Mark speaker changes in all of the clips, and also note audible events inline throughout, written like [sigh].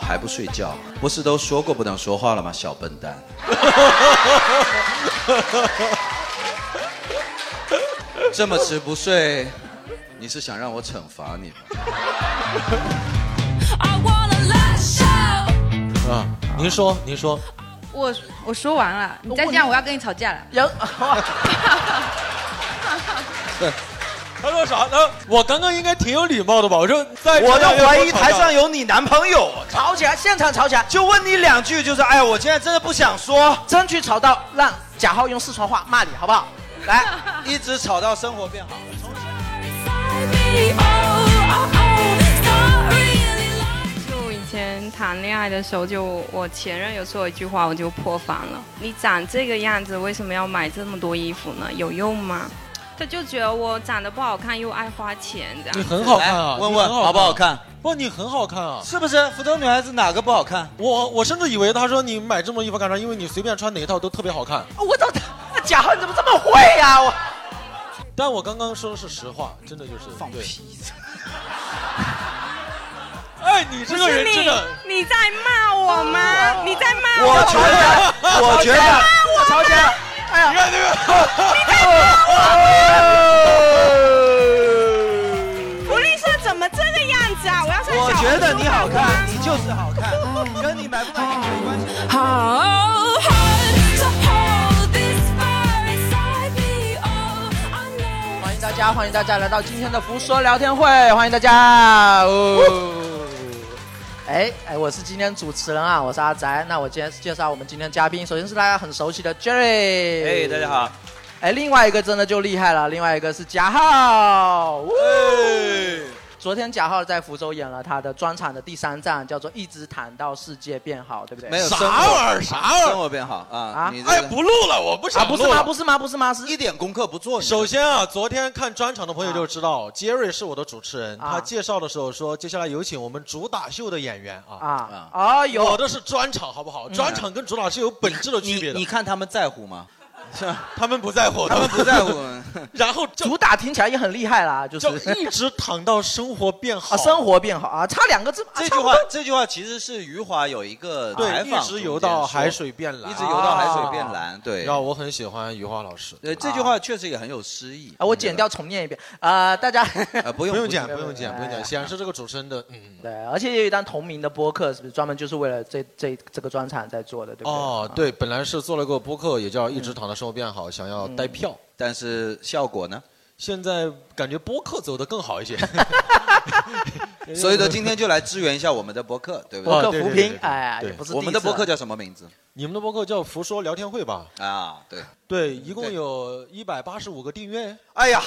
Speaker 1: 还不睡觉？不是都说过不能说话了吗？小笨蛋！ [laughs] 这么迟不睡，你是想让我惩罚你吗？
Speaker 2: [laughs] 啊，您说，您说，
Speaker 3: 我我说完了，你再这样我要跟你吵架了。
Speaker 4: 人，
Speaker 2: 对。他说啥呢？我刚刚应该挺有礼貌的吧？我说在，
Speaker 5: 我都怀疑台上有你男朋友，
Speaker 4: 吵起来，现场吵起来，
Speaker 5: 就问你两句，就是哎呀，我现在真的不想说，
Speaker 4: 争取吵到让贾浩用四川话骂你，好不好？
Speaker 5: [laughs]
Speaker 4: 来，
Speaker 5: 一直吵到生活变好。
Speaker 4: 啊
Speaker 6: 就以前谈恋爱的时候，就我前任有说一句话，我就破防了。你长这个样子，为什么要买这么多衣服呢？有用吗？他就觉得我长得不好看，又爱花钱，这样。
Speaker 2: 你很好看啊！
Speaker 5: 问问好不好看？
Speaker 2: 不，你很好看啊！
Speaker 5: 是不是？福州女孩子哪个不好看？
Speaker 2: 我我甚至以为他说你买这么衣服干啥？因为你随便穿哪一套都特别好看。
Speaker 4: 我操！那贾浩你怎么这么会呀、啊？我。
Speaker 2: 但我刚刚说的是实话，真的就是
Speaker 4: 放屁！
Speaker 2: 哎，你这个人真的，
Speaker 6: 你在骂我吗？你在骂
Speaker 5: 我？我觉得，我觉得，
Speaker 4: 我吵起来！
Speaker 2: 哎呀，你看这个，
Speaker 6: 福利社怎么这个样子啊？我要穿
Speaker 5: 我觉得你好看，你就是好看，跟你买不买没关系。好。
Speaker 4: 欢迎大家，欢迎大家来到今天的福说聊天会，欢迎大家。哦，哎哎，我是今天主持人啊，我是阿宅。那我今天介绍我们今天嘉宾，首先是大家很熟悉的 Jerry。
Speaker 5: 哎，大家
Speaker 2: 啊
Speaker 5: 好。
Speaker 4: 哎，另外一个真的就厉害了，另外一个是贾浩。哎、昨天贾浩在福州演了他的专场的第三站，叫做“一直谈到世界变好”，对不对？
Speaker 1: 没有
Speaker 2: 啥玩意儿，啥玩意儿？
Speaker 1: 生活变好啊！啊你、这
Speaker 2: 个、哎，不录了，我不想
Speaker 4: 录、啊。不是吗？不是吗？不是吗？是
Speaker 1: 一点功课不做。
Speaker 2: 首先啊，昨天看专场的朋友就知道，杰、啊、瑞是我的主持人。他介绍的时候说，接下来有请我们主打秀的演员啊
Speaker 4: 啊！啊有
Speaker 2: 我的是专场，好不好？专场跟主打是有本质的区别的。
Speaker 1: 你你看他们在乎吗？
Speaker 2: 是啊、 [laughs] 他们不在乎，
Speaker 1: 他们不
Speaker 2: [laughs]
Speaker 1: 在乎。
Speaker 2: 然后
Speaker 4: 主打听起来也很厉害啦，就是
Speaker 2: 一直躺到生活变好
Speaker 4: 啊，生活变好啊，差两个字。
Speaker 1: 这句话，这句话其实是余华有一个
Speaker 2: 对，一直游到海水变蓝，
Speaker 1: 一直游到海水变蓝。啊、对，
Speaker 2: 然后我很喜欢余华老师。
Speaker 1: 对，这句话确实也很有诗意
Speaker 4: 啊。我剪掉重念一遍啊、呃，大家
Speaker 1: 啊，不用哎
Speaker 2: 不用剪，不用剪，不用剪，显然是这个主持人的
Speaker 4: 嗯。对，而且也有一档同名的播客，是不是专门就是为了这这这个专场在做的，对不对？
Speaker 2: 哦，
Speaker 1: 啊
Speaker 2: 对，本来是做了个播客，也叫一直躺到生。生活变好，想要带票、嗯，
Speaker 1: 但是效果呢？
Speaker 2: 现在感觉播客走得更好一
Speaker 1: [laughs]
Speaker 2: 些，
Speaker 1: 所以说今天就来支援一下我们的播客，对不
Speaker 2: 哦
Speaker 1: 对？
Speaker 4: 播客扶贫，哎，也不是
Speaker 1: 我们的播客叫什么名字？
Speaker 2: 你们的播客叫“福说聊天会”吧？
Speaker 1: 啊，对
Speaker 2: 对，一共有一百八十五个订阅。
Speaker 1: 哎呀，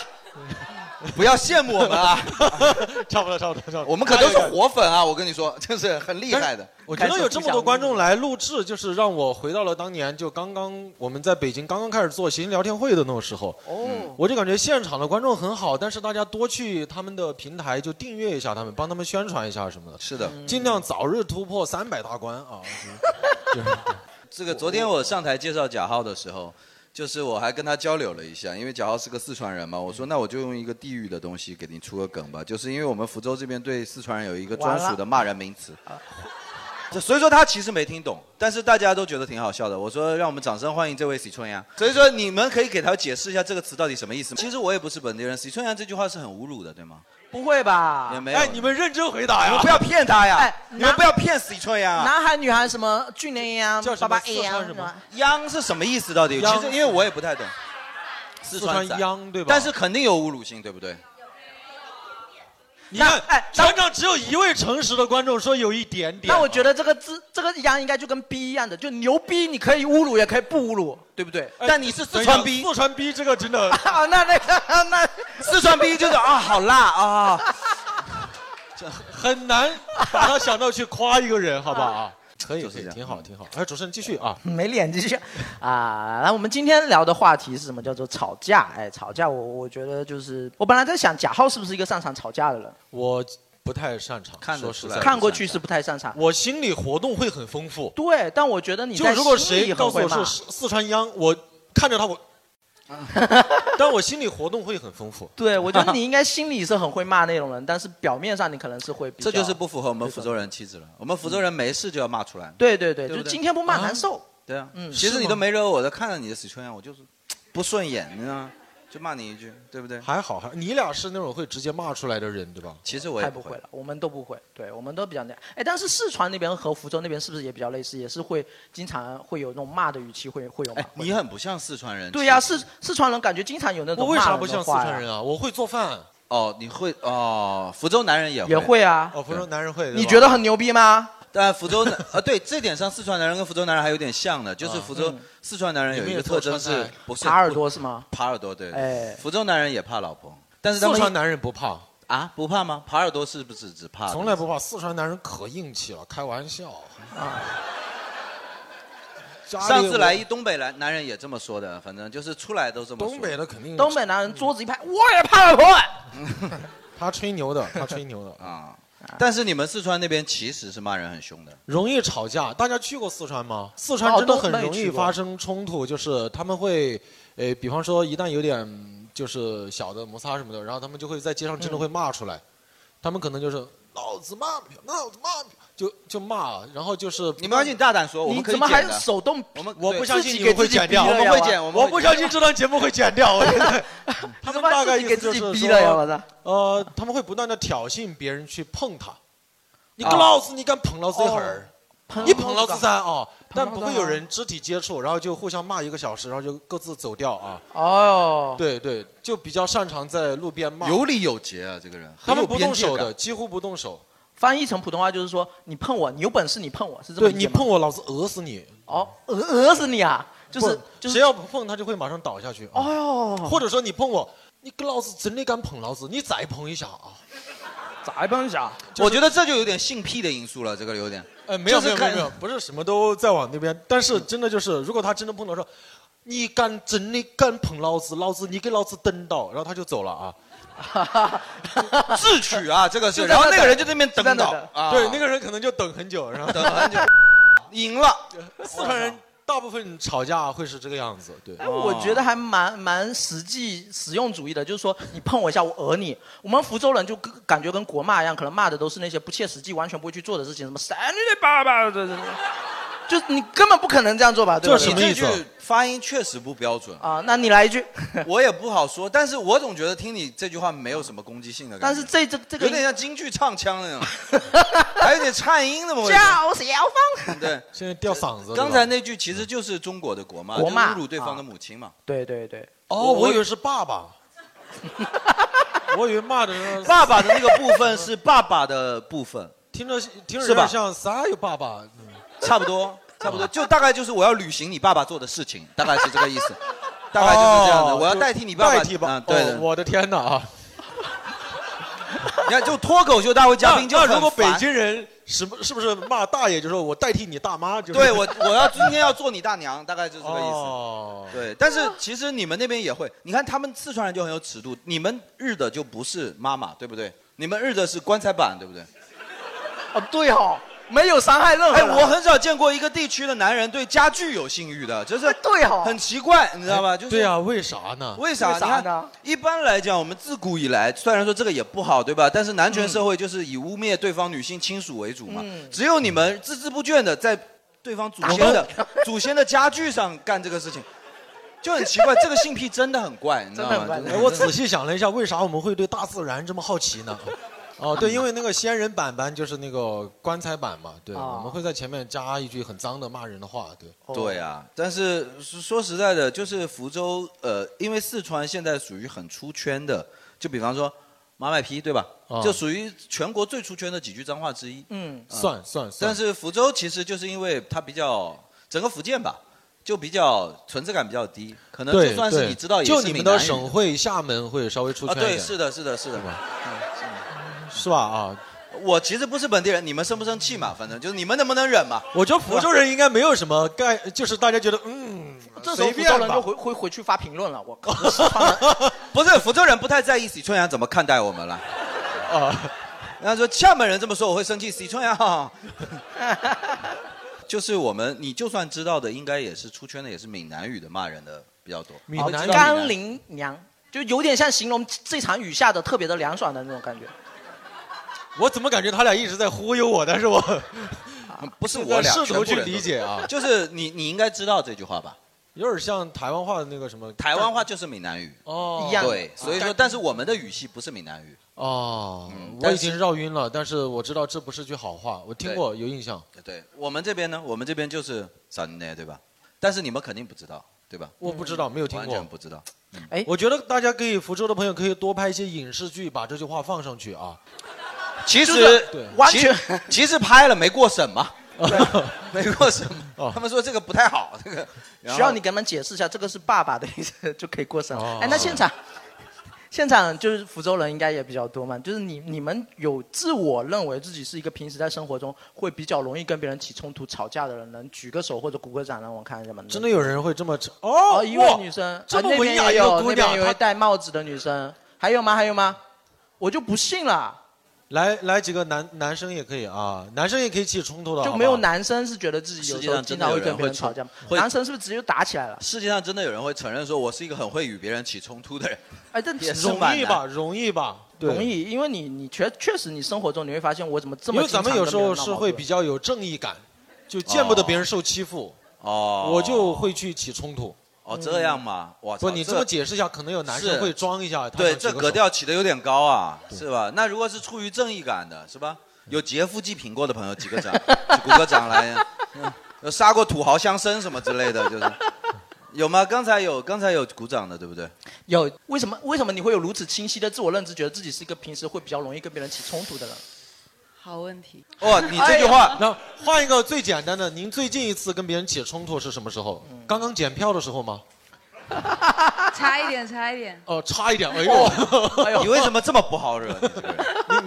Speaker 1: 不要羡慕我们啊！
Speaker 2: [laughs] 差不多，差不多，差不多。
Speaker 1: 我们可都是活粉啊！我跟你说，这是很厉害的。
Speaker 2: 我觉得有这么多观众来录制，就是让我回到了当年就刚刚我们在北京刚刚开始做谐音聊天会的那个时候。哦、嗯。我就感觉现场的观众很好，但是大家多去他们的平台就订阅一下他们，帮他们宣传一下什么的。
Speaker 1: 是的，嗯、
Speaker 2: 尽量早日突破三百大关啊！
Speaker 1: 这个昨天我上台介绍贾浩的时候，就是我还跟他交流了一下，因为贾浩是个四川人嘛，我说那我就用一个地域的东西给你出个梗吧，就是因为我们福州这边对四川人有一个专属的骂人名词， [laughs] 所以说他其实没听懂，但是大家都觉得挺好笑的。我说让我们掌声欢迎这位四川呀，所以说你们可以给他解释一下这个词到底什么意思。其实我也不是本地人，四川人这句话是很侮辱的，对吗？
Speaker 4: 不会吧？
Speaker 1: 也没有。哎，
Speaker 2: 你们认真回答呀！
Speaker 1: 你们不要骗他呀！哎，你们不要骗四川呀！
Speaker 4: 男孩女孩什么俊男呀，
Speaker 2: 叫
Speaker 4: 爸爸哎呀
Speaker 2: 什么？
Speaker 1: 秧是什么意思？到底？其实因为我也不太懂。
Speaker 2: 四川秧对吧？
Speaker 1: 但是肯定有侮辱性，对不对？
Speaker 2: 你看，哎，船长只有一位诚实的观众说有一点点。
Speaker 4: 那我觉得这个字，这个秧应该就跟逼一样的，就牛逼，你可以侮辱，也可以不侮辱，对不对？
Speaker 2: 哎
Speaker 4: 但你是四川逼，
Speaker 2: 四川逼这个
Speaker 4: [laughs]
Speaker 2: 真的。
Speaker 4: 啊，那那个那
Speaker 1: 四川逼就是啊，好辣啊，
Speaker 2: [laughs] 很难把他想到去夸一个人，好不好啊？可以，可以，挺好，挺好。哎，主持人继续啊，
Speaker 4: 嗯没脸继续啊。 [laughs] 然后我们今天聊的话题是什么？叫做吵架。哎，吵架我，我我觉得就是我本来在想贾浩是不是一个擅长吵架的人，
Speaker 2: 我不太擅长，
Speaker 1: 看
Speaker 2: 说实在，
Speaker 4: 看过去是不太擅长。
Speaker 2: 我心理活动会很丰富，
Speaker 4: 对，但我觉得你
Speaker 2: 就如果谁告诉我是四川秧，我看着他我。
Speaker 1: 啊
Speaker 2: [laughs] 但我心理活动会很丰
Speaker 1: [laughs]
Speaker 2: 富。
Speaker 4: 对，我觉得你应该心里是很会骂那种人，但是表面上你可能是会比较。
Speaker 1: 这就是不符合我们福州人气质了。我们福州人没事就要骂出来。
Speaker 4: 嗯对对对，
Speaker 1: 对
Speaker 4: 就
Speaker 1: 不
Speaker 4: 是
Speaker 1: 对
Speaker 4: 今天不骂难受。
Speaker 1: 对啊，
Speaker 4: 嗯
Speaker 1: 其
Speaker 4: 是
Speaker 1: 实你
Speaker 4: 吗
Speaker 1: 都没惹我的，看了你的死圈啊，我就是不顺眼，你知道吗？就骂你一句，对不对？
Speaker 2: 还好，还你俩是那种会直接骂出来的人，对吧？
Speaker 1: 其实我
Speaker 4: 太不会了，我们都不会，对我们都比较那样。哎，但是四川那边和福州那边是不是也比较类似？也是会经常会有那种骂的语气，会会有吗？
Speaker 1: 哎你很不像四川人。
Speaker 4: 对呀、
Speaker 1: 其实
Speaker 4: 四四川人感觉经常有那种
Speaker 1: 我为啥
Speaker 4: 骂人
Speaker 1: 不
Speaker 4: 的
Speaker 1: 像四
Speaker 4: 话
Speaker 1: 川
Speaker 4: 呀
Speaker 1: 人
Speaker 2: 啊，我会做饭。
Speaker 1: 哦，你会哦，福州男人也会
Speaker 4: 也会啊
Speaker 2: 哦福州男人会
Speaker 4: 你觉得很牛逼吗？
Speaker 1: 但福州男啊，对这点上，四川男人跟福州男人还有点像的，
Speaker 2: 啊
Speaker 1: 就是福州、
Speaker 4: 嗯
Speaker 1: 四川男人有一个特征
Speaker 2: 你们也做川
Speaker 1: 是
Speaker 2: 菜
Speaker 1: 不是
Speaker 4: 耙耳朵是吗？
Speaker 1: 耙耳朵对，
Speaker 4: 哎
Speaker 1: 福州男人也怕老婆，但是他们
Speaker 2: 四川男人不怕
Speaker 1: 啊，不怕吗？耙耳朵是不是只怕？
Speaker 2: 从来不怕。四川男人可硬气了，开玩笑。 [laughs] 家里
Speaker 1: 啊上次来
Speaker 2: 我
Speaker 1: 一东北来男人也这么说的，反正就是出来都这么说。
Speaker 2: 东北的肯定嗯
Speaker 4: 东北男人桌子一拍，我也怕老婆。
Speaker 2: 他吹牛的，他吹牛的
Speaker 1: 啊。但是你们四川那边其实是骂人很凶的。
Speaker 2: 容易吵架。大家去过四川吗？四
Speaker 1: 哦
Speaker 2: 川真的
Speaker 1: 都
Speaker 2: 很
Speaker 1: 没
Speaker 2: 容易
Speaker 1: 去过
Speaker 2: 发生冲突，就是他们会，呃，比方说一旦有点就是小的摩擦什么的，然后他们就会在街上真
Speaker 1: 嗯
Speaker 2: 的会骂出来，他们可能就是老子骂不了，老子骂不了，就就骂，然后就是
Speaker 1: 你没关系，你大胆说，我们
Speaker 2: 你
Speaker 1: 可以
Speaker 2: 怎么还
Speaker 1: 剪的
Speaker 2: 手
Speaker 4: 动？
Speaker 1: 我们
Speaker 2: 我
Speaker 1: 对
Speaker 2: 不相信
Speaker 1: 自
Speaker 2: 你
Speaker 1: 己给
Speaker 2: 们会
Speaker 1: 自己
Speaker 2: 剪掉
Speaker 1: 逼了呀我们会剪我们会
Speaker 2: 不相信这档节目会剪
Speaker 1: [laughs]
Speaker 2: 掉。我觉得他们大概意思就是
Speaker 4: 自己给
Speaker 2: 说
Speaker 4: 自己逼了呀我操！
Speaker 2: 呃，他们会不断的挑衅别人去碰他，你
Speaker 4: 啊
Speaker 2: 跟老子，你敢碰老子一会儿？你
Speaker 4: 碰
Speaker 2: 捧
Speaker 4: 老
Speaker 2: 老
Speaker 4: 子
Speaker 2: 子
Speaker 4: 干
Speaker 2: 噻啊！但
Speaker 4: 老子
Speaker 2: 不会
Speaker 4: 干
Speaker 2: 有
Speaker 4: 嘛
Speaker 2: 人肢体接触，然后就互相骂一个小时，然后就各自走掉啊。
Speaker 4: 哦，
Speaker 2: 对对，就比较擅长在路边骂。
Speaker 1: 有理有节啊，这个人。
Speaker 2: 他们
Speaker 1: 很有
Speaker 2: 不
Speaker 1: 边
Speaker 2: 动
Speaker 1: 界
Speaker 2: 手
Speaker 1: 感
Speaker 2: 的，几乎不动手。
Speaker 4: 翻译成普通话就是说，你碰我，你有本事你碰我，是这么
Speaker 2: 对
Speaker 4: 理解
Speaker 2: 你
Speaker 4: 吗
Speaker 2: 碰我，老子讹死你！
Speaker 4: 哦，讹讹死你啊！就是
Speaker 2: 不
Speaker 4: 就是
Speaker 2: 谁要不碰他就会马上倒下去。啊
Speaker 4: 哎呦，
Speaker 2: 或者说你碰我，你跟老子真的敢碰老子，你再碰一下啊！
Speaker 4: 再碰一下，
Speaker 1: 我觉得这就有点性癖的因素了，这个有点。
Speaker 2: 呃，没有
Speaker 1: 就
Speaker 2: 没
Speaker 1: 是
Speaker 2: 有没
Speaker 1: 看
Speaker 2: 有没有，不是什么都在往那边，但是真的就是，如果他真的碰到说，你敢真的敢碰老子，老子你给老子等到，然后他就走了啊。
Speaker 1: 智取啊，这个。
Speaker 2: 就是在
Speaker 1: 然后
Speaker 2: 那
Speaker 1: 那个人
Speaker 2: 等
Speaker 1: 就在那边
Speaker 2: 在
Speaker 1: 等
Speaker 2: 那
Speaker 1: 倒
Speaker 2: 等
Speaker 1: 啊，
Speaker 2: 对，那个人可能就等很久，然后
Speaker 1: 等很久，赢 [laughs] 了。
Speaker 2: 四川人大部分吵架会是这个样子，对。
Speaker 4: 哎，我觉得还蛮蛮实际实用主义的，就是说你碰我一下，我讹你。我们福州人就跟感觉跟国骂一样，可能骂的都是那些不切实际、完全不会去做的事情，什么三你的爸爸，对对对，就是你根本不可能这样做吧？
Speaker 2: [laughs]
Speaker 4: 对吧？
Speaker 1: 你这句发音确实不标准
Speaker 4: 啊，那你来一句。
Speaker 1: [laughs] 我也不好说，但是我总觉得听你这句话没有什么攻击性的感
Speaker 4: 但
Speaker 1: 觉
Speaker 4: 是。这这这个
Speaker 1: 有点像京剧唱腔
Speaker 4: [laughs]
Speaker 1: 那种，还有点颤音那么回事。
Speaker 4: 叫小芳，
Speaker 1: 对，
Speaker 2: 现在掉嗓子。
Speaker 1: 刚才那句其实就是中国的国骂，
Speaker 4: 国骂啊
Speaker 1: 就是侮辱对方的母亲嘛。
Speaker 4: 对对对，
Speaker 2: 哦，我以为是爸
Speaker 4: [laughs]
Speaker 2: 爸，我以为骂的是
Speaker 1: [laughs] 爸爸的那个部分是爸爸的部分，
Speaker 2: 听着听着
Speaker 1: 是
Speaker 2: 有
Speaker 1: 吧
Speaker 2: 点像啥有爸爸，嗯
Speaker 1: 差不
Speaker 2: [laughs]
Speaker 1: 多，差不多，就大概就是我要履行你爸爸做的事情，大概是这个意思，大概就是这样子。
Speaker 2: 哦
Speaker 1: 我要代替你爸爸，
Speaker 2: 代替爸
Speaker 1: 嗯，对的
Speaker 2: 哦。我的天哪啊！
Speaker 1: [laughs] 你看，就脱口秀大会嘉宾就
Speaker 2: 那
Speaker 1: 很
Speaker 2: 那如果北
Speaker 1: 烦
Speaker 2: 京人是不是不是骂大爷就说我代替你大妈，就是
Speaker 1: 对我，我要今天要做你大娘，大概就是这个意思。
Speaker 2: 哦
Speaker 1: 对，但是其实你们那边也会，你看他们四川人就很有尺度，你们日的就不是妈妈，对不对？你们日的是棺材板，对不对？
Speaker 4: 哦对哦，没有伤害任何
Speaker 1: 哎，
Speaker 4: 人。
Speaker 1: 我很少见过一个地区的男人对家具有性欲的，就是
Speaker 4: 对哦
Speaker 1: 很奇怪，你知道吧？
Speaker 2: 哎
Speaker 1: 就是
Speaker 2: 对啊，为啥呢？
Speaker 1: 为啥？
Speaker 4: 为啥
Speaker 1: 你看
Speaker 4: 呢
Speaker 1: 一般来讲，我们自古以来，虽然说这个也不好，对吧？但是男权社会就是以污蔑对方女性亲属为主嘛。
Speaker 4: 嗯
Speaker 1: 只有你们孜孜不倦的在对方祖先的 [laughs] 祖先的家具上干这个事情，就很奇怪。这个性癖真的很怪，你知道
Speaker 2: 哎
Speaker 1: 吗？就是
Speaker 2: 我仔细想了一下，为啥我们会对大自然这么好奇
Speaker 1: [laughs]
Speaker 2: 呢？哦，对，因为那个仙人板板就是那个棺材板嘛，对，
Speaker 1: 啊
Speaker 2: 我们会在前面加一句很脏的骂人的话，对。
Speaker 1: [laughs] 对啊，但是说说实在的，就是福州，呃，因为四川现在属于很出圈的，就比方说马买批，对吧？
Speaker 2: 啊
Speaker 1: 就属于全国最出圈的几句脏话之一。
Speaker 4: 嗯
Speaker 1: 啊
Speaker 2: 算算算
Speaker 1: 但是福州其实就是因为它比较整个福建吧，就比较存在感比较低，可能
Speaker 2: 对
Speaker 1: 就算是
Speaker 2: 对
Speaker 1: 你知道也是
Speaker 2: 就你们的
Speaker 1: 闽南语
Speaker 2: 省会厦门会稍微出
Speaker 1: 啊，
Speaker 2: 圈一
Speaker 1: 对，
Speaker 2: 点，
Speaker 1: 是的，是的，是的。
Speaker 2: 是吧？啊，
Speaker 1: 我其实不是本地人，你们生不生气嘛？反正就是你们能不能忍嘛？
Speaker 2: 我觉得福州人应该没有什么概，就是大家觉得嗯，
Speaker 4: 这时
Speaker 2: 随
Speaker 4: 候福
Speaker 2: 便
Speaker 4: 州人
Speaker 2: 吧
Speaker 4: 就回回回去发评论了，我靠，
Speaker 2: [laughs]
Speaker 1: 不是福州人不太在意喜春阳怎么看待我们了。
Speaker 2: 啊，
Speaker 1: 人家说厦门人这么说我会生气，喜
Speaker 2: [laughs]
Speaker 1: 春阳。就是我们，你就算知道的，应该也是出圈的，也是闽南语的骂人的比较多。
Speaker 4: 好甘霖娘，就有点像形容这场雨下的特别的凉爽的那种感觉。
Speaker 2: 我怎么感觉他俩一直在忽悠我？但是我
Speaker 1: 啊不是我俩
Speaker 2: 试图
Speaker 1: 全部
Speaker 2: 去
Speaker 1: 人都
Speaker 2: 理解啊，
Speaker 1: [laughs] 就是你你应该知道这
Speaker 2: [laughs]
Speaker 1: 句话吧？
Speaker 2: 有点像台湾话的那个什么
Speaker 1: 台湾话就是闽南语
Speaker 2: 哦一样
Speaker 1: 对，所以说，但是我们的语系不是闽南语。
Speaker 2: 哦，我
Speaker 1: 嗯但
Speaker 2: 已
Speaker 1: 是
Speaker 2: 经绕晕了，但是我知道这不是句好话，我听过有印象。
Speaker 1: 对我们这边呢，我们这边就是三呢，对吧？但是你们肯定不知道，对吧？
Speaker 2: 我不知道没有听过
Speaker 1: 完全不知道。
Speaker 4: 哎，
Speaker 2: 我觉得大家可以福州的朋友可以多拍一些影视剧，把这句话放上去啊。
Speaker 1: 其实
Speaker 2: 对
Speaker 1: 完全其实拍了没过审嘛， [laughs] 没过审嘛。
Speaker 2: 哦
Speaker 1: 他们说这个不太好，这个然后
Speaker 4: 需要你给他们解释一下，这个是爸爸的意思就可以过审。
Speaker 1: 哦
Speaker 4: 哎，那现场， [laughs] 现场就是福州人应该也比较多嘛，就是你你们有自我认为自己是一个平时在生活中会比较容易跟别人起冲突、吵架的人，能举个手或者鼓个掌让我看一下吗？
Speaker 2: [laughs] 真的有人会这么
Speaker 4: 哦，
Speaker 2: 哦
Speaker 4: 一位女生，
Speaker 2: 这么
Speaker 4: 啊那
Speaker 2: 文
Speaker 4: 边
Speaker 2: 雅
Speaker 4: 也
Speaker 2: 一个
Speaker 4: 有，
Speaker 2: 姑
Speaker 4: 那
Speaker 2: 娘啊
Speaker 4: 边有一位戴帽子的女生，还有吗？还有吗？我就不信了，
Speaker 2: 来来几个男男生也可以啊，男生也可以起冲突的，
Speaker 4: 就
Speaker 2: 好
Speaker 4: 没
Speaker 2: 不好
Speaker 4: 有男生是觉得自己
Speaker 1: 世
Speaker 4: 有
Speaker 1: 界
Speaker 4: 时候
Speaker 1: 上
Speaker 4: 经
Speaker 1: 真的
Speaker 4: 常
Speaker 1: 有
Speaker 4: 会跟
Speaker 1: 人
Speaker 4: 别
Speaker 1: 会
Speaker 4: 人吵
Speaker 1: 冲
Speaker 4: 架吗，
Speaker 1: 会
Speaker 4: 男生是不是直接就打起来了？
Speaker 1: 世界上真的有人会承认说我是一个很会与别人起冲突的人。
Speaker 4: 哎，但
Speaker 1: [laughs] 也是
Speaker 2: 容
Speaker 1: 蛮
Speaker 2: 易
Speaker 1: 难
Speaker 2: 吧，容易吧，对
Speaker 4: 容易，因为你你确确实你生活中你会发现我怎么这
Speaker 2: 因
Speaker 4: 么
Speaker 2: 为咱们有时候是会比较有正义感，就见不得别人受欺负，
Speaker 1: 哦，
Speaker 2: 我就会去起冲突。
Speaker 1: 哦这样嘛，
Speaker 2: 嗯
Speaker 1: 哇
Speaker 2: 不，
Speaker 1: 操
Speaker 2: 你
Speaker 1: 这
Speaker 2: 这么解释一下，可能有男
Speaker 1: 是
Speaker 2: 生会装一下。他
Speaker 1: 对，
Speaker 2: 想
Speaker 1: 这
Speaker 2: 举个
Speaker 1: 格
Speaker 2: 手
Speaker 1: 调起的有点高啊，是吧？那如果是出于正义感的，是吧？
Speaker 2: 嗯
Speaker 1: 有劫富济贫过的朋友，几个 [laughs] 掌，鼓个掌来。嗯有杀过土豪乡绅什么之类的，
Speaker 2: [laughs]
Speaker 1: 就是有吗？刚才有，刚才有鼓掌的，对不对？
Speaker 4: 有为什么为什么你会有如此清晰的自我认知，觉得自己是一个平时会比较容易跟别人起冲突的人？
Speaker 3: [laughs] 好问题。
Speaker 1: 哇，哦你这句话，
Speaker 2: 那换一个最简单的，您最近一次跟别人起冲突是什么时候？
Speaker 1: 嗯
Speaker 2: 刚刚检票的时候吗？
Speaker 3: 差一点，差一点。
Speaker 2: 哦，差一点，哎
Speaker 1: 哦
Speaker 2: [laughs] 呦，
Speaker 4: 哎呦
Speaker 1: 你为什么这么不好惹？你这 [laughs] 个人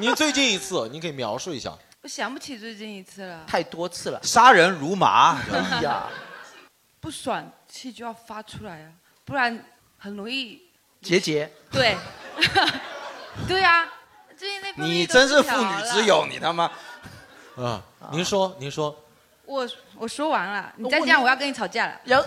Speaker 2: 您您最近一次，您可以描述一下。
Speaker 3: 我想不起最近一次了，
Speaker 4: 太多次了，
Speaker 1: 杀人如麻，是吧
Speaker 4: 哎呀，
Speaker 3: 不爽气就要发出来啊，不然很容易
Speaker 4: 杰杰，
Speaker 3: 对， [laughs] 对啊，最近那方面
Speaker 1: 你
Speaker 3: 都
Speaker 1: 真是
Speaker 3: 不
Speaker 1: 妇
Speaker 3: 聊
Speaker 1: 女
Speaker 3: 了
Speaker 1: 之友，你他妈！
Speaker 2: 啊，您说，您说，
Speaker 3: 我我说完了，你再
Speaker 4: 我
Speaker 3: 这样我要跟你吵架了。
Speaker 4: 杨，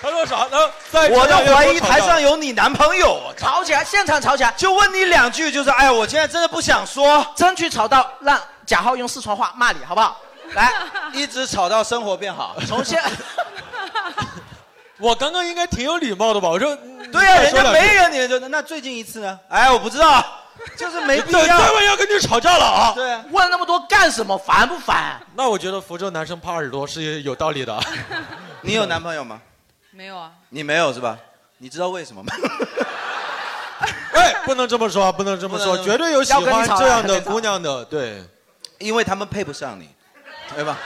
Speaker 2: 他说啥呢？在
Speaker 1: 我都怀疑台上有你男朋友，我靠！
Speaker 4: 吵起来，现场吵起来，
Speaker 1: 就问你两句，就是哎，我现在真的不想说，
Speaker 4: 争取吵到让贾浩用四川话骂你，好
Speaker 1: [laughs]
Speaker 4: 不好？来，
Speaker 1: 一直吵到生活变好。
Speaker 4: 从现，
Speaker 2: [laughs] 我刚刚应该挺有礼貌的吧？我说，
Speaker 1: 对呀、人家没
Speaker 2: 有
Speaker 1: 惹你，就那最近一次呢？哎，我不知道，就是没必
Speaker 2: 对，待
Speaker 1: 要。
Speaker 2: 会要跟你吵架了啊！
Speaker 1: 对啊，
Speaker 4: 问那么多干什么？烦不烦？
Speaker 2: 那我觉得福州男生怕耳朵是有道理 [laughs] 的。啊
Speaker 1: 你有男朋友吗？
Speaker 3: 没有啊，
Speaker 1: 你没有是吧？你知道为什么吗？
Speaker 2: 哎，不能这么说，不能这么
Speaker 1: 不
Speaker 2: 说，
Speaker 1: 能
Speaker 2: 绝对有喜
Speaker 4: 要跟
Speaker 2: 欢
Speaker 4: 你吵了
Speaker 2: 这样的
Speaker 4: 要跟你吵
Speaker 2: 姑娘的，对。
Speaker 1: 因为他们配不上你，对吧？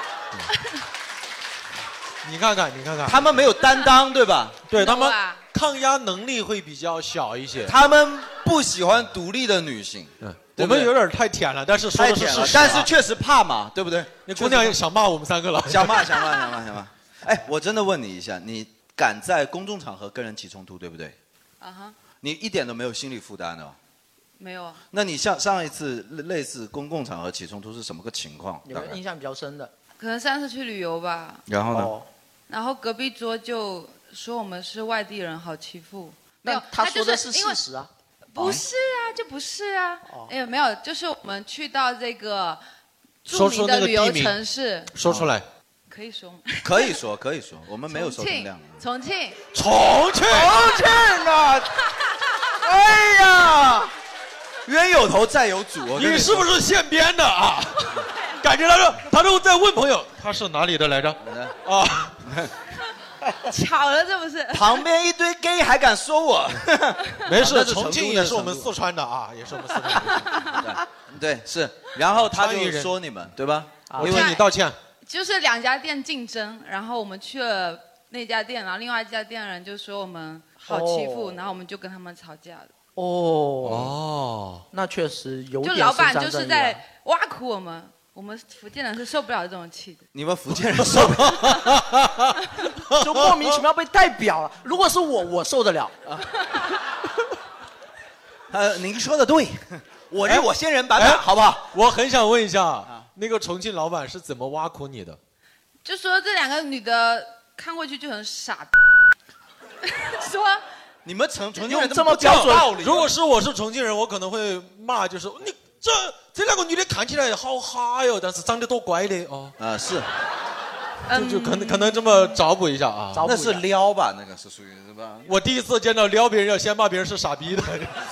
Speaker 2: 你看看，你看看，
Speaker 1: 他们没有担当，对吧？
Speaker 2: 对他们
Speaker 3: 懂啊
Speaker 2: 抗压能力会比较小一些。
Speaker 1: 他们不喜欢独立的女性，
Speaker 2: 嗯，
Speaker 1: 对
Speaker 2: 我
Speaker 1: 不对
Speaker 2: 们有点太舔了，但是说
Speaker 1: 太
Speaker 2: 的是
Speaker 1: 舔
Speaker 2: 事
Speaker 1: 了
Speaker 2: 实。。啊
Speaker 1: 但是，确实怕嘛，对不对？
Speaker 2: 哎那姑娘也想骂我们三个了。
Speaker 1: [laughs] 想骂，想骂，想骂，想骂。哎，我真的问你一下，你敢在公众场合跟人起冲突，对不对？
Speaker 3: 啊哈，
Speaker 1: 你一点都没有心理负担的、哦。
Speaker 3: 没有啊，
Speaker 1: 那你像上一次类类似公共场合起冲突是什么个情况？
Speaker 4: 有
Speaker 1: 大
Speaker 4: 没有
Speaker 1: 概
Speaker 4: 印象比较深的？
Speaker 3: 可能上次去旅游吧，
Speaker 1: 然后呢？
Speaker 4: 哦，
Speaker 3: 然后隔壁桌就说我们是外地人，好欺负。
Speaker 4: 那
Speaker 3: 没有，
Speaker 4: 他说
Speaker 3: 就
Speaker 4: 的
Speaker 3: 是
Speaker 4: 是
Speaker 3: 因为
Speaker 4: 事实啊。哦
Speaker 3: 不是啊，就不是啊。哎呀，没有，就是我们去到这个著
Speaker 2: 说
Speaker 3: 名
Speaker 2: 出
Speaker 3: 的
Speaker 2: 那个
Speaker 3: 旅游
Speaker 2: 地名嗯
Speaker 3: 城市，哦
Speaker 2: 说出来，
Speaker 3: 可以说吗？
Speaker 1: 可以说，可以说，我们没有收
Speaker 3: 重
Speaker 1: 听
Speaker 3: 庆
Speaker 1: 量。，
Speaker 3: 重庆，
Speaker 2: 重庆，
Speaker 1: 重庆啊！哎呀，冤有头债有主。
Speaker 2: 你是不
Speaker 1: 是？
Speaker 2: 是现编的啊？感觉他说，他说在问朋友，他是哪里的来着？啊，
Speaker 3: 巧了，这不是？
Speaker 1: 旁边一堆 gay 还敢说我？
Speaker 2: [laughs] 没事
Speaker 1: 那，是成都
Speaker 2: 重庆也
Speaker 1: 那是
Speaker 2: 是我们
Speaker 1: 成都
Speaker 2: 四川的啊，也是我们四川的。
Speaker 1: 对，是。然后他
Speaker 2: 川渝
Speaker 1: 就
Speaker 2: 人啊
Speaker 1: 说你们，对吧？
Speaker 2: 我为你道歉。
Speaker 3: 就是两家店竞争，然后我们去了那家店，然后另外一家店人就说我们好欺负，
Speaker 4: 哦
Speaker 3: 然后我们就跟他们吵架了。
Speaker 4: 哦，
Speaker 2: 哦，
Speaker 4: 那确实有
Speaker 3: 就
Speaker 4: 点
Speaker 3: 老板
Speaker 4: 伸张
Speaker 3: 就是
Speaker 4: 正义啊
Speaker 3: 在挖苦我们，我们福建人是受不了这种气的。
Speaker 1: 你们福建人受不了。 [laughs]
Speaker 4: 就莫名其妙被代表了。如果是我，我受得了。
Speaker 2: 啊
Speaker 1: [laughs] 呃，您说的对，我是我仙人版本，
Speaker 2: 哎
Speaker 1: 好不好？啊
Speaker 2: 我很想问一下，那个重庆老板是怎么挖苦你的？
Speaker 3: 就说这两个女的看过去就很傻， [laughs] 说
Speaker 1: 你们成重
Speaker 2: 用
Speaker 1: 这么标准
Speaker 2: 如果是我是重庆人，我可能会骂，就是哦你这这两个女的看起来好哈哟，但是长得多乖的哦。
Speaker 1: 啊是，
Speaker 3: 嗯
Speaker 2: 就就可能可能这么找补一下啊。
Speaker 1: 那是撩吧，那个是属于是吧？
Speaker 2: 我第一次见到撩别人要先骂别人是傻逼的，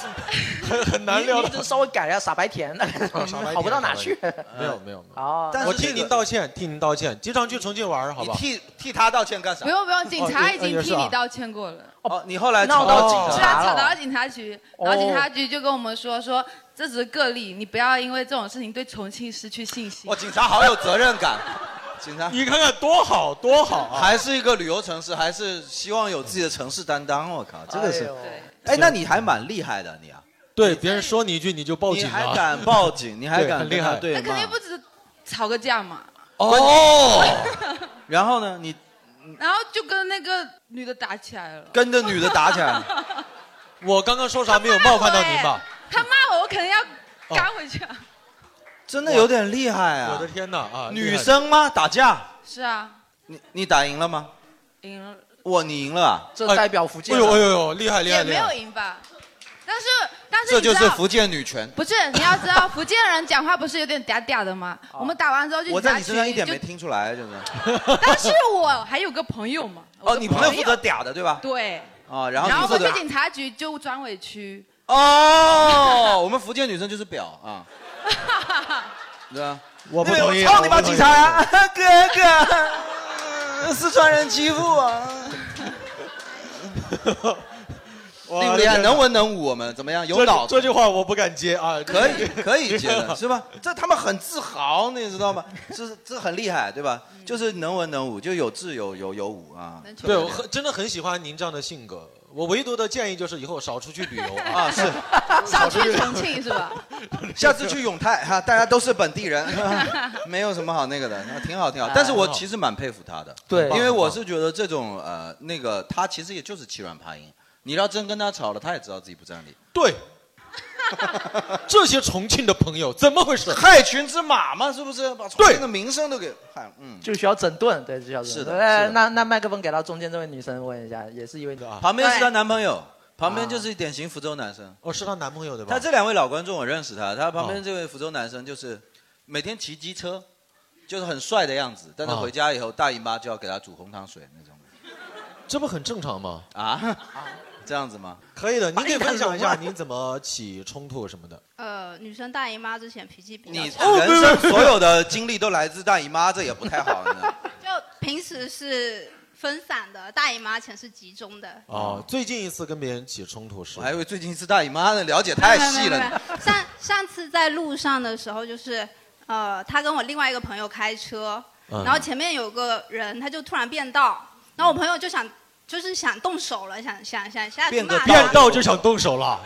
Speaker 7: [laughs]
Speaker 2: 很很难撩
Speaker 4: 你
Speaker 2: 的。
Speaker 4: 只是稍微改了一下傻白甜，
Speaker 7: 哦
Speaker 4: 嗯好不到哪去。
Speaker 2: [laughs] 没有没有没有。
Speaker 4: 哦，
Speaker 2: 我替您道歉，替您道歉。经常去重庆玩儿，好吧？
Speaker 1: 替替他道歉干啥
Speaker 3: 不？用不用，警
Speaker 2: 哦
Speaker 3: 察
Speaker 2: 也
Speaker 3: 已经
Speaker 2: 也是
Speaker 3: 替
Speaker 2: 啊
Speaker 3: 你道歉过了。
Speaker 1: 哦，你后来
Speaker 4: 闹
Speaker 1: 吵
Speaker 4: 到
Speaker 1: 警
Speaker 4: 警
Speaker 3: 是
Speaker 1: 察
Speaker 4: 察
Speaker 3: 啊，
Speaker 4: 了
Speaker 3: 吵到警察局，
Speaker 4: 哦
Speaker 3: 然后警察局就跟我们说说这只是个例，你不要因为这种事情对重庆失去信心
Speaker 1: 哦，。警察好有责任感，警察
Speaker 2: [laughs] 你看看多好多好啊！
Speaker 1: 还是一个旅游城市，还是希望有自己的城市担当。我靠，这个
Speaker 4: 哎
Speaker 1: 是
Speaker 4: 呦，
Speaker 3: 对，
Speaker 1: 哎，那你还蛮厉害的，你啊，
Speaker 2: 对别人说你一句你就报
Speaker 1: 你
Speaker 2: 警
Speaker 1: 还
Speaker 2: 了。
Speaker 1: 敢报警，你还
Speaker 2: 对
Speaker 1: 敢
Speaker 2: 很
Speaker 1: 跟
Speaker 2: 厉
Speaker 1: 他
Speaker 2: 害
Speaker 1: 对
Speaker 3: 那肯
Speaker 1: 骂
Speaker 3: 定不只是吵个架嘛，
Speaker 1: 哦。然后呢，你
Speaker 3: [laughs] 然后就跟那个女的打起来了。
Speaker 1: 跟着女的打起
Speaker 2: [laughs]
Speaker 1: 来，
Speaker 2: 我刚刚说啥没有冒犯到您吧？
Speaker 3: 他骂我，我肯定
Speaker 1: 哦
Speaker 3: 要干回
Speaker 4: [laughs]
Speaker 3: 去啊。
Speaker 1: 真的有点厉害
Speaker 2: 我
Speaker 1: 啊
Speaker 2: 的！天哪啊！
Speaker 1: 女生吗？打架？
Speaker 3: 是啊，
Speaker 1: 你你打赢了吗？
Speaker 3: 赢了
Speaker 1: 哇，你赢了啊！
Speaker 4: 这
Speaker 2: 哎
Speaker 4: 代表福
Speaker 2: 厉害，哎
Speaker 4: 建
Speaker 2: 呦哎呦哎呦，厉害厉害
Speaker 3: 也
Speaker 2: 厉
Speaker 3: 没有
Speaker 2: 害！
Speaker 3: 赢吧？但是但是
Speaker 1: 这
Speaker 3: 你知
Speaker 1: 就
Speaker 3: 道
Speaker 1: 是福建女权。
Speaker 3: 不是，你要知道，福建人讲话不是有点嗲嗲的吗？我们打完之后就
Speaker 1: 哦我在你
Speaker 3: 拿
Speaker 1: 身上
Speaker 3: 去
Speaker 1: 一点
Speaker 3: 就
Speaker 1: 没听出来，就是。
Speaker 3: [laughs] 但是我还有个朋友嘛。
Speaker 1: [laughs]
Speaker 3: 我
Speaker 1: 哦，
Speaker 3: 的
Speaker 1: 你朋友负责嗲的对吧？
Speaker 3: 对，
Speaker 1: 啊，然后
Speaker 3: 然
Speaker 1: 你
Speaker 3: 后
Speaker 1: 负
Speaker 3: 我
Speaker 1: 责
Speaker 3: 去警察局就专
Speaker 1: [laughs]
Speaker 3: 委屈，
Speaker 1: 哦，我们福建女生就是婊啊，对啊。
Speaker 2: 我不
Speaker 1: 那边
Speaker 2: 同意，
Speaker 1: 我操你
Speaker 2: 我
Speaker 1: 妈
Speaker 2: 不同
Speaker 1: 警
Speaker 2: 意
Speaker 1: 察！啊！ [laughs] 哥哥，四川人欺负我。
Speaker 2: 哇
Speaker 1: 厉不厉害？能文能武，我们怎么样？有
Speaker 2: 这
Speaker 1: 脑
Speaker 2: 这
Speaker 1: 子，
Speaker 2: 句话我不敢接啊。
Speaker 1: [laughs] 可以可以接
Speaker 2: [laughs]
Speaker 1: 的，是吧？这他们很自豪，你知道吗？是这很厉害，对吧？就是能文能武，就有智有有有武啊。
Speaker 3: 能
Speaker 2: 对，我很真的很喜欢您这样的性格。我唯独的建议就是以后少出去旅
Speaker 8: [laughs]
Speaker 2: 游啊。
Speaker 1: 啊，是，
Speaker 3: 少去重庆是吧？
Speaker 1: [laughs] 下次去永泰哈，大家都是本地人，没有什么好那个的，挺好挺好。但是我其实蛮佩服他的，
Speaker 4: 对
Speaker 1: 因为我是觉得这种呃那个他其实也就是欺软怕硬，你要真跟他吵了，他也知道自己不占理。
Speaker 2: 对，这些重庆的朋友怎么回
Speaker 4: [laughs]
Speaker 2: 事？
Speaker 1: 害群之马嘛，是不是？把重庆的名声都给害了。嗯，
Speaker 4: 就需要整顿，对，就需要整
Speaker 1: 是
Speaker 4: 顿。
Speaker 1: 的
Speaker 4: 哎
Speaker 1: 是的
Speaker 4: 那那麦克风给到中间这位女生问一下，也是一位女
Speaker 2: 啊
Speaker 1: 旁边是她男朋友，旁边就是典型福州男生。
Speaker 2: 哦，是她男朋友对吧？
Speaker 1: 他这两位老观众我认识他，他旁边
Speaker 2: 哦
Speaker 1: 这位福州男生就是每天骑机车，就是很帅的样子，但他
Speaker 2: 哦
Speaker 1: 回家以后大姨妈就要给他煮红糖水那种
Speaker 2: 这不很正常吗？
Speaker 1: 啊，这样子吗？
Speaker 2: [laughs] 可以的，您可以
Speaker 4: 白眼
Speaker 2: 分享一
Speaker 4: 龙啊
Speaker 2: 下您怎么起冲突什么
Speaker 8: [laughs]
Speaker 2: 的。
Speaker 8: 呃，女生大姨妈之前脾气比较
Speaker 1: 你
Speaker 8: 差，
Speaker 1: 人生所有的经历都来自大姨妈，这也不太好呢。
Speaker 8: 就平时是分散的，大姨妈前是集中的。
Speaker 2: 哦，最近一次跟别人起冲突是
Speaker 1: 我还以为最近一次大姨妈呢，了解太细
Speaker 8: 没有没有没
Speaker 1: 了。
Speaker 8: 有没有上上次在路上的时候，就是呃，他跟我另外一个朋友开车，
Speaker 2: 嗯
Speaker 8: 然后前面有个人，他就突然变道，然后我朋友就想就是想动手了，想想想
Speaker 2: 哎
Speaker 8: 下去
Speaker 1: 变个
Speaker 8: 骂
Speaker 2: 变
Speaker 8: 他。
Speaker 2: 道就想动手 [laughs] 了。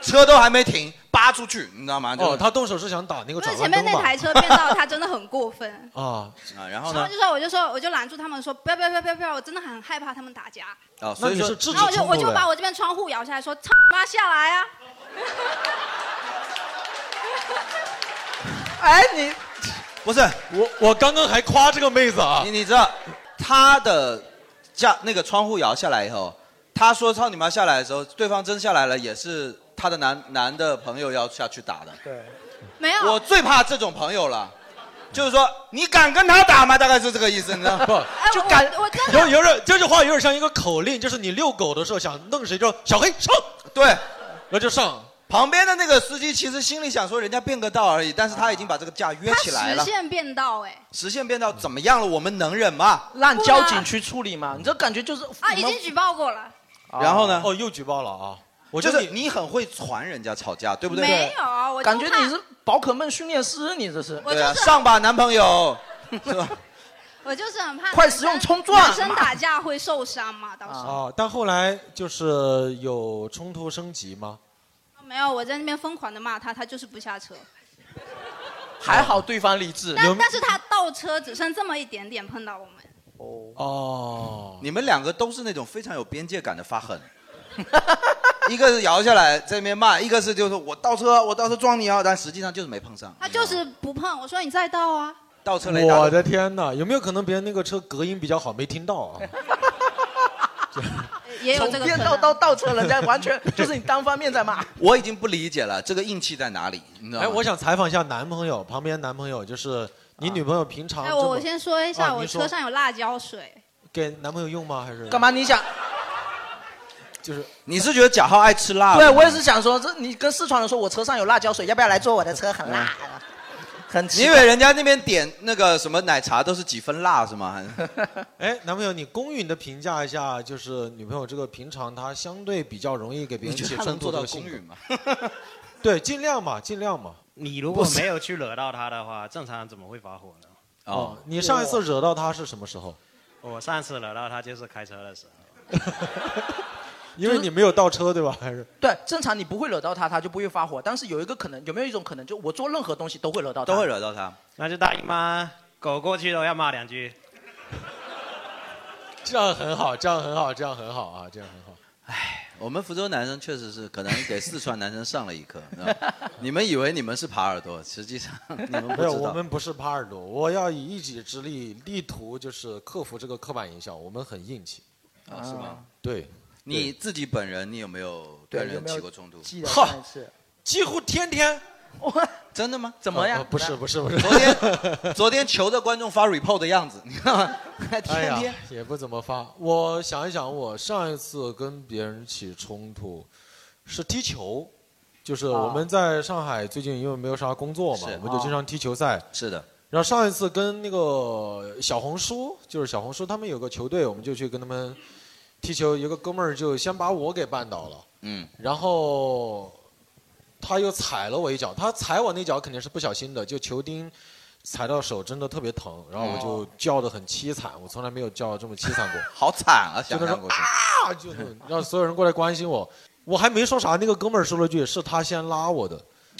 Speaker 1: 车都还没停，扒出去，你知道吗？就
Speaker 2: 哦，他动手是想打那个
Speaker 8: 就
Speaker 2: 转
Speaker 8: 是
Speaker 2: 弯
Speaker 8: 前
Speaker 2: 灯
Speaker 8: 面
Speaker 2: 吧？
Speaker 8: 那台车
Speaker 1: [laughs]
Speaker 8: 变道，他真的很过分。
Speaker 2: 啊，
Speaker 1: 啊，然后呢
Speaker 8: 然后就？说，我就说，我就拦住他们说，不要不要不要不要不要，我真的很害怕他们打架。
Speaker 1: 啊，所
Speaker 2: 那
Speaker 1: 以
Speaker 2: 你
Speaker 1: 说
Speaker 2: 是制止
Speaker 8: 呃然后我就
Speaker 2: 冲
Speaker 8: 我
Speaker 2: 突
Speaker 8: 就
Speaker 2: 的
Speaker 8: 把
Speaker 2: 呀。
Speaker 8: 我这边窗户摇下来说，操你妈下来啊！
Speaker 4: 哎，你
Speaker 1: 不是
Speaker 2: 我我刚刚还夸这个妹子啊
Speaker 1: 你，你知道他的架那个窗户摇下来以后，他说“操你妈”下来的时候，对方真下来了，也是他的男男的朋友要下去打的。
Speaker 4: 对，
Speaker 8: 没有，
Speaker 1: 我最怕这种朋友了，就是说你敢跟他打吗？大概是这个意思，你知 [laughs] 道吗？啊
Speaker 2: 不，
Speaker 8: 哎，
Speaker 4: 就
Speaker 8: 我
Speaker 4: 感
Speaker 8: 我我真的
Speaker 2: 有有点这句话有点像一个口令，就是你遛狗的时候想弄谁就小黑上，
Speaker 1: 对，
Speaker 2: 然后就上。
Speaker 1: 旁边的那个司机其实心里想说人家变个道而已，但是他已经把这个架约
Speaker 8: 他
Speaker 1: 起来
Speaker 8: 实
Speaker 1: 了。
Speaker 8: 现变道哎、
Speaker 1: 实线变道怎么样了？我们能忍吗？
Speaker 4: 让
Speaker 8: 不啊
Speaker 4: 交警去处理嘛，你这感觉就是
Speaker 8: 啊，已经举报过了，
Speaker 4: 啊
Speaker 1: 然后呢？
Speaker 2: 哦，又举报了啊！我
Speaker 1: 就
Speaker 2: 觉
Speaker 1: 是
Speaker 2: 得
Speaker 1: 你很会传人家吵架，对不对？
Speaker 8: 没有，啊我就
Speaker 4: 感觉你
Speaker 8: 怕
Speaker 4: 是宝可梦训练师，你这是
Speaker 8: 我
Speaker 1: 对啊，
Speaker 8: 就是
Speaker 1: 上 [laughs] 吧，男朋友，是吧？
Speaker 8: 我就是很怕
Speaker 4: 快
Speaker 8: 男
Speaker 4: 使
Speaker 8: 生
Speaker 4: 用冲撞
Speaker 8: 男生
Speaker 4: 嘛
Speaker 8: 打架会受伤嘛，到时候、
Speaker 2: 啊，但后来就是有冲突升级吗？
Speaker 8: 没有，我在那边疯狂的骂他，他就是不下车，
Speaker 4: 还好对方理智
Speaker 2: 有
Speaker 8: 但但是他倒车只剩这么一点点碰到我们，
Speaker 4: 哦，
Speaker 2: 哦，
Speaker 1: 你们两个都是那种非常有边界感的发狠， [laughs] 一个是摇下来在那边骂，一个是就是我倒车，我倒车撞你啊，但实际上就是没碰上。
Speaker 8: 他就是不碰，我说你再倒啊，
Speaker 1: 倒车雷达。
Speaker 2: 我的天哪，有没有可能别人那个车隔音比较好，没听到啊？
Speaker 8: 也有这
Speaker 4: 从
Speaker 8: 个
Speaker 4: 变
Speaker 8: 可
Speaker 4: 道
Speaker 8: 能。
Speaker 4: 到倒车，人家完全就是你单方面在
Speaker 7: [laughs]
Speaker 4: 骂。
Speaker 1: 我已经不理解了，这个硬气在哪里？你知道吗？
Speaker 2: 哎，我想采访一下男朋友，旁边男朋友就是你女朋友平常
Speaker 8: 哎，
Speaker 2: 这
Speaker 8: 我
Speaker 2: 么
Speaker 8: 我先说一下，
Speaker 2: 啊
Speaker 8: 我
Speaker 2: 您说
Speaker 8: 车上有辣椒水，
Speaker 2: 给男朋友用吗？还是
Speaker 4: 干嘛？啊你想？
Speaker 2: 就是
Speaker 1: 你是觉得贾浩爱吃
Speaker 7: 啊
Speaker 1: 辣？
Speaker 4: 对，我也是想说，这你跟四川人说，我车上有辣椒水，要不要来坐我的车？很辣，很奇
Speaker 1: 你
Speaker 4: 怪
Speaker 1: 以为人家那边点那个什么奶茶都是几分辣是 [laughs] 吗？
Speaker 2: 哎，男朋友，你公允的评价一下，就是女朋友这个平常她相对比较容易给别人
Speaker 1: 你觉
Speaker 2: 起
Speaker 1: 得她
Speaker 2: 冲
Speaker 1: 能
Speaker 2: 突
Speaker 1: 做
Speaker 2: 的这个
Speaker 1: 到
Speaker 2: 性
Speaker 1: 公
Speaker 2: 格
Speaker 1: 允 [laughs] 吗？
Speaker 2: 对，尽量嘛，尽量嘛。
Speaker 7: 你如果没有去惹到他的话，正常人怎么会发火呢？
Speaker 2: 哦，你上一次惹到她是什么时候？
Speaker 7: 哦我上次惹到他就是开车的时候，
Speaker 2: 因为你没有倒车对吧？还是
Speaker 4: 对，正常你不会惹到他，他就不会发火。但是有一个可能，有没有一种可能，就我做任何东西都会惹到他，
Speaker 1: 都会惹到他。
Speaker 7: 那就大姨妈狗过去都要骂两句。
Speaker 2: [laughs] 这样很好，这样很好，这样很好啊，这样很好。
Speaker 1: 我们福州男生确实是可能给四川男生上了一课，你知道吗 [laughs] 你们以为你们是耙耳朵，实际上你们不
Speaker 2: 没有，
Speaker 1: 知
Speaker 2: 我
Speaker 1: 道。
Speaker 2: 们不是耙耳朵，我要以一己之力，力图就是克服这个刻板印象。我们很硬气。
Speaker 1: 啊是吗？
Speaker 2: 对，
Speaker 1: 你自己本人，你有没有跟人起过冲突？
Speaker 4: 记得上一次，
Speaker 2: 几乎天天。
Speaker 1: 真的吗？
Speaker 4: 怎么呀？
Speaker 2: 呃不是不是不是，
Speaker 1: 昨天 [laughs] [laughs] 昨天求着观众发 report 的样子，你
Speaker 2: [laughs]
Speaker 1: 看吗？还
Speaker 2: 哎
Speaker 1: 天
Speaker 2: 呀
Speaker 1: 天。，
Speaker 2: 也不怎么发。我想一想，我上一次跟别人起冲突是踢球，就是我们在上海最近因为没有啥工作嘛
Speaker 1: 是，哦
Speaker 2: 我们就经常踢球赛。
Speaker 1: 是的，
Speaker 2: 然后上一次跟那个小红书，就是小红书他们有个球队，我们就去跟他们踢球。一个哥们儿就先把我给绊倒了，
Speaker 1: 嗯，
Speaker 2: 然后他又踩了我一脚。他踩我那脚肯定是不小心的，就球钉踩到手，真的特别疼。然后我就叫的很凄惨，我从来没有叫这么凄
Speaker 4: [laughs]
Speaker 2: 惨过。
Speaker 1: 好惨啊！
Speaker 2: 就
Speaker 1: 想
Speaker 2: 那种
Speaker 1: 象过 [laughs] 去，
Speaker 2: 啊，就让所有人过来关心我。我还没说啥，那个哥们儿说了句是他先拉我的，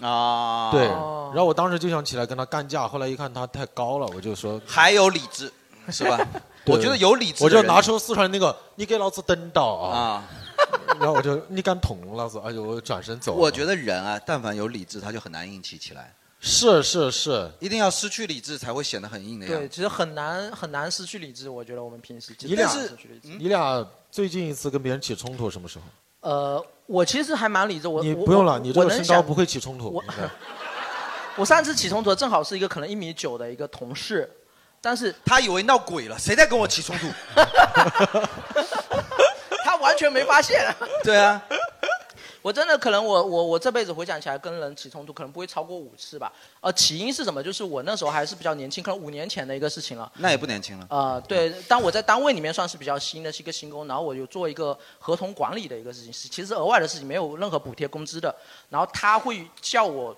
Speaker 1: 啊，
Speaker 2: 对。然后我当时就想起来跟他干架，后来一看他太高了，我就说，
Speaker 1: 还有理
Speaker 2: [laughs]
Speaker 1: 智，是吧？
Speaker 2: 对
Speaker 1: 我觉得有理智
Speaker 2: 我
Speaker 1: 的人，
Speaker 2: 就拿出四川那个，你给老子蹬到啊！
Speaker 1: 啊。
Speaker 2: [laughs] 然后我就你敢捅老子，哎呦，我转身走了。
Speaker 1: 我觉得人啊，但凡有理智，他就很难硬气起来，
Speaker 2: 是是是，
Speaker 1: 一定要失去理智才会显得很硬的样
Speaker 4: 对，
Speaker 1: 子。
Speaker 4: 其实很难很难失去理智。我觉得我们平时真
Speaker 2: 你
Speaker 4: 的
Speaker 2: 俩
Speaker 4: 很难失去理智。
Speaker 2: 你俩最近一次跟别人起冲突什么时候？
Speaker 4: 呃，我其实还蛮理智，我
Speaker 2: 你
Speaker 4: 我
Speaker 2: 不用
Speaker 4: 我
Speaker 2: 了，你这
Speaker 4: 我
Speaker 2: 个
Speaker 4: 能
Speaker 2: 身高
Speaker 4: 想
Speaker 2: 不会起冲突
Speaker 4: 我。
Speaker 2: 应该
Speaker 4: [laughs] 我上次起冲突正好是一个可能一米九的一个同事，但是
Speaker 1: 他以为闹鬼了，谁在跟我起冲突？
Speaker 4: [laughs] 他完全没发现。
Speaker 1: 对啊，
Speaker 4: 我真的可能我我我这辈子回想起来跟人起冲突可能不会超过五次吧。呃，起因是什么？就是我那时候还是比较年轻，可能五年前的一个事情了。
Speaker 1: 那也不年轻了。
Speaker 4: 呃，对，当我在单位里面算是比较新的，是一个新工，然后我有做一个合同管理的一个事情，是其实额外的事情，没有任何补贴工资的。然后他会叫我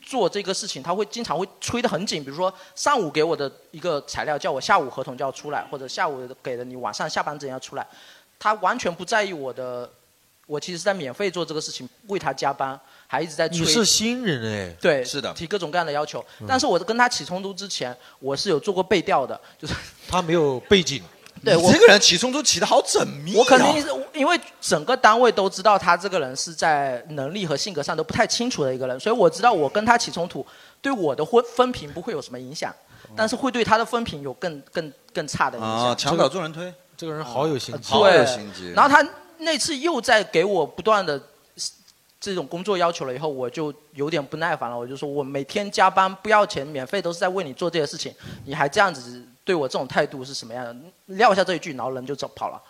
Speaker 4: 做这个事情，他会经常会催得很紧，比如说上午给我的一个材料，叫我下午合同就要出来，或者下午给的你晚上下班之前要出来，他完全不在意我的，我其实是在免费做这个事情，为他加班，还一直在催。
Speaker 2: 你是新嗯人哎，
Speaker 4: 对，
Speaker 1: 是的
Speaker 4: 提各种各样的要求。但是我跟他起冲突之前，我是有做过背调的，就是
Speaker 2: 他没有背景，
Speaker 4: 对
Speaker 1: 你
Speaker 4: 我
Speaker 1: 这个人起冲突起得好缜密、啊。
Speaker 4: 我肯定是因为整个单位都知道他这个人是在能力和性格上都不太清楚的一个人，所以我知道我跟他起冲突，对我的分分评不会有什么影响，但是会对他的分评有更更更差的影响。
Speaker 1: 哦
Speaker 4: 呃
Speaker 1: 啊，墙倒众人推，啊
Speaker 2: 这个人好有心机。
Speaker 1: 好有
Speaker 4: 对
Speaker 1: 心机。
Speaker 4: 然后他那次又在给我不断的这种工作要求了以后，我就有点不耐烦了，我就说我每天加班不要钱，免费都是在为你做这些事情，你还这样子对我这种态度是什么样的？撂下这一句，然后人就走跑了。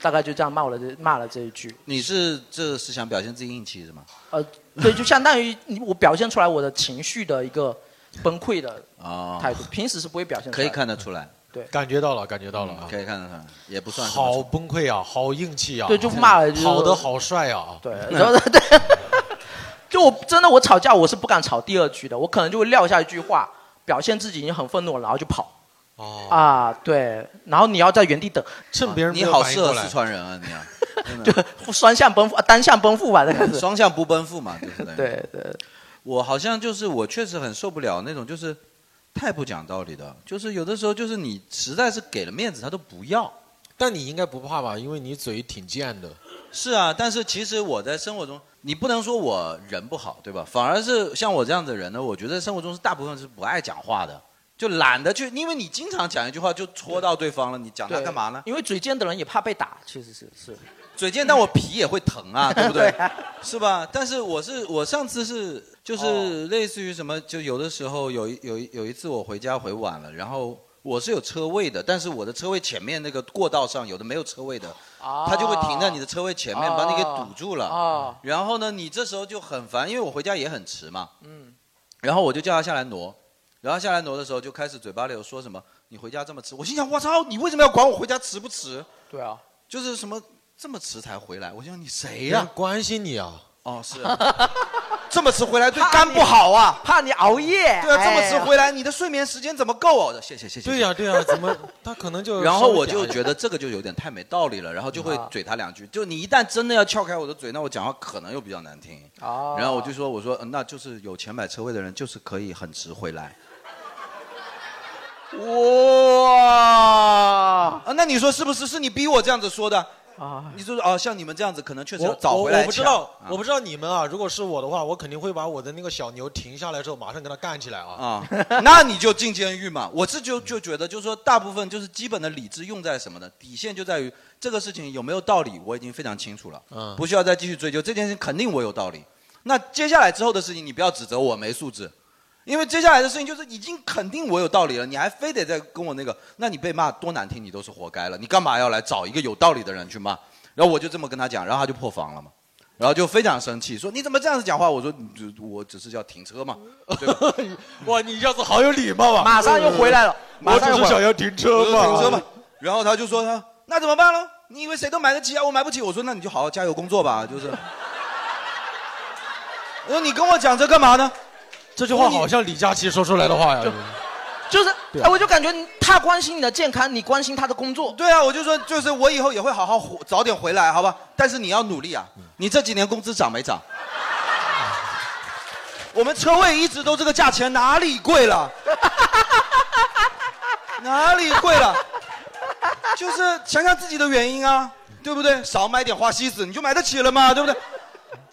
Speaker 4: 大概就这样骂我了这骂了这一句，
Speaker 1: 你是这是想表现自己硬气是吗？
Speaker 4: 呃，对，就相当于你我表现出来我的情绪的一个崩溃的
Speaker 1: 啊、
Speaker 4: 态度，平时是不会表现出
Speaker 1: 可
Speaker 4: 来
Speaker 1: 以
Speaker 4: 的。
Speaker 1: 看得出来，
Speaker 2: 感觉到了，感觉到了啊！
Speaker 1: 嗯可以看得出来，也不算什么
Speaker 2: 好崩溃啊，好硬气啊！
Speaker 4: 对，就骂了，就是
Speaker 2: 好的好帅啊！
Speaker 4: 对，然后 [laughs] 对，就我真的我吵架我是不敢吵第二句的，我可能就会撂下一句话，表现自己已经很愤怒了，然后就跑
Speaker 2: 哦，
Speaker 4: 啊，对，然后你要在原地等，
Speaker 2: 趁
Speaker 4: 啊
Speaker 2: 别人没
Speaker 1: 你
Speaker 2: 有
Speaker 1: 好
Speaker 2: 反应
Speaker 1: 适合
Speaker 2: 过来
Speaker 1: 四川人啊，你
Speaker 2: [laughs]
Speaker 1: 啊，
Speaker 4: 就双向奔赴、啊、单向奔赴吧，这个
Speaker 1: [laughs]
Speaker 4: 是，
Speaker 1: 双向不奔赴嘛，就是等于。
Speaker 4: 对对，
Speaker 1: 我好像就是我确实很受不了那种就是太不讲道理的，就是有的时候就是你实在是给了面子他都不要。
Speaker 2: 但你应该不怕吧？因为你嘴挺贱的。
Speaker 1: 是啊，但是其实我在生活中，你不能说我人不好，对吧？反而是像我这样的人呢，我觉得生活中是大部分是不爱讲话的，就懒得去，因为你经常讲一句话就戳到对方了，你讲他
Speaker 4: 对
Speaker 1: 干嘛呢？
Speaker 4: 因为嘴贱的人也怕被打，其实是是。
Speaker 1: 嘴贱，但我哦皮也会疼
Speaker 4: [laughs]
Speaker 1: 啊，对不对？
Speaker 4: 对啊
Speaker 1: 是吧？但是我是我上次是
Speaker 4: 哦
Speaker 1: 就是类似于什么，就有的时候有一有一有一次我回家回晚了，然后我是有车位的，但是我的车位前面那个过道上有的没有车位的，
Speaker 4: 哦
Speaker 1: 他就会停在你的车位前面，
Speaker 4: 哦
Speaker 1: 把你给堵住了。
Speaker 4: 哦
Speaker 1: 然后呢，你这时候就很烦，因为我回家也很迟嘛。
Speaker 4: 嗯，
Speaker 1: 然后我就叫他下来挪，然后下来挪的时候就开始嘴巴里有说什么“你回家这么迟”，我心想我操，你为什么要管我回家迟不迟？
Speaker 4: 对啊，
Speaker 1: 就是什么这么迟才回来，我想你谁
Speaker 2: 别
Speaker 1: 呀、
Speaker 2: 人关心你啊。
Speaker 1: 哦，是
Speaker 2: [laughs]
Speaker 1: 这么迟回来对肝不好啊，
Speaker 4: 怕你熬夜。
Speaker 1: 对啊，这么
Speaker 4: 哎
Speaker 1: 迟
Speaker 4: 呀
Speaker 1: 回来，你的睡眠时间怎么够啊？我说谢谢谢谢。
Speaker 2: 对呀、对呀、怎么他可能就
Speaker 1: 然后
Speaker 2: 呃稍微
Speaker 1: 我
Speaker 2: 嗲
Speaker 1: 就
Speaker 2: 一点
Speaker 1: 觉得这个就有点太没道理了，然后就会
Speaker 2: 嗯啊
Speaker 1: 嘴他两句。就你一旦真的要撬开我的嘴，那我讲话可能又比较难听。
Speaker 2: 啊
Speaker 4: 哦
Speaker 1: 然后我就说，我说、嗯那就是有钱买车位的人就是可以很迟回来。
Speaker 4: 哇
Speaker 1: 啊，那你说是不是？是你逼我这样子说的？
Speaker 4: 啊，
Speaker 1: 你就是哦，像你们这样子，可能确实要
Speaker 2: 我
Speaker 1: 早回
Speaker 2: 我
Speaker 1: 来
Speaker 2: 我不知
Speaker 1: 抢
Speaker 2: 道，
Speaker 1: 啊
Speaker 2: 我不知道你们啊。如果是我的话，我肯定会把我的那个小牛停下来之后，马上跟他干起来啊。
Speaker 1: 啊、
Speaker 2: [laughs]
Speaker 1: 那你就进监狱嘛。我是就就觉得，就是说，大部分就是基本的理智用在什么呢？底线就在于这个事情有没有道理，我已经非常清楚了，
Speaker 2: 嗯
Speaker 1: 不需要再继续追究。这件事情肯定我有道理。那接下来之后的事情，你不要指责我没素质，因为接下来的事情就是已经肯定我有道理了，你还非得再跟我那个，那你被骂多难听，你都是活该了。你干嘛要来找一个有道理的人去骂？然后我就这么跟他讲，然后他就破防了嘛。然后就非常生气，说你怎么这样子讲话？我说你我只是要停车嘛，对吧？
Speaker 2: 哇，你一下子好有礼貌啊！嗯
Speaker 4: 马上又回来了，马上又回来了。
Speaker 2: 要停车
Speaker 1: 我说停车嘛。然后他就说他那怎么办呢？你以为谁都买得起啊？我买不起。我说那你就好好加油工作吧，就是。
Speaker 2: [laughs]
Speaker 1: 我说你跟我讲这干嘛呢？
Speaker 2: 这句话好像李佳琦说出来的话呀。
Speaker 4: 就是
Speaker 2: 对，啊
Speaker 4: 哎，我就感觉你他关心你的健康，你关心他的工作。
Speaker 1: 对啊，我就说就是我以后也会好好活早点回来，好吧？但是你要努力啊！
Speaker 2: 嗯
Speaker 1: 你这几年工资涨没涨？ [laughs] 我们车位一直都这个价钱，哪里贵
Speaker 4: [laughs]
Speaker 1: 了？哪里贵了？就是想想自己的原因啊，对不对？少买点花西子，你就买得起了嘛，对不对？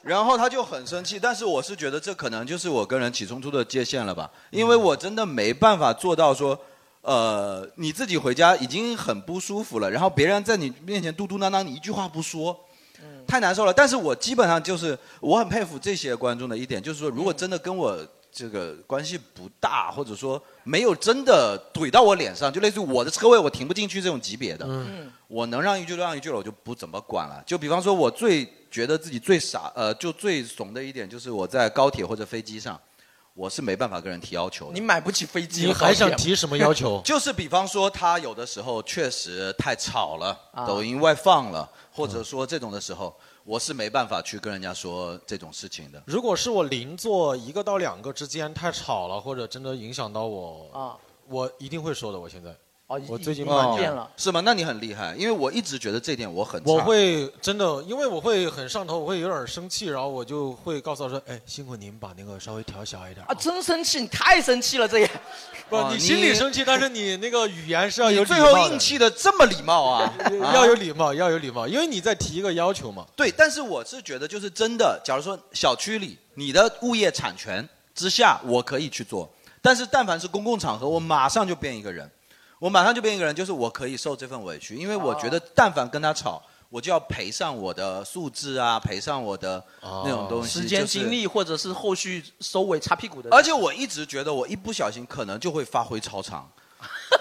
Speaker 1: 然后他就很生气，但是我是觉得这可能就是我跟人起冲突的界限了吧，因为我真的没办法做到说，呃，你自己回家已经很不舒服了，然后别人在你面前嘟嘟囔囔，你一句话不说，
Speaker 4: 嗯
Speaker 1: 太难受了。但是我基本上就是我很佩服这些观众的一点，就是说如果真的跟我这个关系不大，或者说没有真的怼到我脸上，就类似于我的车位我停不进去这种级别的，
Speaker 4: 嗯
Speaker 1: 我能让一句就让一句了，我就不怎么管了。就比方说，我最觉得自己最傻，呃，就最怂的一点就是我在高铁或者飞机上，我是没办法跟人提要求的？
Speaker 4: 你。买不起飞机，
Speaker 2: 你还想提什么要求
Speaker 1: [laughs] 就是比方说，他有的时候确实太吵了，
Speaker 4: 啊
Speaker 1: 抖音外放了，或者说这种的时候，我是没办法去跟人家说这种事情的。
Speaker 2: 如果是我邻座一个到两个之间太吵了，或者真的影响到我，
Speaker 4: 啊？
Speaker 2: 我一定会说的。我现在
Speaker 4: 哦，
Speaker 2: 我最近
Speaker 4: 已经
Speaker 2: 慢
Speaker 4: 变了。
Speaker 1: 啊是吗？那你很厉害，因为我一直觉得这点我很差。
Speaker 2: 我会真的，因为我会很上头，我会有点生气，然后我就会告诉他说：“哎，辛苦您把那个稍微调小一点。”
Speaker 4: 啊，真生气！你太生气了，这也哦
Speaker 2: 不，
Speaker 1: 啊
Speaker 2: 你心
Speaker 1: 你
Speaker 2: 里生气，但是你那个语言是要有
Speaker 1: 你
Speaker 2: 礼
Speaker 1: 最
Speaker 2: 貌
Speaker 1: 后
Speaker 2: 的！
Speaker 1: 硬气的这么礼貌啊
Speaker 2: 要 [laughs]
Speaker 1: 啊
Speaker 2: 要有礼貌，要有礼貌，因为你在提一个要求嘛。
Speaker 1: 对，但是我是觉得，就是真的，假如说小区里你的物业产权之下，我可以去做，但是但凡是公共场合，我马上就变一个人，我马上就变一个人，就是我可以受这份委屈，因为我觉得但凡跟他吵，我就要赔上我的素质啊，赔上我的那种东西，
Speaker 4: 时间、
Speaker 1: 就是
Speaker 4: 精力，或者是后续收尾擦屁股的，
Speaker 1: 而且我一直觉得，我一不小心可能就会发挥超常，
Speaker 4: [laughs]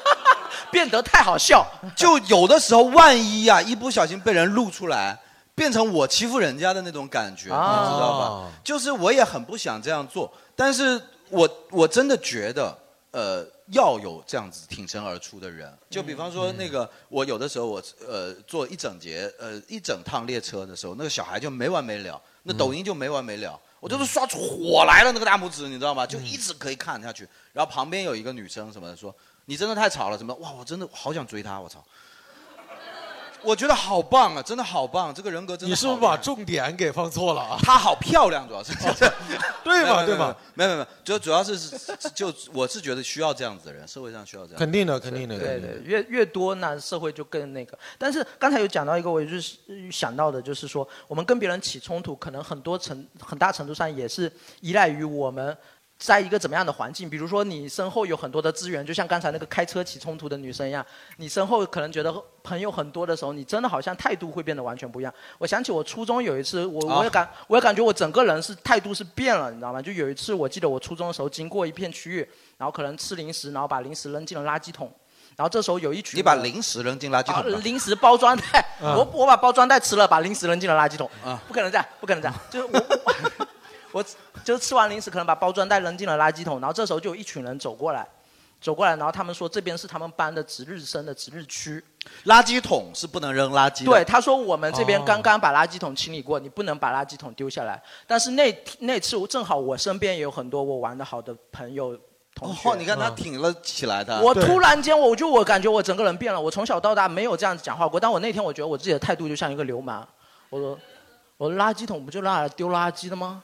Speaker 4: 变得太好笑。
Speaker 1: 就有的时候万一啊，一不小心被人录出来，变成我欺负人家的那种感觉，
Speaker 4: 啊
Speaker 1: 你知道吧
Speaker 2: 哦？
Speaker 1: 就是我也很不想这样做，但是我我真的觉得，呃，要有这样子挺身而出的人。就比方说那个，我有的时候我呃坐一整节呃一整趟列车的时候，那个小孩就没完没了，那抖音就没完没了。我就是刷出火来了那个大拇指，你知道
Speaker 4: 嗯
Speaker 1: 吗？就一直可以看下去。然后旁边有一个女生什么的说：“你真的太吵了，什么？哇，我真的好想追她，
Speaker 4: [laughs]
Speaker 1: 我操！”我觉得好棒啊，真的好棒，这个人格真的
Speaker 2: 你是
Speaker 1: 好
Speaker 2: 不是把
Speaker 1: 厉害
Speaker 2: 重点给放错了啊？
Speaker 1: 她好漂亮，主要是 [laughs]
Speaker 2: 对吧？
Speaker 1: 没有
Speaker 2: 对吧？？
Speaker 1: 没有没有没有没有没有，主主要是是是就我是觉得需要这样子的人，社会上需要这样。
Speaker 2: 肯定的，肯定的。
Speaker 4: 对
Speaker 2: 肯定的
Speaker 4: 对，越越多那社会就更那个。但是刚才有讲到一个，我就是呃想到的，就是说我们跟别人起冲突，可能很多程很大程度上也是依赖于我们在一个怎么样的环境？比如说你身后有很多的资源，就像刚才那个开车起冲突的女生一样，你身后可能觉得朋友很多的时候，你真的好像态度会变得完全不一样。我想起我初中有一次，我
Speaker 1: 啊
Speaker 4: 我也感、我也感觉我整个人是态度是变了，你知道吗？就有一次我记得我初中的时候经过一片区域，然后可能吃零食，然后把零食扔进了垃圾桶，然后这时候有一群
Speaker 1: 你把
Speaker 4: 人
Speaker 1: 零食扔进垃圾
Speaker 4: 啊
Speaker 1: 桶了，
Speaker 4: 零食包装袋，
Speaker 1: 嗯
Speaker 4: 我我把包装袋吃了，把零食扔进了垃圾桶，
Speaker 1: 啊
Speaker 4: 不可能这样，不可能这样，就是我我 [laughs] 我就是吃完零食，可能把包装袋扔进了垃圾桶，然后这时候就有一群人走过来，走过来，然后他们说这边是他们班的值日生的值日区，
Speaker 1: 垃圾桶是不能扔垃圾的。
Speaker 4: 对，他说我们这边
Speaker 1: 哦
Speaker 4: 刚刚把垃圾桶清理过，你不能把垃圾桶丢下来。但是那那次我正好我身边也有很多我玩的好的朋友同学，嗯
Speaker 1: 哦，你看他挺了起来的。
Speaker 4: 我突然间，我就我感觉我整个人变了。我从小到大没有这样子讲话过，但我那天我觉得我自己的态度就像一个流氓。我说，我说垃圾桶不就拿来丢垃圾的吗？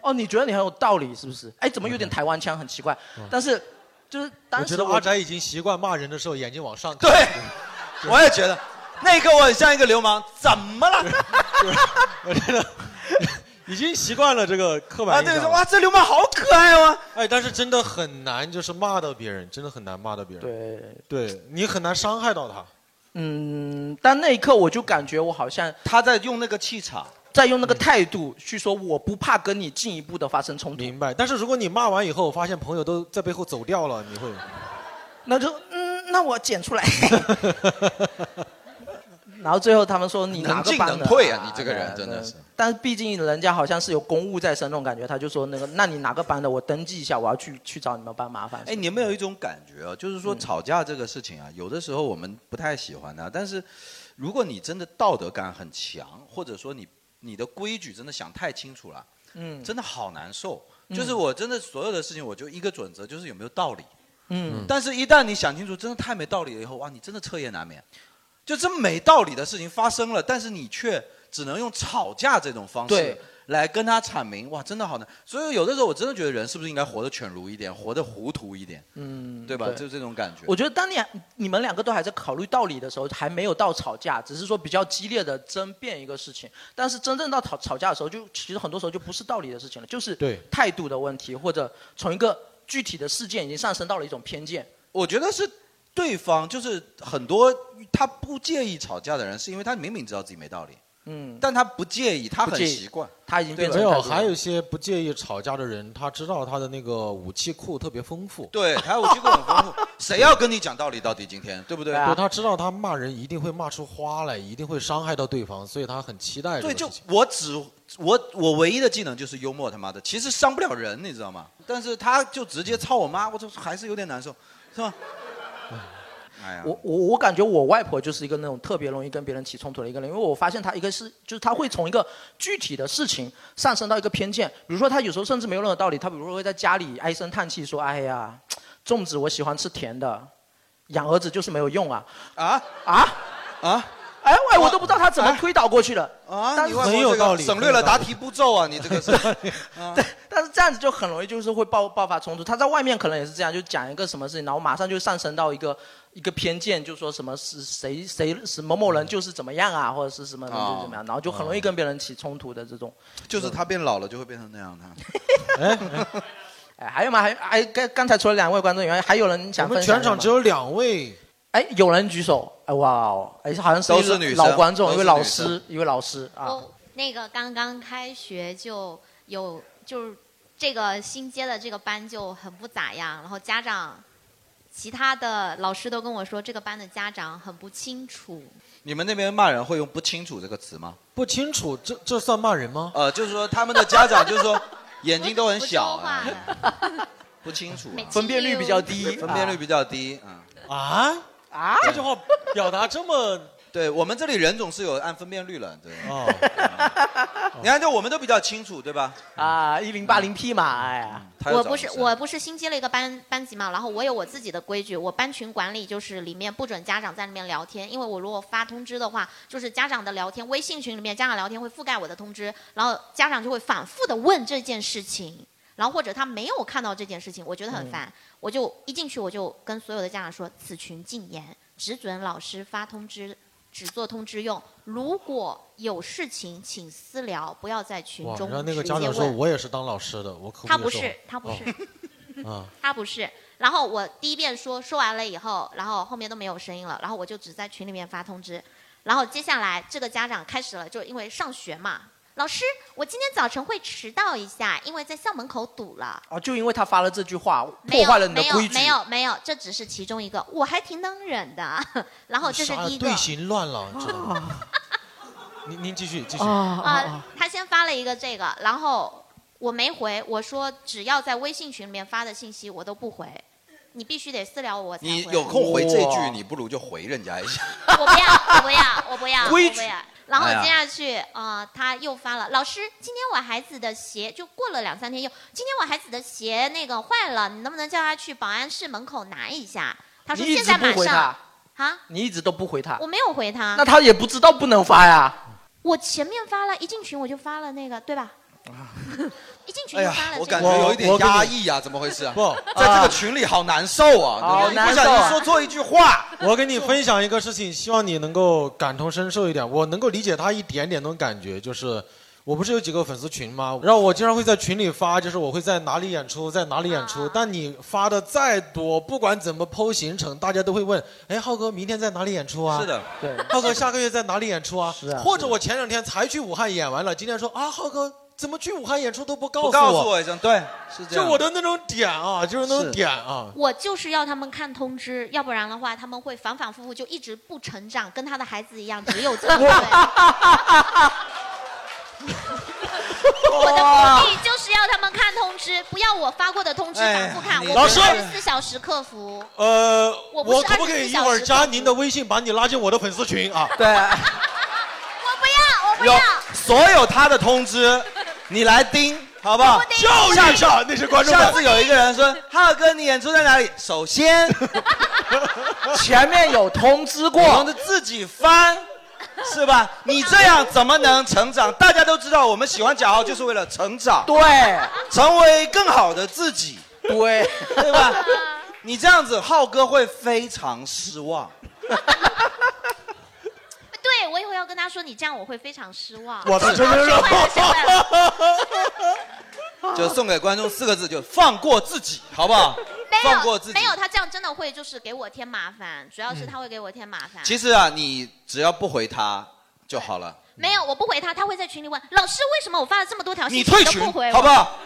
Speaker 4: 哦，你觉得你很有道理是不是？哎，怎么有点台湾腔，很奇怪。但是就是
Speaker 2: 嗯我
Speaker 4: 当
Speaker 2: 觉
Speaker 4: 时
Speaker 2: 得
Speaker 4: 我
Speaker 2: 阿宅已经习惯骂人的时候眼睛往上看。 [laughs]
Speaker 1: 对，我也觉得那个我很像一个流氓，怎么了？
Speaker 2: 我觉得已经习惯了这个刻板
Speaker 1: 啊，
Speaker 2: 印象 [laughs]
Speaker 1: 对，
Speaker 2: 了。
Speaker 1: 说哇，这流氓好可爱哦、
Speaker 2: 哎，但是真的很难，就是骂到别人，真的很难骂到别
Speaker 4: 人。
Speaker 2: 对，对你很难伤害到他。
Speaker 4: 嗯，但那一刻我就感觉我好像
Speaker 1: 他在用那个气场，
Speaker 4: 在用那个态度去说我不怕跟你进一步的发生冲突。
Speaker 2: 明白。但是如果你骂完以后，发现朋友都在背后走掉了，你会
Speaker 4: 那就嗯，那我剪出来。 [laughs] 然后最后他们说你哪
Speaker 1: 能
Speaker 4: 个
Speaker 1: 进
Speaker 4: 班
Speaker 1: 能
Speaker 4: 的哎
Speaker 1: 退啊，你这个人真的
Speaker 4: 对
Speaker 1: 是。
Speaker 4: 但是毕竟人家好像是有公务在身那种感觉，他就说那个，那你哪个班的，我登记一下，我要去去找你们班麻烦。
Speaker 1: 哎，你有没有一种感觉啊？就是
Speaker 4: 嗯
Speaker 1: 说吵架这个事情啊，有的时候我们不太喜欢啊它，但是如果你真的道德感很强，或者说你你的规矩真的想太清楚了，
Speaker 4: 嗯
Speaker 1: 真的好难受。
Speaker 4: 嗯
Speaker 1: 就是我真的所有的事情，我就一个准则，就是有没有道理。
Speaker 4: 嗯
Speaker 1: 但是，一旦你想清楚，真的太没道理了以后，哇，你真的彻夜难眠。就这么没道理的事情发生了，但是你却只能用吵架这种方式
Speaker 4: 对
Speaker 1: 来跟他阐明，哇，真的好难。所以有的时候我真的觉得人是不是应该活得犬儒一点，活得糊涂一点，
Speaker 4: 嗯
Speaker 1: 哎对吧？就这种感觉。
Speaker 4: 我觉得当年你们两个都还在考虑道理的时候，还没有到吵架，只是说比较激烈的争辩一个事情。但是真正到吵吵架的时候，就其实很多时候就不是道理的事情了，就是
Speaker 2: 对
Speaker 4: 态度的问题，或者从一个具体的事件已经上升到了一种偏见。
Speaker 1: 我觉得是对方就是很多他不介意吵架的人，是因为他明明知道自己没道理，
Speaker 4: 嗯，
Speaker 1: 但他不介意，他
Speaker 4: 不介
Speaker 1: 很
Speaker 4: 意
Speaker 1: 习惯，
Speaker 4: 他已经
Speaker 1: 对吧
Speaker 2: 没有，哎还有一些不介意吵架的人，他知道他的那个武器库特别丰富。
Speaker 1: 对，还有我去过很丰
Speaker 4: [laughs]
Speaker 1: 富，谁要跟你讲道理？到底今天对不对？
Speaker 4: 啊
Speaker 2: 对，他知道他骂人一定会骂出花来，一定会伤害到对方，所以他很期待这
Speaker 1: 对，
Speaker 2: 个事
Speaker 1: 就
Speaker 2: 情。
Speaker 1: 我只我我唯一的技能就是幽默，他妈的，其实伤不了人，你知道吗？但是他就直接操我妈，我就还是有点难受，是吧？哎呀，
Speaker 4: 我我我感觉我外婆就是一个那种特别容易跟别人起冲突的一个人，因为我发现她一个是就是她会从一个具体的事情上升到一个偏见，比如说她有时候甚至没有任何道理，她比如说会在家里唉声叹气说：“哎呀，粽子我喜欢吃甜的，养儿子就是没有用啊
Speaker 1: 啊
Speaker 4: 啊
Speaker 1: 啊！”
Speaker 4: 哎喂，我都不知道她怎么推导过去的
Speaker 1: 啊
Speaker 4: 但
Speaker 1: 你
Speaker 4: 是
Speaker 1: 外婆这个省略了答题步骤啊，你这个是。啊
Speaker 4: [laughs] 但是这样子就很容易就是会爆爆发冲突。他在外面可能也是这样，就讲一个什么事情，然后马上就上升到一个一个偏见，就说什么是谁谁是某某人就是怎么样啊，或者是什么人就是怎么样，然后就很
Speaker 2: 哦
Speaker 4: 容易跟别人起冲突的这种。
Speaker 1: 啊就是他变老了就会变成那样的。
Speaker 4: 哎，还有吗？还哎，刚刚才除了两位观众以外，还有人想
Speaker 2: 我
Speaker 4: 分
Speaker 2: 们
Speaker 4: 享
Speaker 2: 全场只
Speaker 4: 有
Speaker 2: 有两位，
Speaker 4: 哎，有人举手，哎哇哦，哎好像
Speaker 1: 都
Speaker 4: 一
Speaker 1: 是
Speaker 4: 个
Speaker 1: 女生
Speaker 4: 老观众，
Speaker 1: 都
Speaker 4: 一
Speaker 1: 是
Speaker 4: 位老
Speaker 1: 女生
Speaker 4: 师，一位老师啊，
Speaker 9: 我那个刚刚开学就有，就是这个新接的这个班就很不咋样，然后家长。其他的老师都跟我说，这个班的家长很不清楚。
Speaker 1: 你们那边骂人会用“不清楚”这个词吗？
Speaker 2: 不清楚，这这算骂人吗？
Speaker 1: 呃，就是说他们的家长就是
Speaker 9: [laughs]
Speaker 1: 说眼睛都很小
Speaker 9: 不说话
Speaker 1: 啊，
Speaker 9: 的
Speaker 1: [laughs] 不清楚啊
Speaker 9: 没，
Speaker 4: 分辨率比较低
Speaker 1: 分辨率比较低啊。
Speaker 2: 啊
Speaker 4: 啊！
Speaker 2: 这句话表达这么……
Speaker 1: [laughs] 对我们这里人总是有按分辨率了，对。
Speaker 2: 哦，
Speaker 1: [laughs] 你看，就我们都比较清楚，对吧？
Speaker 4: 啊，一零八零 P 嘛，哎呀，
Speaker 1: 嗯他又
Speaker 9: 我
Speaker 1: 找
Speaker 9: 不是
Speaker 1: 谁
Speaker 9: 我不是新接了一个班班级嘛，然后我有我自己的规矩，我班群管理就是里面不准家长在里面聊天，因为我如果发通知的话，就是家长的聊天，微信群里面家长聊天会覆盖我的通知，然后家长就会反复的问这件事情，然后或者他没有看到这件事情，我觉得
Speaker 2: 嗯
Speaker 9: 很烦，我就一进去我就跟所有的家长说，此群禁言，只准老师发通知。只做通知用。如果有事情，请私聊，不要在群
Speaker 2: 哇，
Speaker 9: 中
Speaker 2: 让那个
Speaker 9: 直接
Speaker 2: 家
Speaker 9: 问。
Speaker 2: 长说我也是当老师的，我可
Speaker 9: 他
Speaker 2: 不
Speaker 9: 不
Speaker 2: 接受
Speaker 9: 是，他不
Speaker 2: 哦 [laughs]
Speaker 9: 是，哦
Speaker 2: 啊，
Speaker 9: 他不是。然后我第一遍说说完了以后，然后后面都没有声音了，然后我就只在群里面发通知。然后接下来这个家长开始了，就因为上学嘛，老师，我今天早晨会迟到一下，因为在校门口堵了。
Speaker 4: 哦，就因为他发了这句话，
Speaker 9: 没
Speaker 4: 破
Speaker 9: 有
Speaker 4: 坏了你的规矩。
Speaker 9: 没有没有没有，这只是其中一个，我还挺能忍的。 [laughs] 然后这是
Speaker 2: 啥
Speaker 9: 第一
Speaker 2: 哦
Speaker 9: 个哦
Speaker 2: 队形乱了，知道吗？ [laughs] 您您继续继续
Speaker 9: 啊，他先发了一个这个，然后我没回，我说只要在微信群里面发的信息我都不回，你必须得私聊我才回。
Speaker 5: 你有空回这
Speaker 9: 哇
Speaker 5: 句，你不如就回人家一下。
Speaker 9: 我不要，我不要，我不要，我
Speaker 5: 规矩
Speaker 9: 不要。然后
Speaker 5: 哎呀
Speaker 9: 接下去，呃，他又发了，老师，今天我孩子的鞋就过了两三天又，今天我孩子的鞋那个坏了，你能不能叫他去保安室门口拿一下？他说
Speaker 4: 你一
Speaker 9: 现
Speaker 4: 直
Speaker 9: 在马
Speaker 4: 不回
Speaker 9: 上
Speaker 4: 他，
Speaker 9: 啊，
Speaker 4: 你一直都不回他
Speaker 9: 我，没有回他。
Speaker 4: 那他也不知道不能发呀。
Speaker 9: 我前面发了，一进群我就发了那个，对吧？一进群
Speaker 5: 哎
Speaker 9: 就
Speaker 5: 呀
Speaker 9: 发了、
Speaker 5: 我
Speaker 9: 这个，
Speaker 5: 感觉有一点
Speaker 2: 我跟你
Speaker 5: 压抑呀，怎么回事啊？
Speaker 2: 不
Speaker 5: 在这个群里好难受啊，
Speaker 2: 好
Speaker 5: 你
Speaker 2: 难
Speaker 5: 不
Speaker 2: 受
Speaker 5: 小
Speaker 2: 啊
Speaker 5: 心说错一句话。
Speaker 2: 我跟你分享一个事情，希望你能够感同身受一点。我能够理解他一点点那种感觉，就是我不是有几个粉丝群吗？然后我经常会在群里发，就是我会在哪里演出，在哪里演出。但你发的再多，不管怎么剖行程，大家都会问：哎，浩哥明天在哪里演出啊？
Speaker 5: 是的对
Speaker 2: 浩哥下个月在哪里演出啊？
Speaker 5: 啊
Speaker 2: 或者我前两天才去武汉演完了，今天说啊，浩哥怎么去武汉演出都不告诉
Speaker 5: 不告诉我一声，对，是这
Speaker 2: 就
Speaker 5: 样。
Speaker 2: 我的那种点啊，就是那种点啊。
Speaker 9: 我就是要他们看通知，要不然的话他们会反反复复就一直不成长，跟他的孩子一样，只有这么我的
Speaker 5: 哦
Speaker 9: 目的就是要他们看通知，不要我发过的通知反复看。
Speaker 2: 哎
Speaker 9: 我
Speaker 2: 老
Speaker 9: 不
Speaker 2: 师
Speaker 9: 是二十四小时客服，
Speaker 2: 呃，
Speaker 9: 我不是
Speaker 2: 我可不可以一会儿加您的微信，把你拉进我的粉丝群啊？
Speaker 4: 对，
Speaker 9: [laughs] 我不要，我不
Speaker 5: 有
Speaker 9: 要。
Speaker 5: 所有他的通知，你来盯，好不好？
Speaker 2: 教育一下那些观众们
Speaker 5: 下次有一个人 [laughs] 说：“浩哥，你演出在哪里？”首先，
Speaker 4: [laughs] 前面有通知过，
Speaker 5: 通知自己翻，是吧？你这样怎么能成长？大家都知道，我们喜欢贾浩就是为了成长，
Speaker 4: 对，
Speaker 5: 成为更好的自己，
Speaker 4: 对，
Speaker 5: 对吧？你这样子，浩哥会非常失望。
Speaker 9: 对我以后要跟他说，你这样我会非常失望。
Speaker 5: 我的
Speaker 9: 知道
Speaker 5: 真是
Speaker 9: 学会
Speaker 5: [laughs]
Speaker 9: 了学会了
Speaker 4: [laughs]
Speaker 5: 就送给观众四个字，就放过自己，好不好？
Speaker 9: 没
Speaker 5: 放过自
Speaker 9: 有，
Speaker 5: 己嗯
Speaker 9: 没有，他这样真的会就是给我添麻烦，主要是他会给我添麻烦。
Speaker 5: 其实啊，你只要不回他就好了。
Speaker 9: 没有，我不回他，他会在群里问老师为什么我发了这么多条信
Speaker 5: 你
Speaker 9: 息
Speaker 5: 退
Speaker 9: 都
Speaker 5: 群
Speaker 9: 不回我，
Speaker 5: 好不？好？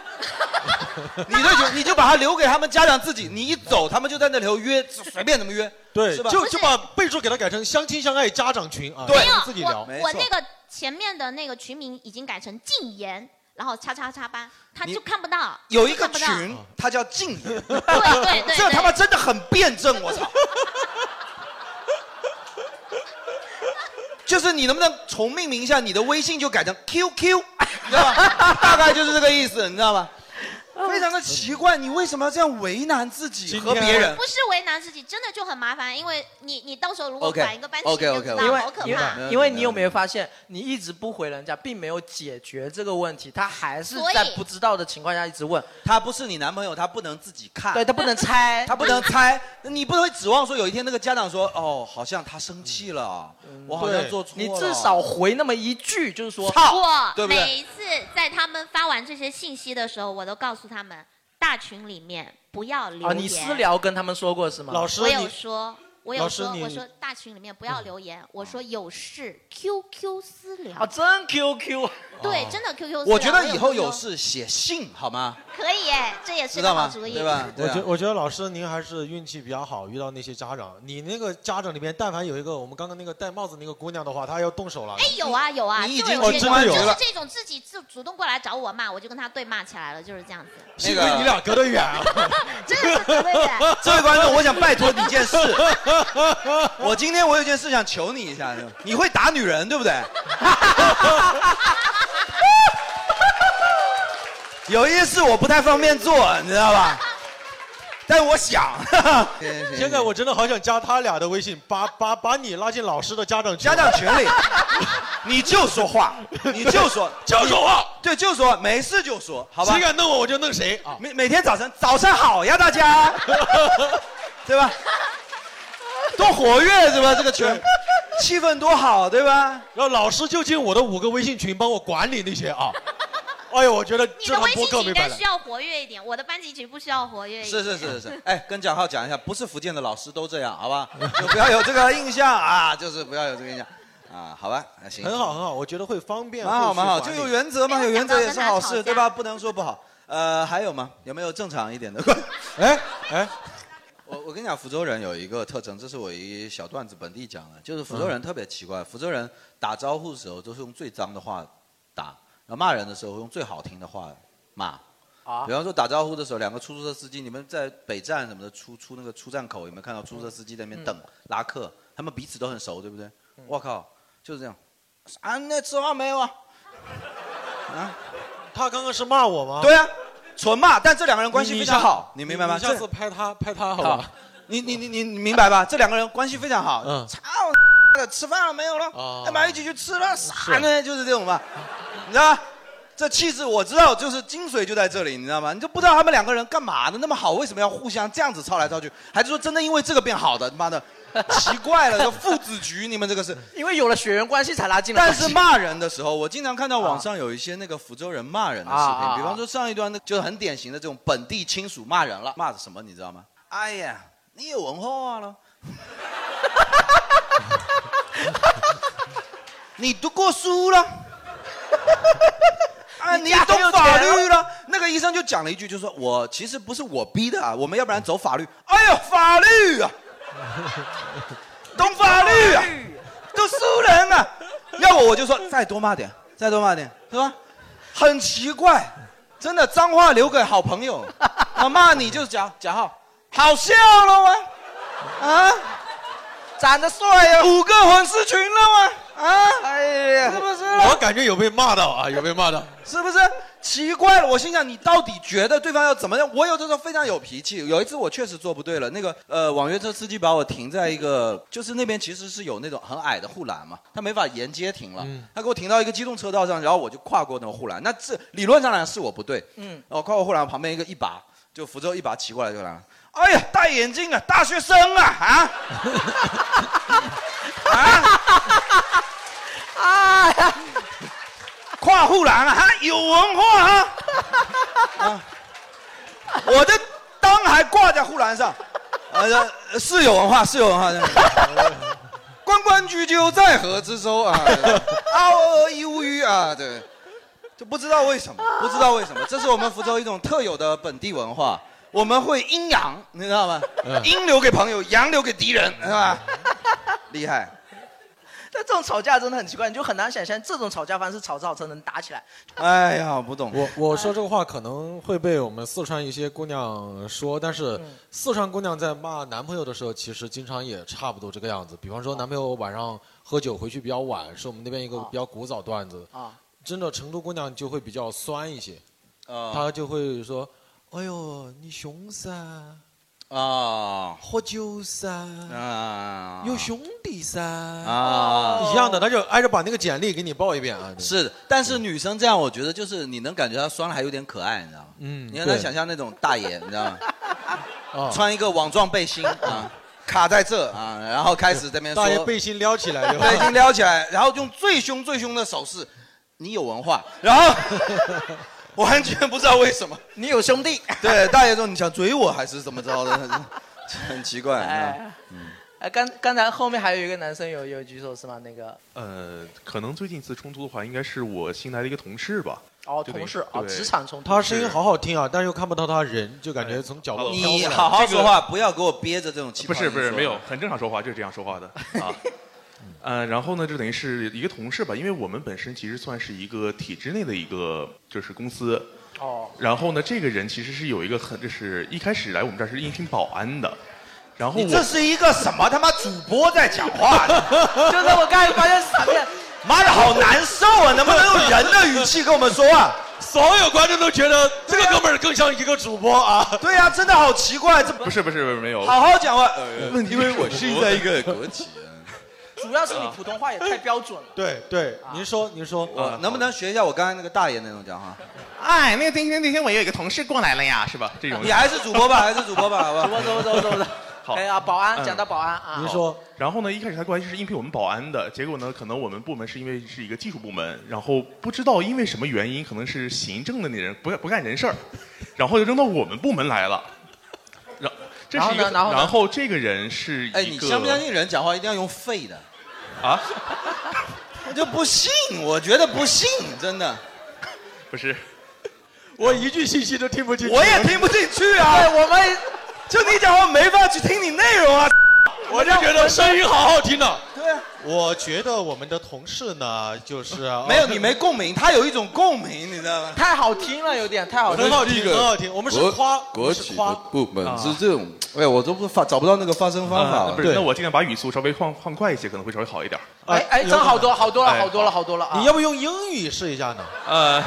Speaker 5: [laughs] 你退群，你就把它留给他们家长自己。你一走，他们就在那里头约，随便怎么约，
Speaker 2: 对，
Speaker 5: 是吧？
Speaker 2: 就就把备注给他改成相亲相爱家长群啊，
Speaker 5: 对
Speaker 2: 你
Speaker 5: 没有
Speaker 2: 们自己聊。
Speaker 9: 我那个前面的那个群名已经改成禁言，然后叉叉叉班，他
Speaker 5: 你
Speaker 9: 就看不到。
Speaker 5: 有一个
Speaker 9: 他就看不
Speaker 5: 群，它叫禁言。对
Speaker 9: 对对
Speaker 5: 这他妈真的很辩证，我
Speaker 9: [laughs]
Speaker 5: 操！就是你能不能重命名一下你的微信，就改成 QQ，你知道吧？大概就是这个意思，你知道吧？非常的奇怪，你为什么要这样为难自己和别人
Speaker 9: 到，？啊不是为难自己，真的就很麻烦，因为你你到时候如果
Speaker 5: OK，
Speaker 9: 管一个班级，你
Speaker 5: OK，OK，
Speaker 9: 就知道
Speaker 5: OK，OK，
Speaker 9: 好可
Speaker 4: 因为
Speaker 9: 怕。
Speaker 4: 因为你有没有发现，你一直不回人家，并没有解决这个问题，他还是
Speaker 9: 所以
Speaker 4: 在不知道的情况下一直问。
Speaker 5: 他不是你男朋友，他不能自己看，
Speaker 4: 对他
Speaker 9: [laughs]
Speaker 4: 不能猜，
Speaker 5: 他不能猜，你不会指望说有一天那个家长说，哦，好像他生气了，我好像
Speaker 4: 对
Speaker 5: 做错了。
Speaker 4: 你至少回那么一句，就是说，
Speaker 9: 我
Speaker 5: 对不
Speaker 9: 每一
Speaker 5: 对？
Speaker 9: 次在他们发完这些信息的时候，我都告诉他们，大群里面不要留言。
Speaker 4: 啊，你私聊跟他们说过是吗？
Speaker 2: 老师
Speaker 9: 我有说，我有
Speaker 4: 老师
Speaker 9: 说，
Speaker 4: 你
Speaker 9: 我说大群里面
Speaker 5: 嗯
Speaker 9: 不要留言，我说有事 QQ 私聊。
Speaker 4: 啊，真 QQ，
Speaker 5: 哦
Speaker 9: 对，真的 QQ 私聊。
Speaker 5: 我觉得以后
Speaker 9: 我有
Speaker 5: 有事写信好吗？
Speaker 9: 可以哎，这也是
Speaker 5: 知
Speaker 9: 个
Speaker 5: 道
Speaker 9: 好
Speaker 5: 吗？
Speaker 9: 主意，
Speaker 5: 对吧？
Speaker 2: 我
Speaker 5: 对啊
Speaker 2: 觉我觉得老师您还是运气比较好，遇到那些家长。你那个家长里面，但凡有一个我们刚刚那个戴帽子那个姑娘的话，她要动手了。
Speaker 9: [laughs] 哎，有啊有啊，
Speaker 2: 你
Speaker 9: 就
Speaker 2: 已经哦
Speaker 9: 有这
Speaker 2: 真
Speaker 9: 种，
Speaker 2: 的有
Speaker 9: 就
Speaker 2: 了
Speaker 9: 是这种自己自主动过来找我骂，我就跟他对骂起来了，就是这样子。
Speaker 2: 幸亏你俩隔得远啊。
Speaker 9: [laughs] 真的是隔得
Speaker 5: [laughs]
Speaker 9: 远。
Speaker 5: 这位观众，我想拜托你一件事，我今天我有件事想求你一下，你会打女人对不对？有一些事我不太方便做，你知道吧？但是我想，
Speaker 2: [laughs] 现在我真的好想加他俩的微信，把把把你拉进老师的家长群
Speaker 5: 家长群里，你就说话，你就说，
Speaker 2: 就说话，
Speaker 5: 对，就说，没事就说，好吧？
Speaker 2: 啊谁敢弄我，我就弄谁啊！
Speaker 5: 每每天早晨，早上好呀，大家，
Speaker 2: [laughs]
Speaker 5: 对吧？多活跃是吧？这个群，
Speaker 1: 气氛多好，对吧？
Speaker 2: 然后老师就进我的五个微信群帮我管理那些
Speaker 1: [laughs]
Speaker 2: 啊。哎呦，我觉得
Speaker 9: 你
Speaker 2: 这
Speaker 9: 的
Speaker 2: 堂
Speaker 9: 微
Speaker 2: 播
Speaker 9: 信
Speaker 2: 客
Speaker 9: 群
Speaker 2: 没
Speaker 9: 应
Speaker 2: 白
Speaker 9: 该
Speaker 2: 来
Speaker 9: 需。要活跃一点，我的班级群不需要活跃一点。
Speaker 1: 是是是是
Speaker 5: [laughs]
Speaker 9: [laughs]
Speaker 1: 是，哎，跟蒋浩讲一下，不是福建的老师都这样，好吧？就不要有这个印象啊，就是不要有这个印象啊，好吧？那行，
Speaker 2: 很好很好，我觉得会方便。
Speaker 1: 蛮好
Speaker 2: 后续
Speaker 1: 蛮好，
Speaker 2: 管
Speaker 1: 就
Speaker 2: 理
Speaker 1: 有原则
Speaker 5: [laughs]
Speaker 1: 嘛，有原则也是好事，对吧？不能说不好。呃，还有吗？有没有正常一点的？ [laughs]
Speaker 2: 哎哎，
Speaker 1: 我我跟你讲，福州人有一个特征，这是我一小段子本地讲的，就是福州人特别奇怪，福州人打招呼的时候都是用最脏的话打，然后骂人的时候用最好听的话骂。
Speaker 4: 啊
Speaker 1: 比方说打招呼的时候，两个出租车司机，你们在北站什么的出出那个出站口有没有看到出租车司机在那边等、拉客？他们彼此都很熟，对不对？我、靠，就是这样。啊，那吃饭没有啊？啊，
Speaker 2: 他刚刚是骂我吗？
Speaker 1: 对啊，纯骂，但这两个人关系非常好，
Speaker 2: 你
Speaker 1: 你明白吗？
Speaker 2: 你下
Speaker 1: 这
Speaker 2: 次拍他拍他好吧？
Speaker 1: 你你你你你明白吧？这两个人关系非常好。啊
Speaker 2: 嗯
Speaker 1: 操，吃饭了没有了？
Speaker 2: 啊
Speaker 1: 要不然一起去吃了？啥呢？就是这种吧，你知道吧？这气质我知道，就是精髓就在这里，你知道吗？你就不知道他们两个人干嘛呢？那么好，为什么要互相这样子操来操去？还是说真的因为这个变好的？妈的，奇 [laughs] 怪了，这父子局，你们这个是
Speaker 4: 因为有了血缘关系才拉近了
Speaker 1: 但
Speaker 4: 关系。
Speaker 1: 是骂人的时候，我经常看到网上有一些那个福州人骂人的视频，
Speaker 4: 啊啊啊
Speaker 1: 比方说上一段那就是很典型的这种本地亲属骂人了，骂的什么你知道吗？哎呀，你有文化
Speaker 5: [laughs]
Speaker 1: 了。你读过书
Speaker 5: [laughs]
Speaker 1: 了，啊，
Speaker 5: 你
Speaker 1: 你
Speaker 5: 家很有
Speaker 1: 懂法
Speaker 5: 钱
Speaker 1: 律了。那个医生就讲了一句，就说我其实不是我逼的啊，我们要不然走法律。哎呦，法律啊，懂法律 [laughs] 啊，读书人啊。要我我就说再多骂点，再多骂点，是吧？很奇怪，真的脏话留给好朋友，啊，骂你就是贾贾浩，好笑了吗？啊，长得帅呀、五个粉丝群了吗？啊，哎呀，是不是啦？
Speaker 2: 我感觉有被骂到啊，有被骂到。
Speaker 1: 是不是？奇怪了，我心想你到底觉得对方要怎么样？我有的时候非常有脾气，有一次我确实做不对了。那个呃，网约车司机把我停在一个，就是那边其实是有那种很矮的护栏嘛，他没法沿街停了，他给我停到一个机动车道上，然后我就跨过那个护栏。那这理论上来是我不对，
Speaker 5: 嗯
Speaker 1: 嗯，我跨过护栏旁边一个一把，就福州一把骑过来就来了。哎呀，戴眼镜啊，大学生啊啊！
Speaker 5: 啊呀，
Speaker 1: 跨护栏啊，哈，有文化啊！啊我的裆还挂在护栏上，呃，是有文化，是有文化的。关关雎鸠，在河之洲啊，嗷嗷一乌鱼啊，对，就不知道为什么，不知道为什么，这是我们福州一种特有的本地文化，我们会阴阳，你知道吗？
Speaker 5: 嗯
Speaker 1: 阴留给朋友，阳留给敌人，是吧？ [laughs] 厉害。
Speaker 4: 但这种吵架真的很奇怪，你就很难想象这种吵架方式吵着吵着能打起来。
Speaker 1: 哎呀，我不懂。
Speaker 2: 我我说这个话可能会被我们四川一些姑娘说，但是
Speaker 1: 嗯
Speaker 2: 四川姑娘在骂男朋友的时候，其实经常也差不多这个样子。比方
Speaker 1: 哦
Speaker 2: 说，男朋友晚上喝酒回去比较晚，是我们那边一个比较古早段子。
Speaker 4: 啊，
Speaker 2: 真的，成都姑娘就会比较酸一些，
Speaker 1: 啊
Speaker 2: 她就会说：“哎呦，你熊噻，
Speaker 1: 啊
Speaker 2: 喝酒噻，
Speaker 1: 啊
Speaker 2: 有兄弟噻。”
Speaker 1: 啊
Speaker 2: 哦一样的，她就挨着把那个简历给你报一遍啊。
Speaker 1: 是，但是女生这样，我觉得就是你能感觉她酸了还有点可爱，你知道吗？
Speaker 2: 嗯
Speaker 1: 你让她
Speaker 2: 对
Speaker 1: 想象那种大爷，你知道
Speaker 2: [laughs]
Speaker 1: 吗？
Speaker 2: 啊
Speaker 1: 穿一个网状背心
Speaker 2: [laughs]
Speaker 1: 啊，卡在这啊，然后开始在那边说
Speaker 2: 大爷背心撩起来
Speaker 1: [laughs]
Speaker 2: 就，
Speaker 1: 背心撩起来，然后用最凶最凶的手势，你有文化，然后 [laughs] 完全不知道为什么，
Speaker 4: 你有兄弟，
Speaker 1: 对，大爷说你想追我还是怎么着的， [laughs] 很奇怪，你知道吗
Speaker 4: 哎，
Speaker 10: 嗯
Speaker 4: 哎，刚刚才后面还有一个男生有有举手是吗？那个
Speaker 10: 呃，可能最近一次冲突的话，应该是我新来的一个同事吧。
Speaker 4: 哦，
Speaker 10: 就那
Speaker 4: 同事
Speaker 10: 对
Speaker 4: 哦，职场冲突。
Speaker 2: 她声音好好听啊，但是又看不到她人，就感觉从角落飘
Speaker 1: 你
Speaker 2: 过来
Speaker 1: 哎好好
Speaker 10: 这个
Speaker 1: 说话，不要给我憋着这种气。
Speaker 10: 不是不是没有，，很正常说话，就是这样说话的
Speaker 1: [laughs]
Speaker 10: 啊。呃，然后呢，就等于是一个同事吧，因为我们本身其实算是一个体制内的一个就是公司。
Speaker 4: 哦。
Speaker 10: 然后呢，这个人其实是有一个很，就是一开始来我们这儿是应聘保安的，然后
Speaker 1: 你
Speaker 10: 我
Speaker 1: 这是一个什么他妈主播在讲话呢？
Speaker 4: [laughs] 就是我刚才发现场面，
Speaker 1: 妈的好难受啊！能不能用人的语气跟我们说话？
Speaker 2: [laughs]
Speaker 1: 啊
Speaker 2: 所有观众都觉得这个哥们儿更像一个主播啊。
Speaker 1: [laughs] 对呀、真的好奇怪，这
Speaker 10: 不是不是不是没有，
Speaker 1: 好好讲话。
Speaker 10: 问呃题是因为我是在一个
Speaker 1: 国企，
Speaker 4: 主要是你普通话也太标准了。
Speaker 2: 对对，您说您说，啊
Speaker 1: 啊我能不能学一下我刚才那个大爷那种讲话？
Speaker 10: 哎，那天那天我有一个同事过来了呀，是吧？这种
Speaker 1: 你还是主播吧，还是主播吧，好吧？ [laughs]
Speaker 4: 走吧走吧走吧走吧。
Speaker 10: 好，
Speaker 4: 哎啊，保安讲到保安啊，
Speaker 10: 好。然后呢，一开始他过来就是应聘我们保安的，结果呢，可能我们部门是因为是一个技术部门，然后不知道因为什么原因，可能是行政的那人不干不干人事儿， [laughs] 然后就扔到我们部门来了。然这是一个，
Speaker 1: 然后呢然后呢
Speaker 10: 这个人是一个，
Speaker 1: 哎，你相不相信人讲话一定要用废的？
Speaker 10: 啊？
Speaker 2: 啊
Speaker 1: 我就不信，我觉得不信，
Speaker 2: [laughs]
Speaker 1: 真的。
Speaker 10: 不是，
Speaker 2: 我一句信息都听不进去。
Speaker 1: 我也听不进去啊！
Speaker 4: 对，我们
Speaker 1: [laughs] 就你讲话没法去听你内容啊。
Speaker 2: 我就觉得声音好好听呢。
Speaker 1: 对啊，
Speaker 11: 我觉得我们的同事呢，
Speaker 1: [laughs]
Speaker 11: 就是、啊
Speaker 1: 没有你没共鸣，他有一种共鸣，你知道吗？
Speaker 4: 太好听了，有点太好听，
Speaker 11: 很好听很好听我们是夸
Speaker 1: 国企
Speaker 4: 夸
Speaker 1: 的部门
Speaker 10: 啊
Speaker 1: 是这种，哎，我都不发找不到那个发声方法
Speaker 10: 啊
Speaker 1: 了。
Speaker 10: 不是，那我尽量把语速稍微放放快一些，可能会稍微好一点。
Speaker 4: 哎哎，真好多好多了，好多了，好多了啊！
Speaker 2: 你要不用英语试一下呢？
Speaker 10: 呃，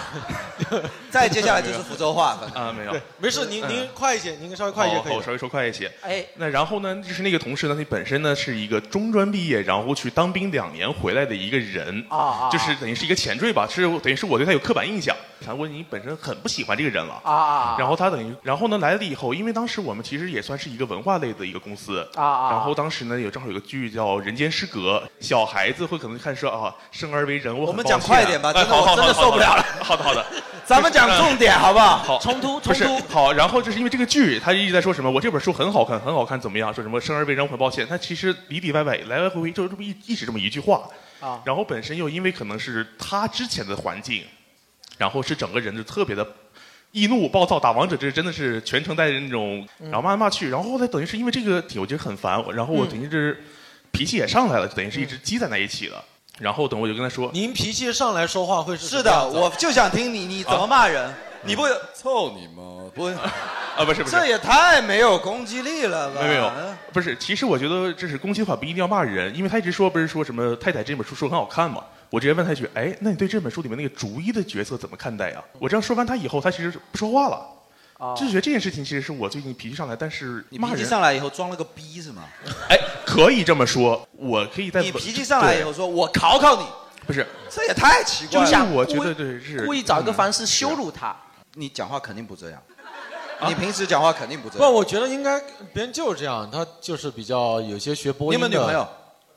Speaker 1: [laughs] 再接下来就是福州话
Speaker 10: 啊，没有哦
Speaker 2: 对，没事，您您快一些，您稍微快一些可以
Speaker 10: 我。稍微说快一些。
Speaker 4: 哎，
Speaker 10: 那然后呢，就是那个同事呢，他本身呢是一个中专毕业，然后去当兵两年回来的一个人，
Speaker 4: 啊啊
Speaker 10: 就是等于是一个前缀吧，是等于是我对他有刻板印象。韩国你本身很不喜欢这个人了
Speaker 4: 啊啊
Speaker 10: 然后他等于，然后呢来了以后，因为当时我们其实也算是一个文化类的一个公司
Speaker 4: 啊啊
Speaker 10: 然后当时呢有正好有个剧叫《人间失格》，小孩子会可能看说啊，生而为人，我我
Speaker 1: 我们讲快一点吧
Speaker 2: 哎
Speaker 1: 真的
Speaker 10: 啊哎好好
Speaker 1: 我真的
Speaker 10: 好好
Speaker 1: 受不了了
Speaker 10: 好的好的，
Speaker 1: [laughs] 咱们讲重点好不好
Speaker 10: 好，
Speaker 1: 冲突
Speaker 10: 不是
Speaker 1: 冲
Speaker 10: 好。然后就是因为这个剧，他一直在说什么我这本书很好看，很好看，怎么样？说什么生而为人，我很抱歉。他其实里里外外来来回回就是这么一一直这么一句话。
Speaker 4: 啊，
Speaker 10: 然后本身又因为可能是他之前的环境，然后是整个人就特别的易怒、暴躁，打王者这真的是全程带着那种，
Speaker 1: 嗯
Speaker 10: 然后骂来骂去，然后后来等于是因为这个，我觉得很烦，然后我等于是脾气也上来了，就等于是
Speaker 1: 嗯
Speaker 10: 一直积攒在一起了。然后等我就跟他说，
Speaker 2: 您脾气上来说话会是
Speaker 10: 是
Speaker 1: 是的，我就想听你，你怎么骂人？你不
Speaker 10: 操你妈不啊不是不是
Speaker 1: 这也太没有攻击力了吧？嗯
Speaker 10: 没有没有，
Speaker 1: 啊
Speaker 10: 不是，其实我觉得这是攻击法，不一定要骂人，因为他一直说不是说什么太太这本书说很好看嘛，我直接问他一句，哎，那你对这本书里面那个逐一的角色怎么看待呀、啊我这样说完他以后，他其实不说话了。
Speaker 2: 啊
Speaker 10: 就觉得这件事情其实是我最近脾气上来，但是
Speaker 1: 哦你
Speaker 10: 骂
Speaker 1: 脾气
Speaker 10: 人
Speaker 1: 上来以后装了个逼是吗？
Speaker 10: 哎，可以这么说，我可以在
Speaker 1: 你脾气上来以后说，我考考你，
Speaker 10: 不是，
Speaker 1: 这也太奇怪
Speaker 10: 就
Speaker 1: 了。
Speaker 10: 是想我觉得对是故意找一个方
Speaker 4: 式羞辱他。
Speaker 1: 你讲话肯定不这样，你平时讲话肯定不这
Speaker 2: 不，
Speaker 1: 样。
Speaker 2: 我觉得应该别人就是这样，他就是比较有些学播
Speaker 1: 你
Speaker 2: 音
Speaker 1: 有没
Speaker 2: 的。
Speaker 1: 有女朋友？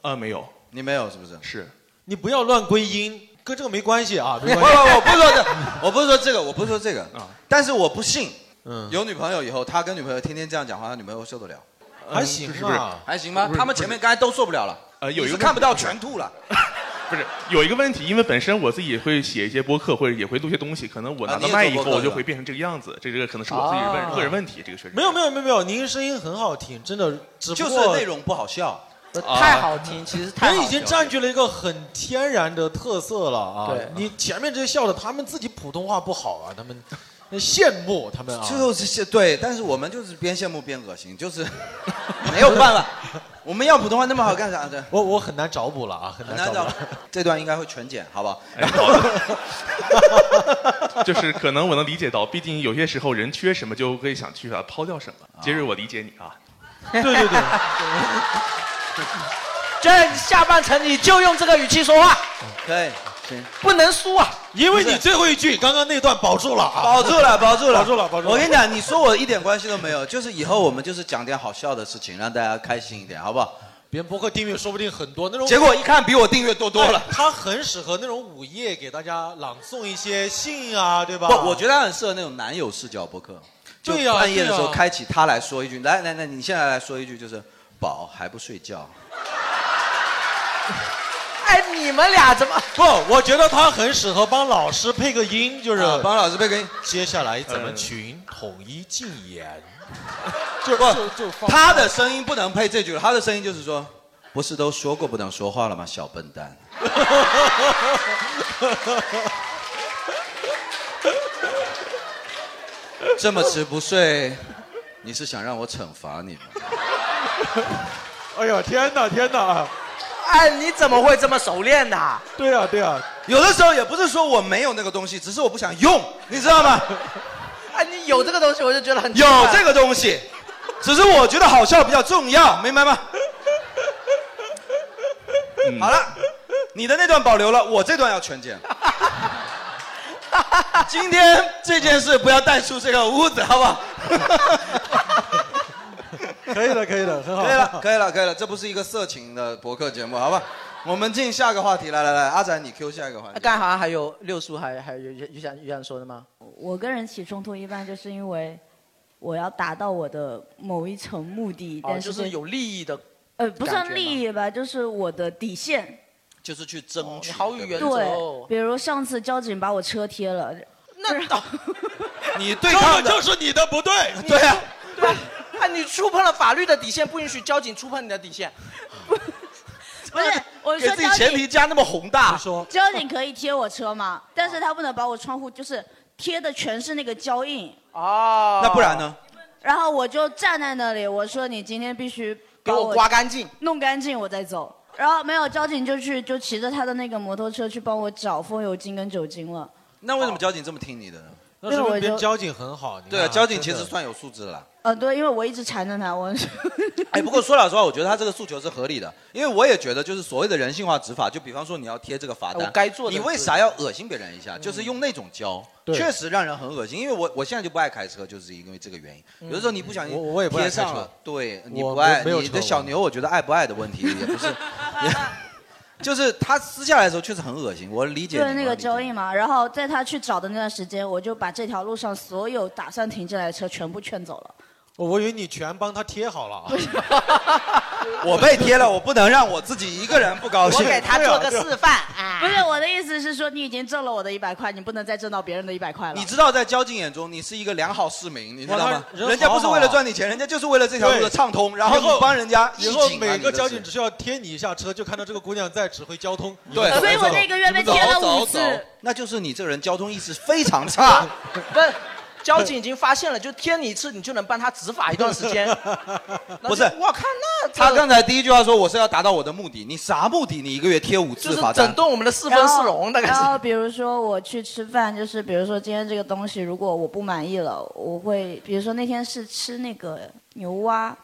Speaker 10: 呃，没有。
Speaker 1: 你没有是不是？
Speaker 10: 是。
Speaker 2: 你不要乱归因，跟这个没关系啊。
Speaker 1: [laughs] 不
Speaker 2: 没
Speaker 1: 不不，
Speaker 2: 关系
Speaker 1: 我不是说这，我不是说这个，我不是说这个，但是我不信，
Speaker 2: 嗯，
Speaker 1: 有女朋友以后，他跟女朋友天天这样讲话，他女朋友受得了？
Speaker 2: 还行
Speaker 10: 是不是
Speaker 1: 还行吧
Speaker 10: 不。是
Speaker 1: 他们前面刚才都受不了了，
Speaker 10: 呃有一个
Speaker 1: 你是
Speaker 10: 问题
Speaker 1: 看不到全吐了。
Speaker 10: 不是有一个问题，因为本身我自己也会写一些播客，或者也会录些东西，可能我
Speaker 1: 啊
Speaker 10: 拿
Speaker 1: 你
Speaker 10: 到麦
Speaker 1: 也做
Speaker 10: 以
Speaker 1: 播
Speaker 10: 后，
Speaker 1: 客
Speaker 10: 我就是
Speaker 1: 吧
Speaker 10: 会变成这个样子。这这个可能是我自己的
Speaker 2: 啊
Speaker 10: 问个人问题，这个确实。
Speaker 2: 没有没有没有没有，您声音很好听，真的，只不过呃
Speaker 1: 就是内容不好笑，
Speaker 10: 啊
Speaker 4: 太好听，其实太好
Speaker 2: 人
Speaker 4: 听
Speaker 2: 已经占据了一个很天然的特色了啊
Speaker 4: 对！
Speaker 2: 你前面这些笑的，他们自己普通话不好啊，他们那羡慕他们啊。
Speaker 1: 就是羡对，但是我们就是边羡慕边恶心，就是没有办法。我们要普通话那么好干啥的？
Speaker 2: 我我很难找补了啊，很
Speaker 1: 很
Speaker 2: 难
Speaker 1: 难
Speaker 2: 找
Speaker 1: 找
Speaker 2: 补。，
Speaker 1: 这段应该会全剪，好不好？
Speaker 10: [laughs] 就是可能我能理解到，毕竟有些时候人缺什么就会想去把它抛掉什么。杰瑞，我理解你啊。
Speaker 2: 对对对，
Speaker 4: 这下半程你就用这个语气说话，
Speaker 1: 可以， [laughs] 行。
Speaker 4: 不能输啊！
Speaker 2: 因为你最后一句刚刚那段保住了啊，
Speaker 1: [laughs] 保住
Speaker 2: [laughs]
Speaker 1: 了，保住了，
Speaker 2: 保住了，保住了。
Speaker 1: 我跟你讲，你说我一点关系都没有，就是以后我们就是讲点好笑的事情，让大家开心一点，好不好？
Speaker 2: 别人博客订阅说不定很多那种，
Speaker 1: 结果一看比我订阅多多了
Speaker 2: 哎他很适合那种午夜给大家朗诵一些信啊， [laughs] 对吧？
Speaker 1: 不，我觉得他很适合那种男友视角播客，就
Speaker 2: 对呀啊
Speaker 1: 半夜的时候
Speaker 2: 对呀
Speaker 1: 开启他来说一句，来来来，你现在来说一句，就是宝还不睡觉。
Speaker 4: 哎，你们俩怎么？
Speaker 2: 不，我觉得他很适合帮老师配个音，就是、
Speaker 1: 啊帮老师配个音。
Speaker 2: 接下来咱们
Speaker 1: 嗯
Speaker 2: 群统一禁言。
Speaker 1: 就
Speaker 2: 就就放
Speaker 1: 呃他
Speaker 2: [laughs]
Speaker 1: 的声音不能配这句了，他的声音就是说，不是都说过不能说话了吗？小
Speaker 2: [laughs]
Speaker 1: 笨蛋。这么迟不睡，你是想让我惩罚你吗？
Speaker 2: 哎呀，天哪，天哪！
Speaker 4: 哎，你怎么会这么熟练的？
Speaker 2: 对呀、对呀、啊
Speaker 1: 有的时候也不是说我没有那个东西，只是我不想用，你知道吗？
Speaker 4: 哎，你有这个东西，我就觉得很
Speaker 1: 有这个东西，只是我觉得好笑比较重要，明白吗？
Speaker 2: 嗯
Speaker 1: 好了，你的那段保留了，我这段要
Speaker 2: [laughs]
Speaker 1: 全剪。
Speaker 2: [laughs]
Speaker 1: 今天这件事不要带出这个屋子，好不好？
Speaker 2: 可以的，可以的，很好。
Speaker 1: [laughs] 可以了，可以了，可以了，这不是一个色情的博客节目，好吧？ [laughs] 我们进下个话题，来来来，阿展你 Q 下一个话题。
Speaker 4: 刚才好像还有六叔还还有有有想有想说的吗？
Speaker 12: 我跟人起冲突一般就是因为我要达到我的某一层目的，
Speaker 4: 哦，
Speaker 12: 但
Speaker 4: 就是是有利益的，
Speaker 12: 呃不
Speaker 4: 感
Speaker 12: 算
Speaker 4: 觉
Speaker 12: 利益吧，就是我的底线。
Speaker 1: 就是去争取。
Speaker 4: 好远
Speaker 12: 对，
Speaker 4: 走。
Speaker 12: 比如上次交警把我车贴
Speaker 4: [laughs]
Speaker 12: 了，
Speaker 4: 那倒
Speaker 1: 你对
Speaker 2: 抗的就是你的不对。
Speaker 4: 对啊，对啊，啊你触碰了法律的底线，不允许交警触碰你的底线。
Speaker 12: 不是，我
Speaker 4: 给
Speaker 12: 说
Speaker 4: 自己
Speaker 12: 交
Speaker 4: 前
Speaker 12: 警
Speaker 4: 提加那么宏大。
Speaker 12: 交警可以贴我车嘛，但是他不能把我窗户就是贴的全是那个胶印。
Speaker 4: 哦
Speaker 1: 那不然？呢？
Speaker 12: 然后我就站在那里，我说你今天必须把
Speaker 4: 给我刮干净，
Speaker 12: 弄干净我再走。然后没有交警就去就骑着他的那个摩托车去帮我找风油精跟酒精了。
Speaker 1: 那为什么交警这么听你的呢？
Speaker 12: 那说明对我就
Speaker 2: 交警很好。
Speaker 1: 对啊，交警其实算有素质的啦。
Speaker 12: 呃，对，因为我一直缠着他，我
Speaker 1: 哎，不过说老实话，我觉得他这个诉求是合理的，因为我也觉得就是所谓的人性化执法，就比方说你要贴这个
Speaker 2: 呃
Speaker 1: 罚单，
Speaker 4: 我该做的
Speaker 1: 你为啥要恶心别人一下？就是用那种胶，
Speaker 2: 嗯对
Speaker 1: 确实让人很恶心。因为我我现在就不爱开车，就是因为这个原因。有的时候你不小
Speaker 2: 嗯
Speaker 1: 心
Speaker 2: 我我也不爱
Speaker 1: 贴上
Speaker 2: 开车
Speaker 1: 了，对，
Speaker 2: 我
Speaker 1: 你不
Speaker 2: 没
Speaker 1: 爱
Speaker 2: 没有
Speaker 1: 你
Speaker 2: 车
Speaker 1: 的小牛，我觉得爱不爱的问题也不是，
Speaker 2: [laughs]
Speaker 1: 也就是他撕下来的时候确实很恶心，我理解
Speaker 12: 就
Speaker 1: 你
Speaker 12: 是
Speaker 1: 们。
Speaker 12: 那个交易嘛。然后在他去找的那段时间，我就把这条路上所有打算停下来的车全部劝走了。
Speaker 2: 哦我以为你全帮他贴好了啊。
Speaker 1: 我被贴了，我不能让我自己一个人
Speaker 4: 哦
Speaker 1: 不高兴。
Speaker 12: 范啊！
Speaker 4: 哎
Speaker 12: 不是我的意思是说，你已经挣了我的一百块，你不能再挣到别人的一百块了。
Speaker 1: 你知道，在交警眼中，你是一个良好市民，你知道
Speaker 2: 哇
Speaker 1: 吗？
Speaker 2: 他人
Speaker 1: 人家不是为
Speaker 2: 好好啊
Speaker 1: 了赚你钱，人家就是为了这条路的畅通，然后你帮人家
Speaker 2: 以
Speaker 1: 一警
Speaker 2: 后
Speaker 1: 啊。
Speaker 2: 每
Speaker 1: 你
Speaker 2: 个
Speaker 1: 这是
Speaker 2: 交警只需要贴你一下车，就看到这个姑娘在指挥交通。
Speaker 1: 对，
Speaker 2: 你们走
Speaker 1: 走走
Speaker 2: 你们走
Speaker 1: 走
Speaker 2: 走
Speaker 1: 走
Speaker 2: 走
Speaker 1: 那就是你这个人交通意识非
Speaker 2: [laughs]
Speaker 1: 常差。
Speaker 4: 不是，交警已经发现了，就贴你一次，你就能帮他执法一
Speaker 1: [laughs]
Speaker 4: 段时间。
Speaker 1: 不是
Speaker 4: 我看那这
Speaker 1: 他刚才第一句话说我是要达到我的目的，你啥目的？你一个月贴五次
Speaker 4: 就是
Speaker 1: 罚单，
Speaker 4: 整顿我们的四
Speaker 12: 然
Speaker 4: 分
Speaker 12: 后
Speaker 4: 四容大概
Speaker 12: 然
Speaker 4: 是。
Speaker 12: 后比如说我去吃饭，就是比如说今天这个东西，如果我不满意了，我会比如说那天是吃那个牛蛙，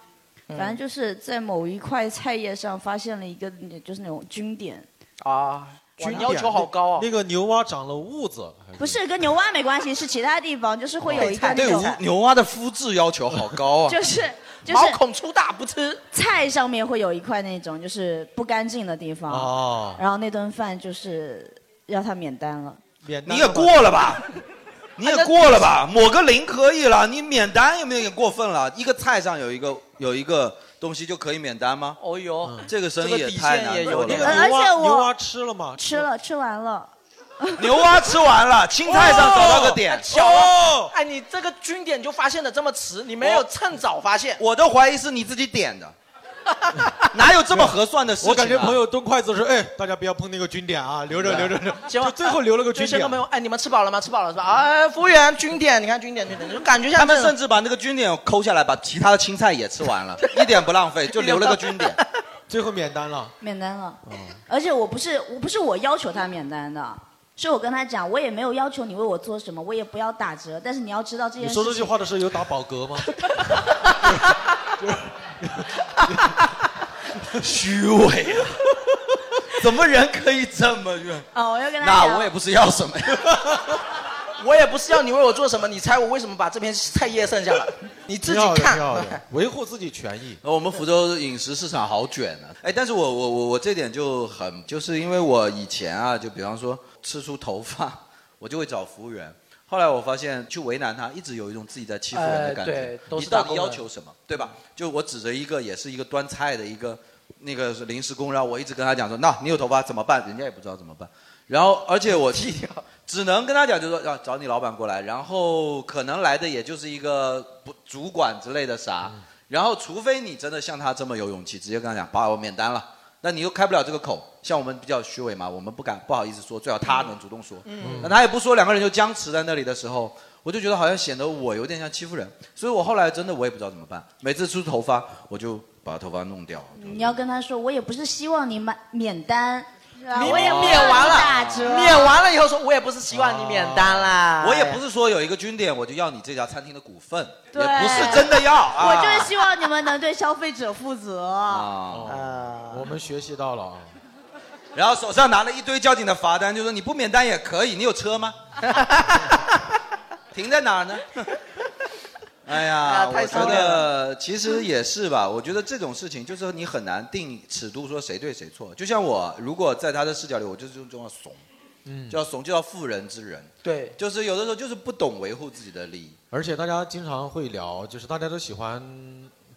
Speaker 4: 嗯
Speaker 12: 反正就是在某一块菜叶上发现了一个就是那种菌点，
Speaker 4: 啊，哇
Speaker 2: 军
Speaker 4: 你要求好高啊！
Speaker 2: 那个牛蛙长了痦子，
Speaker 12: 不是跟牛蛙没关系，是其他地方就是会有一个
Speaker 1: 对
Speaker 12: 那
Speaker 1: 牛
Speaker 12: 种
Speaker 1: 牛蛙的肤质要求好高
Speaker 12: [laughs]
Speaker 1: 啊。
Speaker 12: 就是就是
Speaker 4: 毛孔粗大不吃，
Speaker 12: 菜上面会有一块那种就是不干净的地方，
Speaker 1: 哦
Speaker 12: 然后那顿饭就是让他免单了。
Speaker 1: 你也过
Speaker 2: [laughs]
Speaker 1: 了吧？你也过了
Speaker 2: 啊
Speaker 1: 吧？抹个零可以了，你免单有没有点过分了？一个菜上有一个有一个东西就可以免单吗？嗯
Speaker 4: 哦哟，
Speaker 1: 这个生意
Speaker 4: 这个
Speaker 1: 也
Speaker 4: 底
Speaker 1: 太
Speaker 4: 线
Speaker 1: 难
Speaker 4: 也
Speaker 1: 做
Speaker 4: 有
Speaker 1: 了
Speaker 4: 点
Speaker 1: 吧。
Speaker 12: 呃而且我
Speaker 2: 吃了吗？
Speaker 12: 吃了，吃完了。
Speaker 1: [laughs] 牛蛙吃完了，青菜上找到个点。
Speaker 4: 小哦，哎，你这个军点就发现的这么迟，你没有趁早发现。
Speaker 1: 我都怀疑是你自己点的， [laughs] 哪有这么合算的事情啊？
Speaker 2: 我感觉朋友动筷子说：“哎，大家不要碰那个军
Speaker 12: [laughs]
Speaker 2: 点啊，留着留着留着。”
Speaker 4: 结果
Speaker 2: 就最后留了个军
Speaker 4: 就什
Speaker 2: 点啊
Speaker 4: 么。没有？哎，你们吃饱了吗？吃饱了是吧？哎，服务员，军点，你看军点，军点，就感觉像
Speaker 1: 他们
Speaker 4: 这种
Speaker 1: 甚至把那个军点抠下来，把其他的青菜也吃 [laughs] 完了，一点不浪费，就留了个军点。
Speaker 2: 最后免
Speaker 12: [laughs]
Speaker 2: 单了。
Speaker 12: 免单了。而且我不是我不是我要求他免单的，是我跟他讲，我也没有要求你为我做什么，我也不要打折，但是你要知道这
Speaker 2: 你
Speaker 12: 件
Speaker 2: 说这
Speaker 12: 事
Speaker 2: 句
Speaker 12: 情。
Speaker 2: 话的时候有打饱嗝吗？
Speaker 1: 虚伪
Speaker 4: [laughs]
Speaker 1: 啊！怎么人可以这么冤？
Speaker 12: 哦，我要跟他讲。
Speaker 1: 那我也不是要什
Speaker 4: [laughs]
Speaker 1: 么呀。
Speaker 4: 我也不是要你为我做什么，你猜我为什么把这片菜叶剩
Speaker 1: [laughs]
Speaker 4: 下了？你自己
Speaker 2: 挺好的
Speaker 4: 看
Speaker 2: 挺。好
Speaker 4: [laughs]
Speaker 2: 的，维护自己权益。
Speaker 1: 呃我们福州饮食市场好卷啊！哎，但是我我我我这点就很，就是因为我以前啊，就比方说吃出头发，我就会找服务员。后来我发现去为难他，一直有一种自己在欺负人的感觉。
Speaker 4: 哎对都是
Speaker 1: 你到
Speaker 4: 打工
Speaker 1: 底
Speaker 4: 人
Speaker 1: 要求什么，对吧？就我指着一个也是一个端菜的一个那个是临时工，然后我一直跟他讲说，那你有头发怎么办？人家也不知道怎么办。然后而且我只能跟他讲，就说要找你老板过来，然后可能来的也就是一个不主管之类的啥。
Speaker 5: 嗯
Speaker 1: 然后除非你真的像他这么有勇气，直接跟他讲把我免单了。那你又开不了这个口，像我们比较虚伪嘛，我们不敢不好意思说，最好他能主动说。
Speaker 5: 嗯
Speaker 1: 那他也不说，两个人就僵持在那里的时候，我就觉得好像显得我有点像欺负人，所以我后来真的我也不知道怎么办。每次梳头发，我就把头发弄掉。
Speaker 12: 你要跟他说，我也不是希望你买免单，是吧
Speaker 4: 你
Speaker 12: 我也不
Speaker 4: 免
Speaker 12: 想
Speaker 4: 完
Speaker 12: 打
Speaker 4: 了
Speaker 12: 折，，
Speaker 4: 免完了以后说，我也不是希望你免单
Speaker 12: 哎
Speaker 4: 啦。
Speaker 1: 我也不是说有一个军点我就要你这家餐厅的股份，也
Speaker 12: 对
Speaker 1: 不是真的要。啊、
Speaker 12: [laughs] 我就是希望你们能对消费者负责。
Speaker 1: 啊，
Speaker 2: 我们学习到了啊。
Speaker 1: 然后手上拿了一堆交警的罚单，就说你不免单也可以，你有车吗？停在哪儿呢？哎
Speaker 4: 哎呀
Speaker 1: 呀，
Speaker 4: 太
Speaker 1: 我
Speaker 4: 伤
Speaker 1: 觉
Speaker 4: 人
Speaker 1: 得其实也是吧。我觉得这种事情就是你很难定尺度，说谁对谁错。就像我，如果在他的视角里，我就是用这种怂，
Speaker 2: 嗯
Speaker 1: 就要怂，就要妇人之仁。
Speaker 4: [laughs] 对，
Speaker 1: 就是有的时候就是不懂维护自己的利益。
Speaker 2: 而且大家经常会聊，就是大家都喜欢，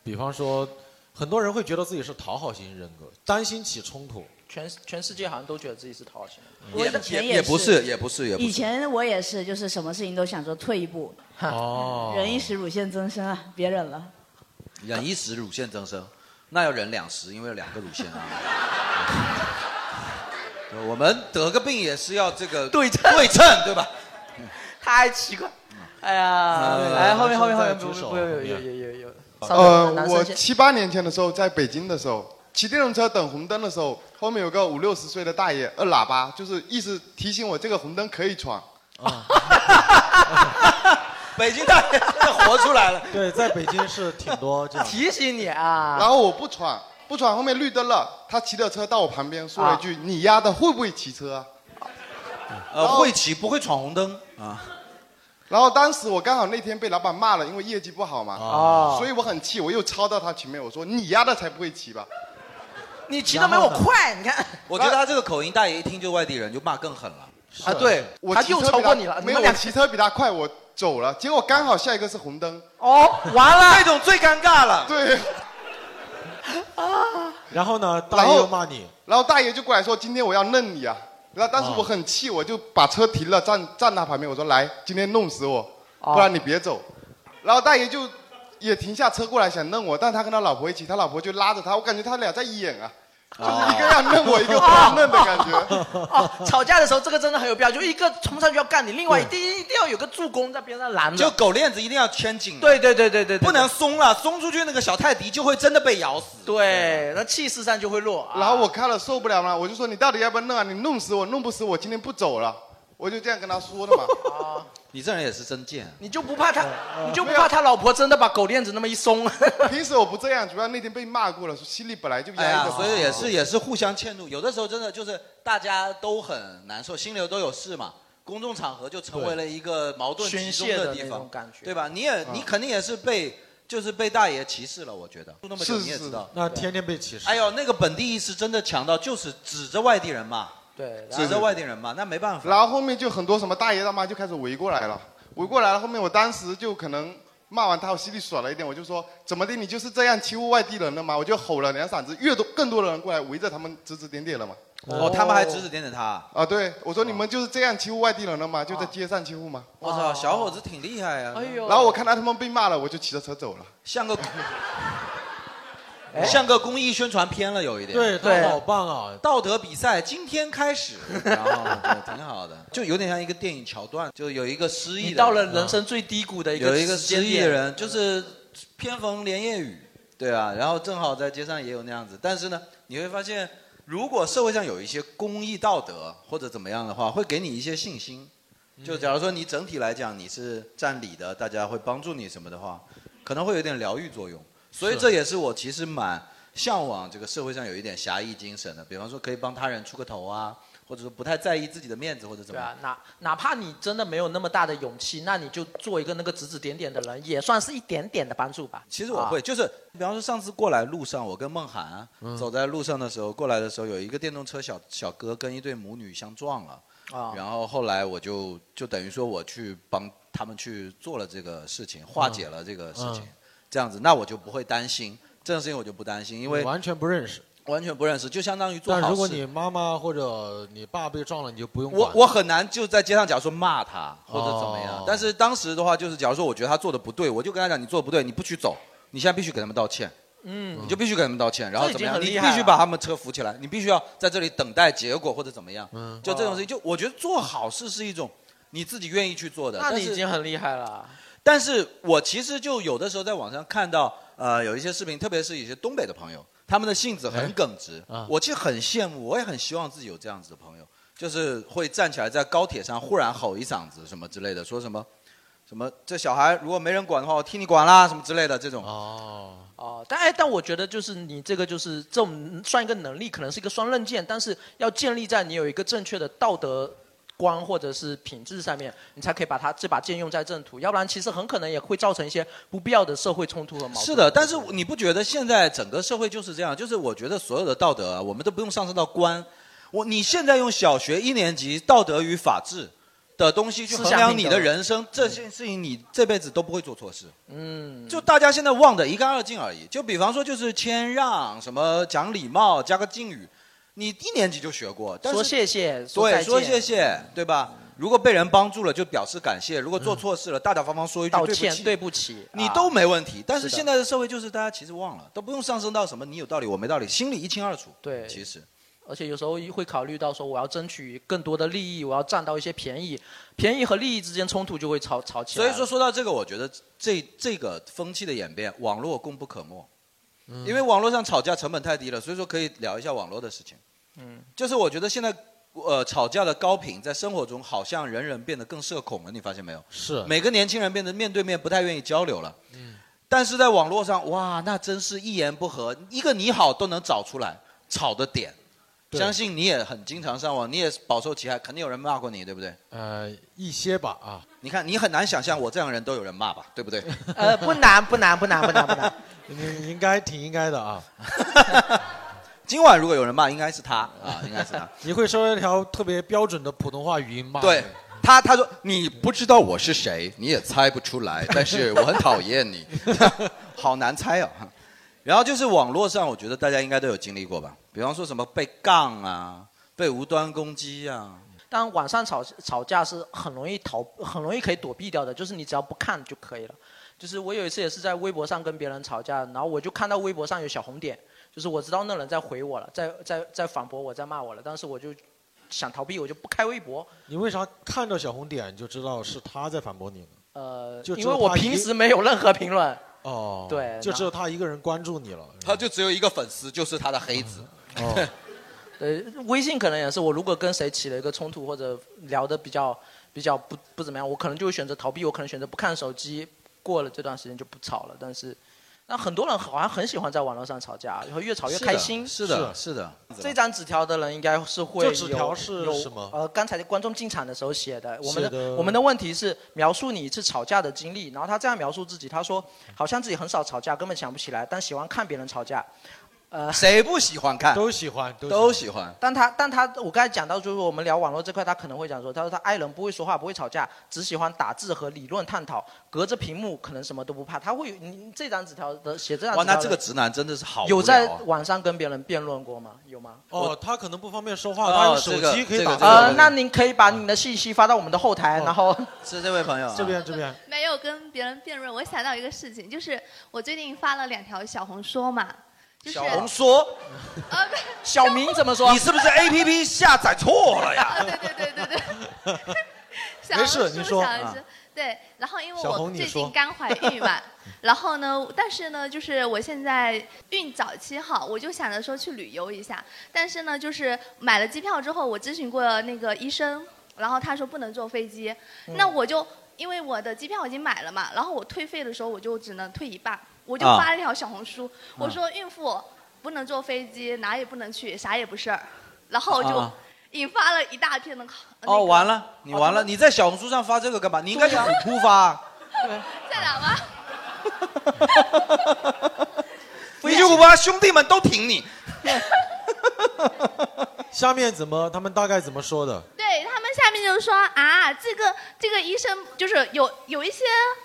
Speaker 2: 比方说，很多人会觉得自己是讨好型人格，担心起冲突。
Speaker 4: 全全世界好像都觉得自己是讨好型人
Speaker 12: 我以前
Speaker 1: 也不是，也不是，也不
Speaker 12: 以
Speaker 1: 是。
Speaker 12: 前我也是，就是什么事情都想着退一步。
Speaker 1: 哦
Speaker 12: 忍一时乳腺增生啊，别忍了。
Speaker 1: 忍一时乳腺增生，那要忍两时，因为有两个乳腺啊。对 [laughs] 我们得个病也是要这个对
Speaker 4: 称
Speaker 1: 对称，对吧？
Speaker 4: 太
Speaker 1: [laughs]
Speaker 4: 奇怪。哎呀
Speaker 1: 嗯，
Speaker 4: 哎，后面后面后
Speaker 1: 男
Speaker 4: 面
Speaker 1: 生在
Speaker 4: 不
Speaker 1: 举
Speaker 4: 不
Speaker 1: 手
Speaker 4: 不有有
Speaker 1: 后
Speaker 4: 有
Speaker 1: 面
Speaker 4: 有有有。
Speaker 13: 呃，
Speaker 4: 男
Speaker 13: 我
Speaker 4: 生先
Speaker 13: 七八年前的时候在北京的时候，骑电动车等红灯的时候，后面有个五六十岁的大爷摁喇叭，就是意思提醒我这个红灯可以闯。
Speaker 1: 啊 [laughs] 北京大爷活出来
Speaker 4: [laughs]
Speaker 1: 了。
Speaker 2: 对，在北京是挺多这样的。 [laughs]
Speaker 4: 提醒你啊
Speaker 13: 然后我不闯，不闯，后面绿灯了，他骑着车到我旁边说了一句：“你丫的会不会骑车啊？”
Speaker 1: 啊呃，
Speaker 13: 哦
Speaker 1: 会骑不会闯红灯啊。
Speaker 13: 然后当时我刚好那天被老板骂了，因为业绩不好嘛，
Speaker 1: 哦
Speaker 13: 所以我很气，我又抄到他前面，我说你丫的才不会骑吧，
Speaker 4: 你
Speaker 1: 骑得没我
Speaker 4: 快，你看。
Speaker 1: 我觉得他这个口音，大爷一听就外地人，就骂更狠了。
Speaker 13: 啊对我骑车比他没有，我骑车比他快，我走了，结果刚好下一个是红灯，
Speaker 4: 哦，完了，
Speaker 1: 这种最尴尬了，
Speaker 13: 对，
Speaker 4: 啊
Speaker 2: 然后呢，大
Speaker 13: 然
Speaker 2: 爷
Speaker 13: 后
Speaker 2: 又骂你，
Speaker 13: 然后大爷就过来说今天我要弄你啊，然后当时我很气，我就把车停了，站站他旁边，我说来，今天弄死我，
Speaker 4: 啊
Speaker 2: 哦
Speaker 13: 不然你别走，然后大爷就也停下车过来想弄我，但他跟他老婆一起，他老婆就拉着他，我感觉他俩在演啊，就是一个要弄我，
Speaker 4: [laughs]
Speaker 13: 一个不要弄的感觉。
Speaker 4: 哦，吵架的时候这个真的很有必要，就一个冲上去要干你，另外一定一定要有个助攻在边上拦着。
Speaker 1: 就狗链子一定要圈紧。
Speaker 4: 对对对对对，
Speaker 1: 不能松了，松出去那个小泰迪就会真的被咬死。
Speaker 4: 对，那气势上就会啊弱。
Speaker 13: 然后我看了受不了嘛，我就说你到底要不要弄啊？你弄死我，弄不死我，今天不走了。我就这样跟他说
Speaker 4: [laughs]
Speaker 13: 的嘛。
Speaker 1: 你这人也是真贱。
Speaker 4: 你就不怕
Speaker 13: 嗯
Speaker 4: 他，你就不怕他老婆真的把狗链子那么一松？[laughs]
Speaker 13: 呃平时我不这样，主要那天被骂过了，说心里本来就
Speaker 1: 哎
Speaker 13: 压抑
Speaker 1: 呀
Speaker 13: 的，，
Speaker 1: 所以也
Speaker 13: 哦
Speaker 1: 是也是互相迁怒，有的时候真的就是大家都很难受，心里都有事嘛。公众场合就成为了一个矛盾集中地
Speaker 4: 宣泄的那
Speaker 1: 方
Speaker 4: 种感，觉
Speaker 1: 对吧？你也
Speaker 4: 嗯
Speaker 1: 你肯定也是被就是被大爷歧视了，我觉得。住那么久
Speaker 2: 是
Speaker 1: 你也知道，
Speaker 2: 那天天被歧视。
Speaker 1: 哎呦，那个本地意识真的强到就是指着外地人骂，
Speaker 4: 对
Speaker 1: 指着外地人骂，那没办法。
Speaker 13: 然后后面就很多什么大爷大妈就开始围过来了，围过来了。后面我当时就可能骂完他，我心里爽了一点，我就说怎么的，你就是这样欺负外地人的吗？我就吼了两嗓子，越多更多的人过来围着他们指指点点了嘛。
Speaker 1: 哦，他们还指指点点他。
Speaker 13: 啊，对，我说你们就是这样欺负外地人的吗？就在街上欺负吗？
Speaker 1: 哦我操，
Speaker 4: 哦
Speaker 1: 小伙子挺厉害呀！哎
Speaker 13: 然后我看到他们被骂了，我就骑着车走了。
Speaker 1: 像个 [laughs] 像个公益宣传片了，有一
Speaker 4: 哎
Speaker 1: 点。
Speaker 2: 对他对好棒啊！
Speaker 1: 道德比赛今天开
Speaker 4: [laughs]
Speaker 1: 始，然后对，挺好的，就有点像一个电影桥段，就有一个失忆
Speaker 4: 你
Speaker 1: 的。
Speaker 4: 到了人生最低谷的一个
Speaker 1: 有一个
Speaker 4: 时间
Speaker 1: 失忆
Speaker 4: 点
Speaker 1: 的人，就是偏逢连夜雨，对啊，然后正好在街上也有那样子，但是呢，你会发现，如果社会上有一些公益道德或者怎么样的话，会给你一些信心。
Speaker 4: 嗯
Speaker 1: 就假如说你整体来讲你是占理的，大家会帮助你什么的话，可能会有点疗愈作用。所以
Speaker 2: 是
Speaker 1: 这也是我其实蛮向往这个社会上有一点侠义精神的，比方说可以帮他人出个头啊，或者说不太在意自己的面子或者怎
Speaker 4: 对
Speaker 1: 么样
Speaker 4: 啊。，哪哪怕你真的没有那么大的勇气，那你就做一个那个指指点点的人，也算是一点点的帮助吧。
Speaker 1: 其实我会，
Speaker 4: 啊
Speaker 1: 就是比方说上次过来路上，我跟梦涵、啊
Speaker 4: 嗯
Speaker 1: 走在路上的时候，过来的时候有一个电动车小小哥跟一对母女相撞了，
Speaker 4: 啊
Speaker 1: 然后后来我就就等于说我去帮他们去做了这个事情，化解了这个事情，
Speaker 2: 嗯
Speaker 1: 这样子，那我就不会担心这种事情，我就不担心，因为
Speaker 2: 你完全不认识。
Speaker 1: 完全不认识，就相当于做好
Speaker 2: 但
Speaker 1: 事。
Speaker 2: 如果你妈妈或者你爸被撞了，你就不用
Speaker 1: 我
Speaker 2: 管。
Speaker 1: 我很难就在街上，假如说骂他或者怎么样。
Speaker 2: 哦
Speaker 1: 但是当时的话，就是假如说我觉得他做的不对，我就跟他讲，你做的不对，你不许走，你现在必须给他们道歉。
Speaker 4: 嗯
Speaker 1: 你就必须给他们道歉，然后
Speaker 4: 这已
Speaker 1: 怎么
Speaker 4: 经
Speaker 1: 样？
Speaker 4: 很
Speaker 1: 你
Speaker 4: 厉害
Speaker 1: 必须
Speaker 4: 了
Speaker 1: 把他们车扶起来，你必须要在这里等待结果或者怎么样。
Speaker 2: 嗯
Speaker 1: 就这种事情，就我觉得做好事是一种你自己愿意去做的。
Speaker 4: 那
Speaker 1: 但
Speaker 4: 你
Speaker 1: 是
Speaker 4: 已经很厉害了。
Speaker 1: 但是我其实就有的时候在网上看到，呃，有一些视频，特别是一些东北的朋友，他们的性子
Speaker 4: 哎
Speaker 1: 很耿直，
Speaker 2: 啊
Speaker 1: 我其实很羡慕，我也很希望自己有这样子的朋友，就是会站起来在高铁上忽然吼一嗓子什么之类的，说什么什么这小孩如果没人管的话，我替你管啦什么之类的这种。
Speaker 2: 哦，
Speaker 4: 哦，但哎，但我觉得就是你这个就是这种算一个能力，可能是一个双刃剑，但是要建立在你有一个正确的道德光或者是品质上面，你才可以把它这把剑用在正途，要不然其实很可能也会造成一些不必要的社会冲突和矛盾。
Speaker 1: 是的，但是你不觉得现在整个社会就是这样？就是我觉得所有的道德啊，我们都不用上升到官。我你现在用小学一年级道德与法治的东西去衡量你的人生，这件事情你这辈子都不会做错事。
Speaker 4: 嗯，
Speaker 1: 就大家现在忘得一干二净而已。就比方说，就是谦让，什么讲礼貌，加个敬语，你一年级就学过。但是
Speaker 4: 说谢谢，说再
Speaker 1: 对，
Speaker 4: 见嗯
Speaker 1: 说谢谢，对吧？如果被人帮助了，就表示感谢；如果做错事了，大大方方说一句
Speaker 4: 道歉，
Speaker 1: 对
Speaker 4: 对
Speaker 1: 不起，
Speaker 4: 不起，
Speaker 1: 你
Speaker 4: 啊
Speaker 1: 都没问题。但是
Speaker 4: 是的
Speaker 1: 现在的社会就是大家其实忘了，都不用上升到什么你有道理我没道理，心里一清二楚。
Speaker 4: 对
Speaker 1: 其实
Speaker 4: 而且有时候会考虑到说，我要争取更多的利益，我要占到一些便宜，便宜和利益之间冲突就会吵吵起
Speaker 1: 所
Speaker 4: 来了。
Speaker 1: 以说，说到这个，我觉得这这个风气的演变，网络功不可没。
Speaker 4: 嗯
Speaker 1: 因为网络上吵架成本太低了，所以说可以聊一下网络的事情。
Speaker 4: 嗯，
Speaker 1: 就是我觉得现在呃吵架的高频，在生活中好像人人变得更社恐了，你发现没有？
Speaker 2: 是
Speaker 1: 每个年轻人变得面对面不太愿意交流了。
Speaker 4: 嗯
Speaker 1: 但是在网络上，哇，那真是一言不合，一个你好都能找出来吵的点。
Speaker 2: 对
Speaker 1: 相信你也很经常上网，你也饱受其害，肯定有人骂过你，对不对？
Speaker 2: 呃，一些吧啊。
Speaker 1: 你看，你很难想象我这样的人都有人骂吧，对不对？
Speaker 4: 呃，不难，不难，不难，不难，不难。 [laughs]
Speaker 2: 你应该挺应该的啊。
Speaker 1: [laughs] 今晚如果有人骂，应该是他啊，应该是他。
Speaker 2: [laughs] 你会说一条特别标准的普通话语音骂？
Speaker 1: 对，他，他说你不知道我是谁，你也猜不出
Speaker 2: [laughs]
Speaker 1: 来，但是我很讨厌你，好难猜啊。然后就是网络上，我觉得大家应该都有经历过吧，比方说什么被杠啊，被无端攻击啊，
Speaker 4: 但网上吵吵架是很容易逃，很容易可以躲避掉的，就是你只要不看就可以了。就是我有一次也是在微博上跟别人吵架，然后我就看到微博上有小红点，就是我知道那人在回我了，在在在反驳我，在骂我了，但是我就想逃避，我就不开微博。
Speaker 2: 你为啥看着小红点就知道是他在反驳你呢？
Speaker 4: 呃，
Speaker 2: 就只
Speaker 4: 因
Speaker 2: 有
Speaker 4: 为我
Speaker 2: 他一
Speaker 4: 平时没有任何评论。
Speaker 2: 哦，
Speaker 4: 对
Speaker 2: 就
Speaker 4: 那
Speaker 2: 只有他一个人关注你了。
Speaker 1: 他就只有一个粉丝，就是他的黑子。
Speaker 2: 哦
Speaker 4: 呃，微信可能也是，我如果跟谁起了一个冲突或者聊的比较比较不不怎么样，我可能就会选择逃避，我可能选择不看手机，过了这段时间就不吵了。但是，那很多人好像很喜欢在网络上吵架，然后越吵越开心。
Speaker 1: 是的，是的。
Speaker 4: 这张纸条的人应该是会
Speaker 2: 这纸条
Speaker 4: 有
Speaker 2: 是
Speaker 4: 有
Speaker 2: 什么
Speaker 4: 呃，刚才观众进场的时候写的。我们
Speaker 2: 写的
Speaker 4: 的我们的问题是描述你一次吵架的经历，然后他这样描述自己，他说好像自己很少吵架，根本想不起来，但喜欢看别人吵架。
Speaker 1: [laughs]
Speaker 4: 呃，
Speaker 1: 谁不喜欢看？
Speaker 2: 都喜欢，
Speaker 1: 都喜欢。
Speaker 4: 但他但他，我刚才讲到，就是我们聊网络这块，他可能会讲说，他说他爱人不会说话，不会吵架，只喜欢打字和理论探讨，隔着屏幕可能什么都不怕。他会，你你这张纸条的写这张纸
Speaker 1: 哇，
Speaker 4: 条的
Speaker 1: 那这个直男真的是好无聊啊
Speaker 4: 有在网上跟别人辩论过吗？有吗？
Speaker 2: 哦，他可能不方便说话，
Speaker 1: 哦
Speaker 2: 他用手
Speaker 1: 这个
Speaker 2: 机可以
Speaker 1: 这个
Speaker 2: 打
Speaker 1: 这
Speaker 2: 字。
Speaker 1: 个
Speaker 4: 呃，那您可以把你的信息发到我们的
Speaker 1: [laughs]
Speaker 4: 后台，然后
Speaker 1: 是这位朋友啊这边
Speaker 2: 这边
Speaker 14: 没有跟别人辩论。我想到一个事情，就是我最近发了两条小红说嘛，就是
Speaker 12: 啊
Speaker 14: 呃
Speaker 4: 小红说，小明怎么说？
Speaker 1: 你是不是 A P P 下载错了
Speaker 14: 啊
Speaker 4: [laughs]
Speaker 1: 呀？
Speaker 2: [laughs]
Speaker 14: 小
Speaker 2: 没事
Speaker 14: 红书
Speaker 2: 你说
Speaker 14: 小红书
Speaker 2: 啊
Speaker 14: 对，然后因为
Speaker 2: 小
Speaker 14: 我
Speaker 2: 红你
Speaker 14: 最
Speaker 2: 说
Speaker 14: 近刚怀孕
Speaker 2: [laughs]
Speaker 14: 嘛，然后呢，但是呢，就是我现在孕早期哈，我就想着说去旅游一下，但是呢，就是买了机票之后，我咨询过那个医生，然后他说不能坐飞机，
Speaker 15: 嗯
Speaker 14: 那我就因为我的机票已经买了嘛，然后我退费的时候我就只能退一半，我就
Speaker 15: 啊
Speaker 14: 发了一条小红书，
Speaker 2: 嗯
Speaker 14: 我说孕妇不能坐飞机，哪也不能去，啥也不是儿，然后就
Speaker 1: 啊
Speaker 14: 引发了一大片的考。
Speaker 1: 哦，完了，你完了，
Speaker 14: 哦
Speaker 1: 你在小红书上发这个干嘛？你应该去
Speaker 14: 对啊
Speaker 1: 虎扑发啊。
Speaker 14: 在哪吗？
Speaker 1: 你去虎扑发，兄弟们都挺你。
Speaker 2: [laughs] 下面怎么？他们大概怎么说的？
Speaker 14: [laughs] 对他们下面就说啊，这个这个医生就是有有一些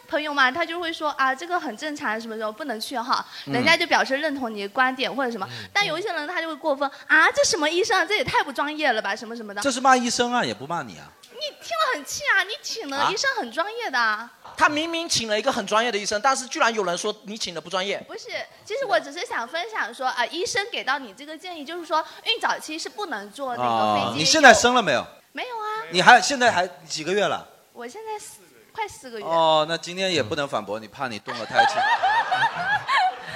Speaker 14: 朋友嘛，他就会说啊，这个很正常，什么时候不能去哈，
Speaker 15: 嗯
Speaker 14: 人家就表示认同你的观点或者什么。
Speaker 1: 嗯
Speaker 14: 但有一些人他就会过分啊，这什么医生啊，这也太不专业了吧，什么什么的。
Speaker 1: 这是骂医生啊，也不骂你啊。
Speaker 14: 你听了很气啊，你请了
Speaker 4: 啊
Speaker 14: 医生很专业的啊。
Speaker 4: 他明明请了一个很专业的医生，但是居然有人说你请的不专业。
Speaker 14: 不是，其实我只是想分享说啊、医生给到你这个建议，就是说孕早期是不能坐那个飞机。
Speaker 1: 啊你现在生了没有？
Speaker 14: 没有啊？
Speaker 1: 你还现在还几个月了？
Speaker 14: 我现在四快四个月。
Speaker 1: 哦，那今天也不能反驳你，怕你动了胎 [laughs] 气。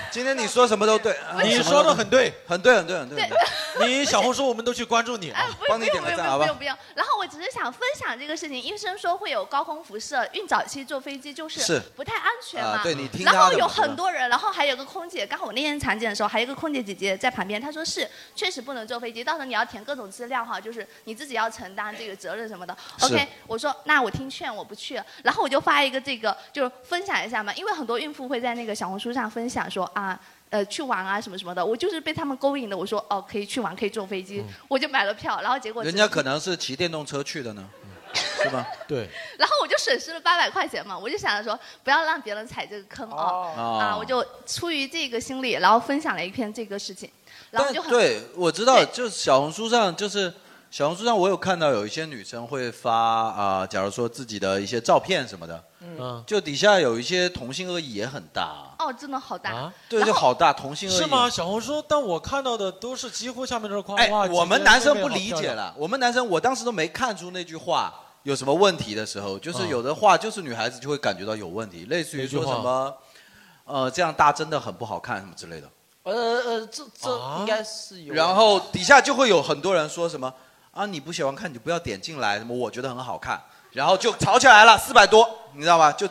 Speaker 1: 今天你说什么都对，啊
Speaker 2: 你
Speaker 1: 什么
Speaker 2: 说
Speaker 1: 都
Speaker 2: 得很对，
Speaker 1: 很对，很对，很对。
Speaker 14: [laughs] 对
Speaker 1: [laughs] 很对，
Speaker 2: 你小红书我们都去关注
Speaker 14: [laughs]
Speaker 2: 你啊，
Speaker 1: 哎帮你点
Speaker 14: 哎不
Speaker 1: 个
Speaker 14: 用不用
Speaker 1: 赞好
Speaker 14: 不
Speaker 1: 吧
Speaker 14: 用？不用。然后我只是想分享这个事情，医生说会有高空辐射，孕早期坐飞机就是
Speaker 1: 是
Speaker 14: 不太安全嘛。
Speaker 1: 啊对你听
Speaker 14: 然
Speaker 1: 他
Speaker 14: 后
Speaker 1: 的
Speaker 14: 有
Speaker 1: 嘛对吧
Speaker 14: 很多人，然后还有个空姐，刚好我那天产检的时候，还有一个空姐姐姐在旁边，她说是确实不能坐飞机，到时候你要填各种资料哈，就是你自己要承担这个责任什么的。
Speaker 15: 是
Speaker 14: OK，我说那我听劝，我不去。然后我就发一个这个，就是分享一下嘛，因为很多孕妇会在那个小红书上分享说啊。呃，去玩啊什么什么的，我就是被他们勾引的。我说哦，可以去玩，可以坐飞机，我就买了票。然后结果
Speaker 1: 嗯人
Speaker 14: 只
Speaker 1: 家可能是骑电动车去的呢，是吧？
Speaker 2: 对，
Speaker 14: [laughs] 然后我就损失了八百块钱嘛，我就想着说不要让别人踩这个坑哦
Speaker 1: 哦
Speaker 14: 啊，我就出于这个心理，然后分享了一篇这个事情，然后
Speaker 1: 但
Speaker 14: 就很
Speaker 1: 对，我知道，就是小红书上，就是小红书上，我有看到有一些女生会发啊、假如说自己的一些照片什么的，
Speaker 2: 嗯，啊
Speaker 1: 就底下有一些同性恶意也很大，
Speaker 14: 哦，真的好大，
Speaker 1: 对，就好大同性恶意
Speaker 2: 是吗？？小红书，但我看到的都是几乎下面都是夸
Speaker 1: 哎
Speaker 2: 哇，，
Speaker 1: 我们
Speaker 2: 姐姐
Speaker 1: 男生
Speaker 2: 妹妹
Speaker 1: 不
Speaker 2: 好
Speaker 1: 理
Speaker 2: 漂
Speaker 1: 解
Speaker 2: 亮
Speaker 1: 了，我们男生我当时都没看出那句话有什么问题的时候，
Speaker 2: 嗯
Speaker 1: 就是有的话就是女孩子就会感觉到有问题，类似于说
Speaker 2: 哪句
Speaker 1: 什
Speaker 2: 话
Speaker 1: 么，呃，这样大真的很不好看什么之类的。
Speaker 4: 呃呃，这这
Speaker 1: 啊
Speaker 4: 应该是有。
Speaker 1: 然后底下就会有很多人说什么啊，你不喜欢看你就不要点进来，什么我觉得很好看，然后就吵起来了，四百多，你知道吧？就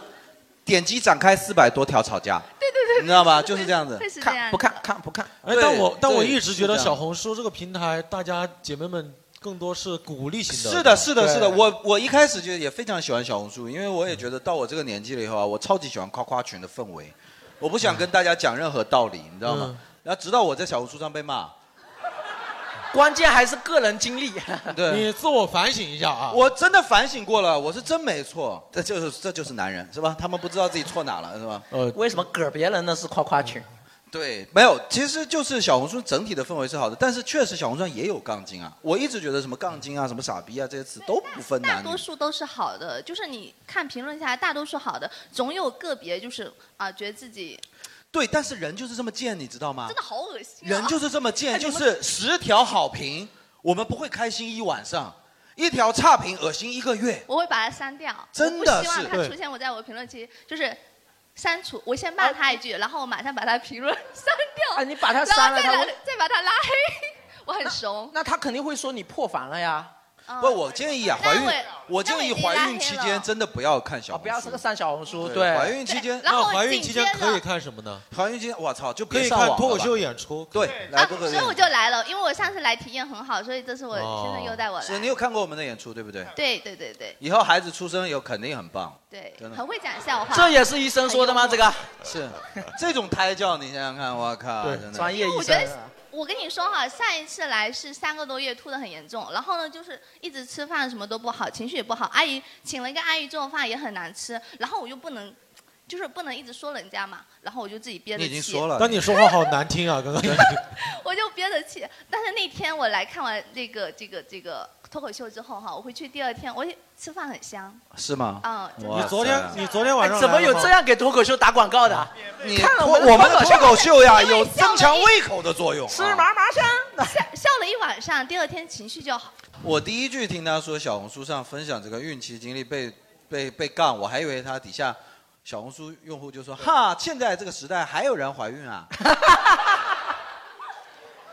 Speaker 1: 点击展开四百多条吵架，
Speaker 14: 对对对，
Speaker 1: 你知道吧？就是这样子
Speaker 14: 会，是这样
Speaker 1: 不看看不看。
Speaker 2: 哎，
Speaker 1: 对
Speaker 2: 但我但我
Speaker 1: 对
Speaker 2: 一直觉得
Speaker 1: 是这样
Speaker 2: 小红书这个平台，大家姐妹们更多是鼓励型的。
Speaker 1: 是的，是的，是的。
Speaker 2: 对
Speaker 1: 我我一开始就也非常喜欢小红书，因为我也觉得到我这个年纪了以后啊，我超级喜欢夸夸群的氛围，我不想跟大家讲任何道理，你知道吗
Speaker 4: 嗯？
Speaker 1: 然后直到我在小红书上被骂，
Speaker 4: 关键还是个人经历。
Speaker 1: 对，
Speaker 2: 你自我反省一下啊。
Speaker 1: 我 [laughs] 真的反省过了，我是真没错，这就是这就是男人是吧？他们不知道自己错哪了是吧？
Speaker 2: 呃，
Speaker 4: 为什么搁别人那是夸夸群？
Speaker 1: 对，没有，其实就是小红书整体的氛围是好的，但是确实小红书上也有杠精啊。我一直觉得什么杠精啊、什么傻逼啊这些词都不分
Speaker 14: 大
Speaker 1: 男女
Speaker 14: 多。数都是好的，就是你看评论下来，大多数好的，总有个别就是啊，觉得自己
Speaker 1: 对，但是人就是这么贱，你知道吗
Speaker 14: 真？的好恶心、啊，
Speaker 1: 人就是这么
Speaker 4: 哎
Speaker 1: 贱，就是十条好评，我们不会开心一晚上；一条差评，恶心一个月。
Speaker 14: 我会把它删掉，
Speaker 1: 真
Speaker 14: 我
Speaker 1: 的
Speaker 14: 不希望
Speaker 1: 是
Speaker 14: 它
Speaker 1: 对
Speaker 14: 出现我在我的评论区，就是删除，我先骂他一句，然后我马上把他评论删掉，
Speaker 4: 啊你把它删了
Speaker 14: 然后
Speaker 4: 它
Speaker 14: 再
Speaker 4: 会
Speaker 14: 来再把他拉黑，我很怂。
Speaker 4: 那他肯定会说你破防了呀。
Speaker 14: 哦
Speaker 1: 不，我建议啊，怀孕
Speaker 4: 那我，
Speaker 1: 我建议怀孕期间真的不要看小红书，
Speaker 4: 不要这个上小红
Speaker 2: 哦
Speaker 4: 书，
Speaker 1: 对
Speaker 4: 对，
Speaker 1: 怀孕期间，
Speaker 2: 那怀孕期间可以看什么呢？
Speaker 1: 怀孕期间，我操，就
Speaker 2: 可
Speaker 1: 别
Speaker 2: 以
Speaker 1: 上网
Speaker 2: 看
Speaker 1: 了
Speaker 2: 脱口
Speaker 1: 吧
Speaker 2: 秀演出。
Speaker 1: 对，来
Speaker 14: 啊，
Speaker 1: 脱口
Speaker 14: 所
Speaker 1: 秀
Speaker 14: 以我就来了，因为我上次来体验很好，所以这是我
Speaker 1: 哦
Speaker 14: 现在又带我
Speaker 1: 是
Speaker 14: 来。
Speaker 1: 你有看过我们的演出对不对？
Speaker 14: 对对对对
Speaker 1: 以后孩子出生以后肯定很棒。
Speaker 14: 对
Speaker 1: 真，的
Speaker 14: 很会讲笑话。
Speaker 4: 医生说的吗？这个
Speaker 1: 是 [laughs] 这种胎教，你想想看，我靠，
Speaker 4: 对
Speaker 1: 真的
Speaker 4: 专业医啊
Speaker 14: 我觉得我跟你说哈，上一次来是三个多月吐的很严重，然后呢就是一直吃饭什么都不好，情绪也不好。阿姨请了一个阿姨做饭也很难吃，然后我又不能，就是不能一直说人家嘛，然后我就自己憋着气。
Speaker 2: 你已经说了，但你
Speaker 16: [laughs]
Speaker 2: 说话好难听啊！刚刚
Speaker 14: [laughs] 我就憋着气。但是那天我来看完这个这个这个脱口秀之后哈，我回去第二天我也吃饭很香。
Speaker 1: 是吗？哎
Speaker 14: 嗯真的
Speaker 2: 你昨天你昨天晚上
Speaker 4: 哎怎么
Speaker 2: 来了
Speaker 4: 有
Speaker 2: 吗
Speaker 4: 这样给脱口秀打广告的？
Speaker 1: 你
Speaker 4: 看了
Speaker 1: 脱我们
Speaker 4: 的
Speaker 1: 的脱口秀呀，有
Speaker 14: 笑
Speaker 1: 增强
Speaker 14: 了一
Speaker 1: 胃口的作
Speaker 2: 哦
Speaker 1: 用。
Speaker 14: 吃
Speaker 1: 啊
Speaker 14: 麻麻香，笑笑了一晚上，第二天情绪就好。
Speaker 1: 我第一句听他说小红书上分享这个孕期经历被被被杠，我还以为他底下小红书用户就说哈，现在这个时代还有人怀孕
Speaker 4: [laughs]
Speaker 1: 啊？
Speaker 4: 哎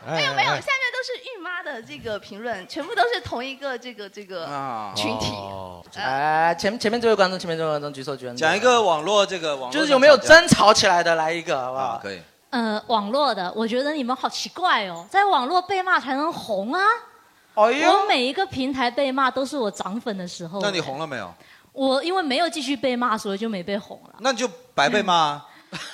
Speaker 2: 哎
Speaker 14: 没有没有，下面都是孕妈的这个评论，全部都是同一个这个这个
Speaker 2: 啊
Speaker 14: 群体。
Speaker 4: 啊哎，前前面这位观众，前面这位观众举手举手。
Speaker 1: 讲一个网络这个网络
Speaker 4: 就是
Speaker 1: 上
Speaker 4: 有没有
Speaker 1: 吵架
Speaker 4: 争吵起来的，来一个好不好？
Speaker 1: 啊可以。
Speaker 16: 呃，网络的，我觉得你们好奇怪哦，在网络被骂才能红啊！
Speaker 1: 呦
Speaker 16: 我每一个平台被骂都是我涨粉的时候。哎
Speaker 1: 那你红了没有？
Speaker 16: 我因为没有继续被骂，所以就没被红了。
Speaker 1: 那你就 [laughs] 白被骂啊。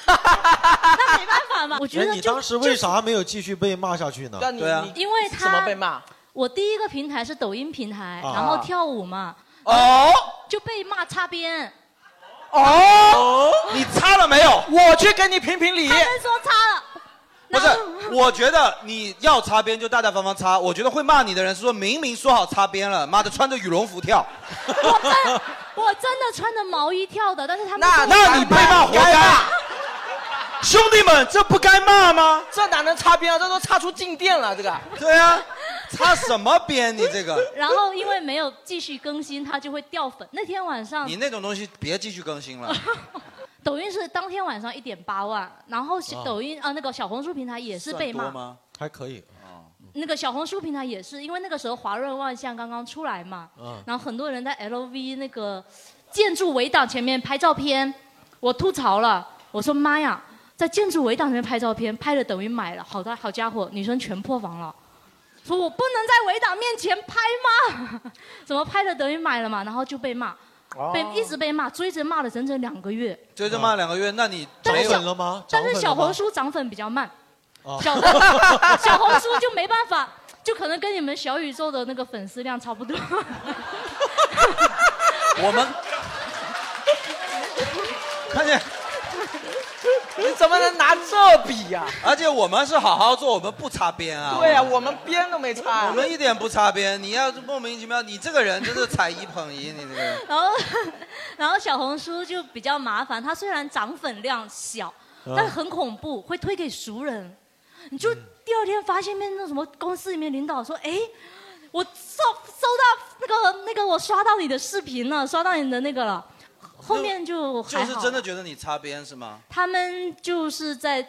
Speaker 16: 没办法嘛，我觉
Speaker 2: 哎
Speaker 16: 得
Speaker 2: 你
Speaker 16: 就
Speaker 2: 当时为啥没有继续被骂下去呢？
Speaker 16: 对啊你因为他
Speaker 4: 怎么被骂？
Speaker 16: 我第一个平台是抖音平台，
Speaker 2: 啊
Speaker 16: 然后跳舞嘛，
Speaker 4: 哦，
Speaker 16: 就被骂擦边。
Speaker 4: 哦，
Speaker 1: 你擦了没有？
Speaker 4: 我去跟你评评理。
Speaker 16: 他们说擦了，
Speaker 1: 不是，我觉得你要擦边就大大方方擦。我觉得会骂你的人是说明明说好擦边了，妈的穿着羽绒服跳，
Speaker 16: 我真的穿着毛衣跳的，但是他们
Speaker 4: 那
Speaker 16: 说我
Speaker 4: 被骂活该。
Speaker 1: 兄弟们，这不该骂吗？
Speaker 4: 这哪能擦边啊？这都擦出静电了，这个。
Speaker 1: 对啊，擦什么边？你这个，
Speaker 16: 然后因为没有继续更新，它就会掉粉。那天晚上
Speaker 1: 你那种东西别继续更
Speaker 16: [laughs]
Speaker 1: 新了。
Speaker 16: 抖音是当天晚上一点八万，然后小
Speaker 1: 啊
Speaker 16: 抖音啊、呃那个小红书平台也是被
Speaker 1: 算
Speaker 16: 骂
Speaker 1: 多，吗？
Speaker 2: 还可以。
Speaker 16: 那个小红书平台也是，因为那个时候华润万象刚刚出来嘛，
Speaker 2: 嗯
Speaker 16: 然后很多人在 LV 那个建筑围挡前面拍照片，我吐槽了，我说妈呀，在建筑围挡前面拍照片，拍了等于买了，好的好家伙，女生全破防了。说我不能在围挡面前拍吗？怎么拍了等于买了嘛？然后就被骂，被
Speaker 1: 哦
Speaker 16: 一直被骂，追着骂了整整两个月。
Speaker 1: 就这骂两个月，那你
Speaker 16: 但
Speaker 1: 没
Speaker 16: 是
Speaker 1: 有
Speaker 16: 小但是小红书涨粉比较慢，
Speaker 1: 哦
Speaker 16: 小
Speaker 1: [laughs]
Speaker 16: 小红书就没办法，就可能跟你们小宇宙的那个粉丝量差不多。
Speaker 1: 我们看见，
Speaker 4: [laughs] 你怎么能拿这比呀、
Speaker 1: 而且我们是好好做，我们不擦边啊。
Speaker 4: 对呀、我们边都没插、
Speaker 1: 我们一点不擦边。你要是莫名其妙，你这个人真是踩一捧一，你这个人。
Speaker 16: [laughs] 然后，然后小红书就比较麻烦，它虽然涨粉量小，
Speaker 1: 嗯
Speaker 16: 但很恐怖，会推给熟人。你就第二天发现面那什么公司里面领导说，哎，我搜搜到那个那个我刷到你的视频了，刷到你的那个了，后面就还
Speaker 1: 就
Speaker 16: 好。
Speaker 1: 是真的觉得你擦边是吗？
Speaker 16: 他们就是在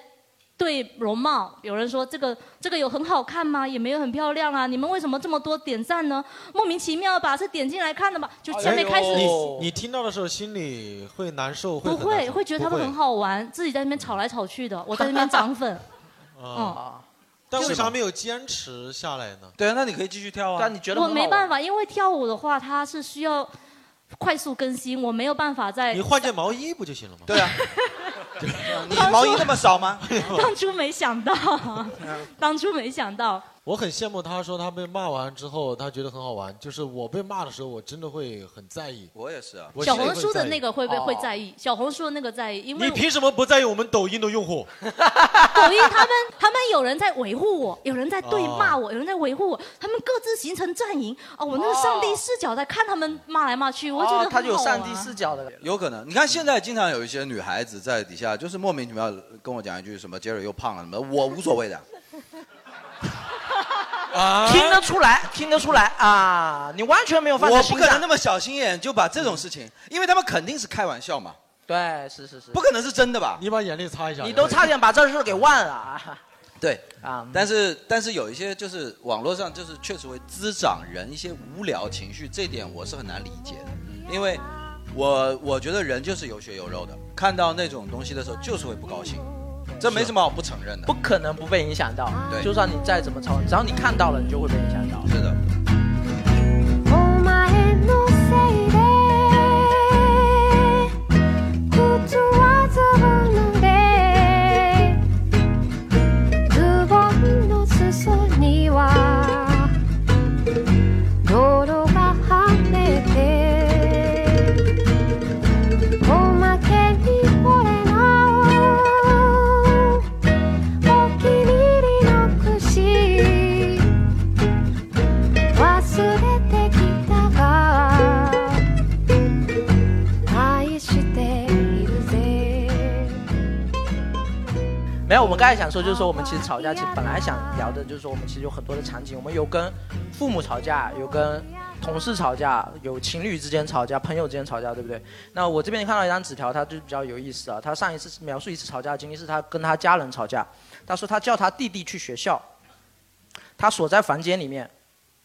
Speaker 16: 对容貌，有人说这个这个有很好看吗？也没有很漂亮啊，你们为什么这么多点赞呢？莫名其妙吧，是点进来看的吧？
Speaker 2: 哎
Speaker 16: 就下面开始、
Speaker 2: 你你听到的时候心里会难受，会
Speaker 16: 不
Speaker 2: 很难
Speaker 16: 会
Speaker 2: 受
Speaker 16: 会觉得他
Speaker 2: 不
Speaker 16: 们很好玩，自己在那边吵来吵去的，我在那边涨粉，
Speaker 2: 啊。
Speaker 16: 嗯。
Speaker 2: 但为啥没有坚持下来呢？
Speaker 1: 对啊，那你可以继续跳啊。
Speaker 2: 但
Speaker 1: 你
Speaker 16: 我没办法，因为跳舞的话，它是需要快速更新，我没有办法在。
Speaker 2: 你换件毛衣不就行了吗？
Speaker 1: 对啊，
Speaker 2: [laughs]
Speaker 1: 你毛衣那么少吗？
Speaker 16: 当初没想到， [laughs] 当初没想到，
Speaker 2: [laughs] 我很羡慕他说他被骂完之后，他觉得很好玩。就是我被骂的时候，我真的会很在意。
Speaker 1: 我也是啊
Speaker 16: 小红书的那个会不会在
Speaker 2: 意？哦
Speaker 16: 意？小红书的那个在意，因为
Speaker 2: 你凭什么不在意我们抖音的用户？
Speaker 16: [laughs] 抖音他们他们有人在维护我，有人在对骂我，有人在维护我，他们各自形成阵营哦，我那个上帝视角在看他们骂来骂去，我觉得、啊
Speaker 4: 哦，他就有上帝视。角的。
Speaker 1: 有可能，你看现在经常有一些女孩子在底下，就是莫名其妙跟我讲一句什么杰瑞又胖了什么，我无所谓的。啊
Speaker 4: 听得出来，听得出来啊！你完全没有放在
Speaker 1: 我不
Speaker 4: 心
Speaker 1: 可能
Speaker 4: 上
Speaker 1: 那。么小心眼，就把这种事情，因为他们肯定是开玩笑嘛，
Speaker 4: [laughs] 对，是是是，
Speaker 1: 不可能是真的吧？
Speaker 2: 你把眼泪擦一下
Speaker 4: 你都差点把这事给忘了啊。
Speaker 1: 对啊，但是但是有一些就是网络上就是确实会滋长人一些无聊情绪，这点我是很难理解的，因为我我觉得人就是有血有肉的，看到那种东西的时候就是会不高兴，这没什么好不承认的。
Speaker 4: 不可能不被影响到。
Speaker 1: 对
Speaker 4: 就算你再怎么吵，只要你看到了，你就会被影响到。
Speaker 1: 是的。
Speaker 15: お前のせいで靴はずぶ濡れズボンの裾には泥がはねておまけにこれなお気に入りの櫛忘れてきたが愛しているぜ
Speaker 4: 没有，我们刚才想说，就是说我们其实吵架，其实本来想聊的就是说，我们其实有很多的场景，我们有跟父母吵架，有跟同事吵架，有情侣之间吵架，朋友之间吵架，对不对？那我这边看到一张纸条，他就比较有意思啊。他上一次描述一次吵架的经历是他跟他家人吵架，他说他叫他弟弟去学校，他锁在房间里面，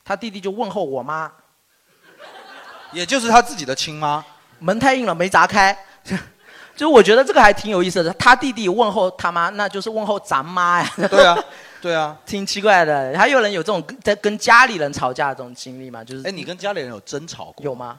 Speaker 4: 他弟弟就问候我妈，
Speaker 1: 也就是他自己的亲妈，
Speaker 4: 门太硬了没砸开。就我觉得这个还挺有意思的，他弟弟问候他妈，那就是问候咱妈呀。
Speaker 1: 对啊，对啊，
Speaker 4: [laughs] 挺奇怪的。还有人有这种跟在跟家里人吵架的这种经历吗？就是
Speaker 1: 哎，你跟家里人有争吵过？
Speaker 4: 有吗？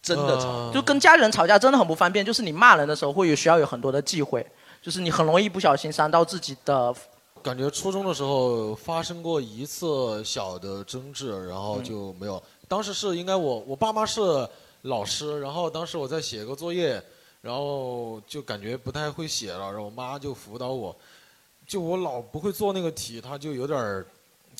Speaker 1: 真的
Speaker 2: 呃
Speaker 1: 吵？
Speaker 4: 就跟家里人吵架真的很不方便，就是你骂人的时候会有需要有很多的忌讳，就是你很容易不小心伤到自己的。
Speaker 2: 感觉初中的时候呃发生过一次小的争执，然后就没有。当时是应该我我爸妈是老师，然后当时我在写个作业，然后就感觉不太会写了，然后我妈就辅导我，就我老不会做那个题，她就有点儿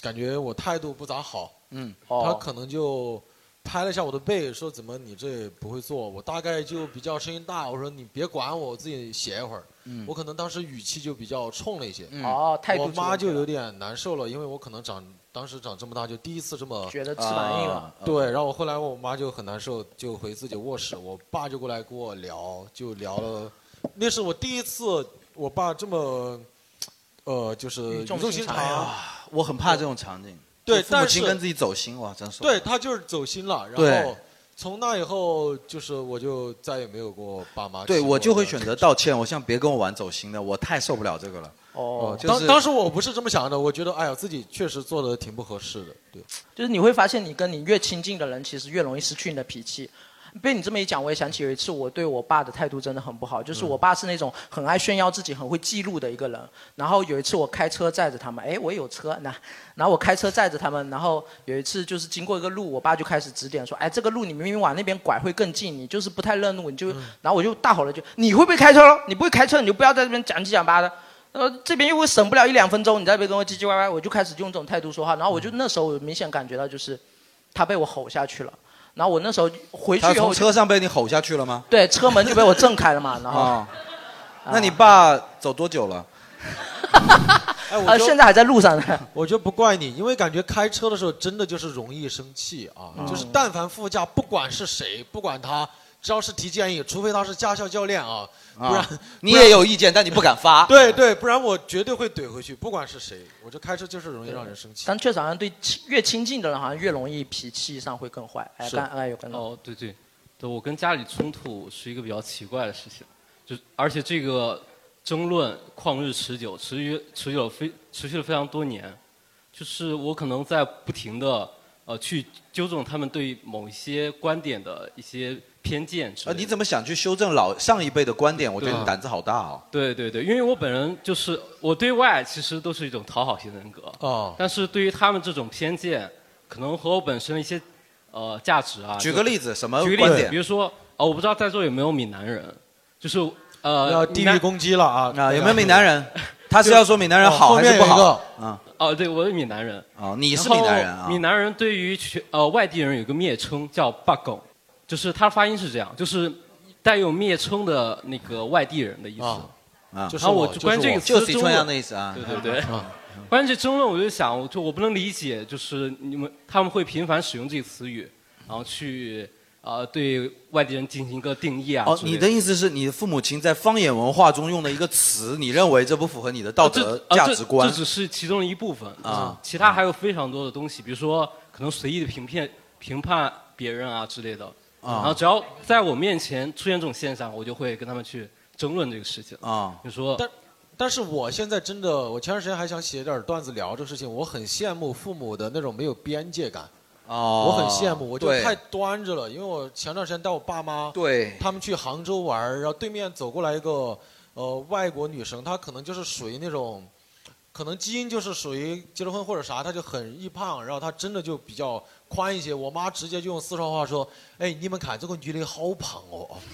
Speaker 2: 感觉我态度不咋好，
Speaker 1: 嗯，
Speaker 4: 哦
Speaker 2: 她可能就拍了一下我的背，说怎么你这不会做？我大概就比较声音大，我说你别管我，我自己写一会儿。
Speaker 1: 嗯
Speaker 2: 我可能当时语气就比较冲了一些。
Speaker 4: 嗯哦态度
Speaker 2: 我
Speaker 4: 出问
Speaker 2: 妈
Speaker 4: 题
Speaker 2: 就有点难受了，因为我可能长当时长这么大就第一次这么
Speaker 4: 觉得翅膀硬了
Speaker 2: 啊对，然后我后来我妈就很难受，就回自己卧室，我爸就过来跟我聊，就聊了，那是我第一次我爸这么。呃，就是
Speaker 1: 语
Speaker 2: 语
Speaker 1: 重
Speaker 2: 重
Speaker 1: 心
Speaker 2: 心
Speaker 1: 长
Speaker 2: 长
Speaker 1: 哎呀，我很怕这种场景。
Speaker 2: 对
Speaker 1: 就父母
Speaker 2: 但
Speaker 1: 亲
Speaker 2: 是
Speaker 1: 跟自己走心，哇，真受不了
Speaker 2: 对他就是走心了，然
Speaker 1: 对
Speaker 2: 后从那以后就是我就再也没有跟我爸妈
Speaker 1: 对
Speaker 2: 提过
Speaker 1: 我就会
Speaker 2: 的
Speaker 1: 选择道歉，我像别跟我玩走心的，我太受不了这个了。
Speaker 4: 哦
Speaker 1: 就
Speaker 2: 当
Speaker 1: 是
Speaker 2: 当时我不是这么想的，我觉得哎呀，自己确实做的挺不合适的，对。
Speaker 4: 就是你会发现，你跟你越亲近的人，其实越容易失去你的脾气。被你这么一讲，我也想起有一次我对我爸的态度真的很不好，就是我爸是那种很爱炫耀自己、很会记录的一个人。然后有一次我开车载着他们，哎，我有车，那然后我开车载着他们，然后有一次就是经过一个路，我爸就开始指点说，哎，这个路你明明往那边拐会更近，你就是不太认路，你就，
Speaker 1: 嗯
Speaker 4: 然后我就大吼了一句，你会不会开车咯？你不会开车你就不要在这边讲七讲八的。呃，这边又会省不了一两分钟，你在这边跟我唧唧歪歪，我就开始用这种态度说话，然后我就那时候我明显感觉到就是，他被我吼下去了，然后我那时候回去
Speaker 1: 他
Speaker 4: 以后
Speaker 1: 从
Speaker 4: 我就
Speaker 1: 车上被你吼下去了吗？
Speaker 4: 对，车门就被我震开了嘛，然
Speaker 1: [laughs]
Speaker 4: 后，
Speaker 1: 啊，那你爸走多久了？
Speaker 2: 哎，我
Speaker 4: 呃，
Speaker 2: 就
Speaker 4: 现在还在路上呢。
Speaker 2: [laughs] 我就不怪你，因为感觉开车的时候真的就是容易生气啊，
Speaker 4: 嗯
Speaker 2: 就是但凡副驾不管是谁，不管他，只要是提建议，除非他是驾校教练啊，
Speaker 1: 啊
Speaker 2: 不然
Speaker 1: 你也有意见，但你不敢
Speaker 2: [laughs]
Speaker 1: 发。
Speaker 2: 对对，不然我绝对会怼回去，不管是谁，我这开车就是容易让人生气。
Speaker 4: 但确实好像对亲越亲近的人，好像越容易脾气上会更坏。哎，
Speaker 17: 是
Speaker 4: 刚哎有跟
Speaker 17: 哦，对对，对我跟家里冲突是一个比较奇怪的事情，就而且这个争论旷日持久，持续持久了非持续了非常多年，就是我可能在不停的呃去纠正他们对某一些观点的一些偏见之类
Speaker 1: 啊，
Speaker 17: 的
Speaker 1: 你怎么想去修正老上一辈的观点？我觉得
Speaker 17: 对
Speaker 1: 你胆子好大哦。
Speaker 17: 对对对，因为我本人就是我对外其实都是一种讨好型人格，
Speaker 2: 哦，
Speaker 17: 但是对于他们这种偏见，可能和我本身的一些呃价值啊，
Speaker 1: 举
Speaker 17: 就
Speaker 1: 个例子什么
Speaker 17: 举个
Speaker 1: 观
Speaker 17: 例子，
Speaker 1: 点
Speaker 17: 比如说啊、我不知道在座有没有闽南人，就是呃，
Speaker 2: 要地域攻击了啊！
Speaker 1: 啊，有没有闽南
Speaker 2: [laughs]
Speaker 1: 人？他是要说闽南人好还是不好？啊，
Speaker 17: 哦，对，我是闽南人。
Speaker 1: 哦，你是闽南人啊
Speaker 17: 闽南人对于全呃外地人有个蔑称叫“八狗”，就是它发音是这样，就是带有蔑称的那个外地人的意思。
Speaker 1: 啊啊
Speaker 17: 然后我就关于这个词
Speaker 1: 就
Speaker 17: 的
Speaker 1: 是
Speaker 17: 争
Speaker 1: 川阳
Speaker 17: 论
Speaker 1: 的意思啊。
Speaker 17: 对对对。
Speaker 1: 啊
Speaker 17: 关于这争论，我就想，我就我不能理解，就是你们他们会频繁使用这个词语，然后去呃对外地人进行一个定义啊。
Speaker 1: 哦，
Speaker 17: 之类
Speaker 1: 你的意思是你的父母亲在方言文化中用的一个词，你认为这不符合你的道德
Speaker 17: 啊这
Speaker 1: 价
Speaker 17: 啊
Speaker 1: 值观
Speaker 17: 这，这只是其中的一部分
Speaker 1: 啊
Speaker 17: 啊，其他还有非常多的东西，比如说可能随意的评判评判别人啊之类的。
Speaker 1: 啊
Speaker 17: 然后只要在我面前出现这种现象，我就会跟他们去争论这个事情。
Speaker 1: 啊，
Speaker 17: 就说
Speaker 2: 但但是我现在真的，我前段时间还想写点段子聊这个事情，我很羡慕父母的那种没有边界感。
Speaker 1: 哦
Speaker 2: 我很羡慕，我就
Speaker 1: 对
Speaker 2: 太端着了，因为我前段时间带我爸妈，
Speaker 1: 对，
Speaker 2: 他们去杭州玩儿，然后对面走过来一个呃外国女生，她可能就是属于那种，可能基因就是属于结了婚或者啥，她就很易胖，然后她真的就比较宽一些。我妈直接就用四川话说：“哎，你们看这个女的好胖哦。”
Speaker 1: [laughs]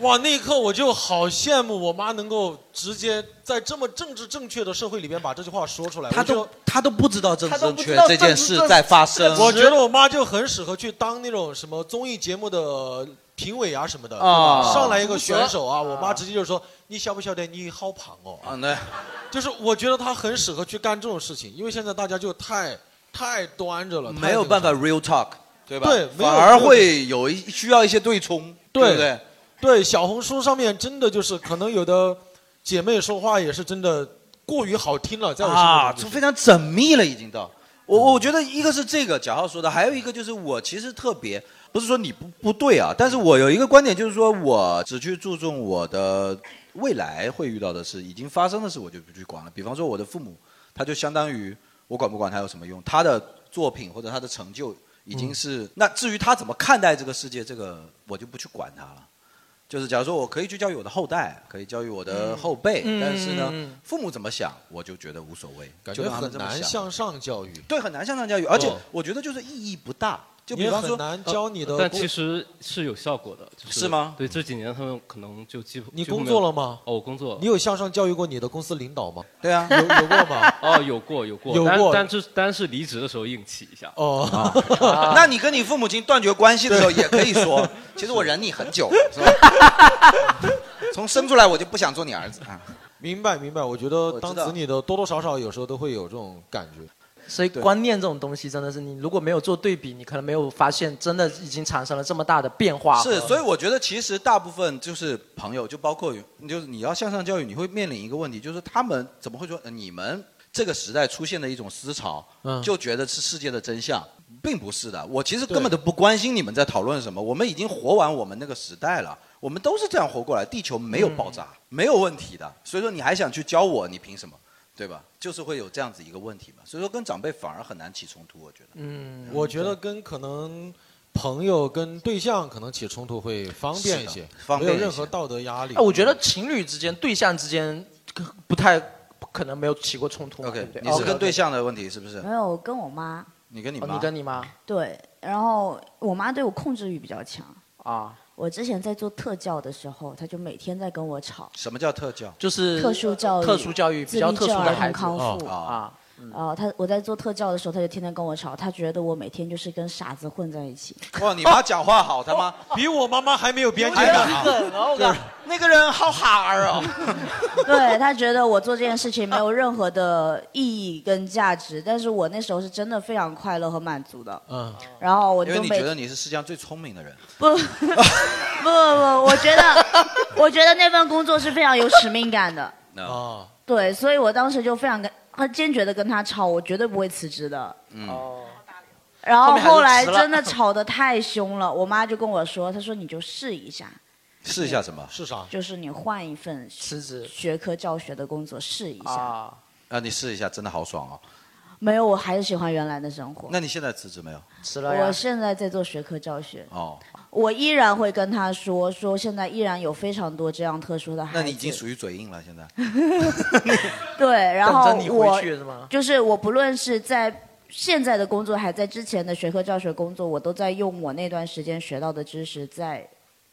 Speaker 2: 哇，那一刻我就好羡慕我妈能够直接在这么政治正确的社会里边把这句话说出来。
Speaker 1: 他
Speaker 2: 我就
Speaker 1: 都他都不知道正
Speaker 2: 他
Speaker 1: 正确这件事在发生。
Speaker 2: 我觉得我妈就很适合去当那种什么综艺节目的评委啊什么的。对吧
Speaker 1: 啊
Speaker 2: 上来一个选手啊，我妈直接就说：“你晓不晓得你好胖哦？”
Speaker 1: 啊，那
Speaker 2: 就是我觉得她很适合去干这种事情，因为现在大家就太太端着了，太
Speaker 1: 没有办法 real talk，对吧？
Speaker 2: 对没有
Speaker 1: 反而会有一需要一些对冲，
Speaker 2: 对
Speaker 1: 不对？
Speaker 2: 对，小红书上面真的就是可能有的姐妹说话也是真的过于好听了，在我心
Speaker 1: 啊，
Speaker 2: 里就
Speaker 1: 这
Speaker 2: 是。
Speaker 1: 非常缜密了，已经到。我我觉得一个是这个贾浩说的，还有一个就是我其实特别，不是说你不不对啊，但是我有一个观点就是说我只去注重我的未来会遇到的事，已经发生的事我就不去管了。比方说我的父母，他就相当于我管不管他有什么用，他的作品或者他的成就已经
Speaker 2: 嗯
Speaker 1: 是、那至于他怎么看待这个世界，这个我就不去管他了。就是假如说我可以去教育我的后代，可以教育我的后辈，
Speaker 2: 嗯
Speaker 1: 但是呢，
Speaker 2: 嗯嗯
Speaker 1: 父母怎么想，我就觉得无所谓，
Speaker 2: 感
Speaker 1: 就
Speaker 2: 觉
Speaker 1: 让他
Speaker 2: 很
Speaker 1: 们这么
Speaker 2: 难向
Speaker 1: 想。
Speaker 2: 上教育，
Speaker 1: 对，很难向上教育，而且
Speaker 17: 哦
Speaker 1: 我觉得就是意义不大。就
Speaker 2: 你
Speaker 1: 比
Speaker 2: 也
Speaker 1: 方说，
Speaker 2: 很难教你的
Speaker 17: 呃但
Speaker 2: 工
Speaker 17: 其实是有效果的，就是
Speaker 2: 是吗？
Speaker 17: 对，这几年他们可能就几乎
Speaker 2: 你
Speaker 17: 几乎
Speaker 2: 工
Speaker 17: 没有
Speaker 2: 作了吗
Speaker 17: 哦，我工作了。
Speaker 2: 你有向上教育过你的公司领导吗？
Speaker 1: 对啊
Speaker 2: 有有过吗？
Speaker 17: [laughs] 哦，有过有过，
Speaker 2: 有
Speaker 17: 但
Speaker 2: 过
Speaker 17: 但这但是离职的时候硬气一下。
Speaker 2: 哦
Speaker 1: 啊
Speaker 2: [laughs]
Speaker 1: 那你跟你父母亲断绝关系的时候，也可以说， [laughs] 其实我忍你很久，是吧？ [laughs] 从生出来我就不想做你儿子啊。
Speaker 2: 明白明白，我觉得当
Speaker 1: 知道
Speaker 2: 子女的多多少少有时候都会有这种感觉。
Speaker 4: 所以观念这种东西真的是，你如果没有做对比，你可能没有发现，真的已经产生了这么大的变化。
Speaker 1: 是，所以我觉得其实大部分就是朋友，就包括就是你要向上教育，你会面临一个问题，就是他们怎么会说呃你们这个时代出现的一种思潮，
Speaker 2: 嗯
Speaker 1: 就觉得是世界的真相，并不是的。我其实根本都不关心你们在讨论什么，我们已经活完我们那个时代了，我们都是这样活过来，地球没有
Speaker 4: 嗯
Speaker 1: 爆炸，没有问题的。所以说你还想去教我，你凭什么？对吧？就是会有这样子一个问题嘛。所以说跟长辈反而很难起冲突，我觉得。
Speaker 2: 嗯，我觉得跟可能朋友跟对象可能起冲突会方便一
Speaker 1: 是
Speaker 2: 些
Speaker 1: 的，方便
Speaker 2: 没有
Speaker 1: 一些
Speaker 2: 任何道德压力。
Speaker 4: 哎，我觉得情侣之间、对象之间不太可能没有起过冲突嘛对不对
Speaker 1: OK，你是跟
Speaker 4: OK，OK
Speaker 1: 对象的问题是不是
Speaker 12: 没？有，我跟我妈。
Speaker 1: 你跟你
Speaker 4: 哦
Speaker 1: 妈？
Speaker 4: 你跟你妈
Speaker 12: 对，然后我妈对我控制欲比较强。
Speaker 4: 啊？
Speaker 12: 我之前在做特教的时候，她就每天在跟我吵。
Speaker 1: 什么叫特教？
Speaker 4: 就是
Speaker 12: 特殊教育、
Speaker 4: 特殊教育
Speaker 12: 自
Speaker 4: 比
Speaker 12: 闭
Speaker 4: 较特殊
Speaker 12: 症
Speaker 4: 的
Speaker 12: 儿
Speaker 4: 孩
Speaker 12: 童
Speaker 4: 子
Speaker 12: 康复
Speaker 1: 啊。
Speaker 12: 哦，她我在做特教的时候，她就天天跟我吵，她觉得我每天就是跟傻子混在一
Speaker 1: [laughs]
Speaker 12: 起。
Speaker 1: 哇，你妈讲话好，他妈
Speaker 2: 比我妈妈还没有边
Speaker 4: 界感啊有点梗啊我靠
Speaker 5: [laughs]
Speaker 4: 那个人好哈儿哦。
Speaker 2: 啊
Speaker 12: 对他觉得我做这件事情没有任何的意义跟价值，但是我那时候是真的非常快乐和满足的。
Speaker 2: 嗯，
Speaker 12: 然后我
Speaker 1: 哦啊因为
Speaker 12: 就
Speaker 1: 你
Speaker 12: 每
Speaker 1: 觉得你是世界上最聪明的人，
Speaker 12: 不 [laughs] 不不不，我觉得我觉得那份工作是非常有使命感的，
Speaker 1: 哦，
Speaker 12: 对，所以我当时就非常跟很坚决的跟他吵，我绝对不会辞职的。
Speaker 1: 嗯，
Speaker 12: 哦然
Speaker 1: 后
Speaker 12: 后
Speaker 1: 面还是
Speaker 12: 后来
Speaker 1: 辞了
Speaker 12: 真的吵得太凶了，我妈就跟我说，她说你就试一下，
Speaker 1: 试一下什么？
Speaker 2: 是啥
Speaker 12: 就是你换一份
Speaker 4: 辞职
Speaker 12: 学科教学的工作试一下。
Speaker 4: 啊，
Speaker 1: 啊，你试一下，真的好爽哦。
Speaker 12: 没有，我还是喜欢原来的生活。
Speaker 1: 那你现在辞职没有？
Speaker 4: 辞
Speaker 12: 我现在在做学科教学，
Speaker 1: 哦，
Speaker 12: 我依然会跟他说说，现在依然有非常多这样特殊的孩子。
Speaker 1: 那你已经属于嘴硬了，现在。
Speaker 12: [laughs] 对，然后
Speaker 1: 等着你回
Speaker 12: 我
Speaker 1: 去是吗
Speaker 12: 就是我不论是在现在的工作，还在之前的学科教学工作，我都在用我那段时间学到的知识，在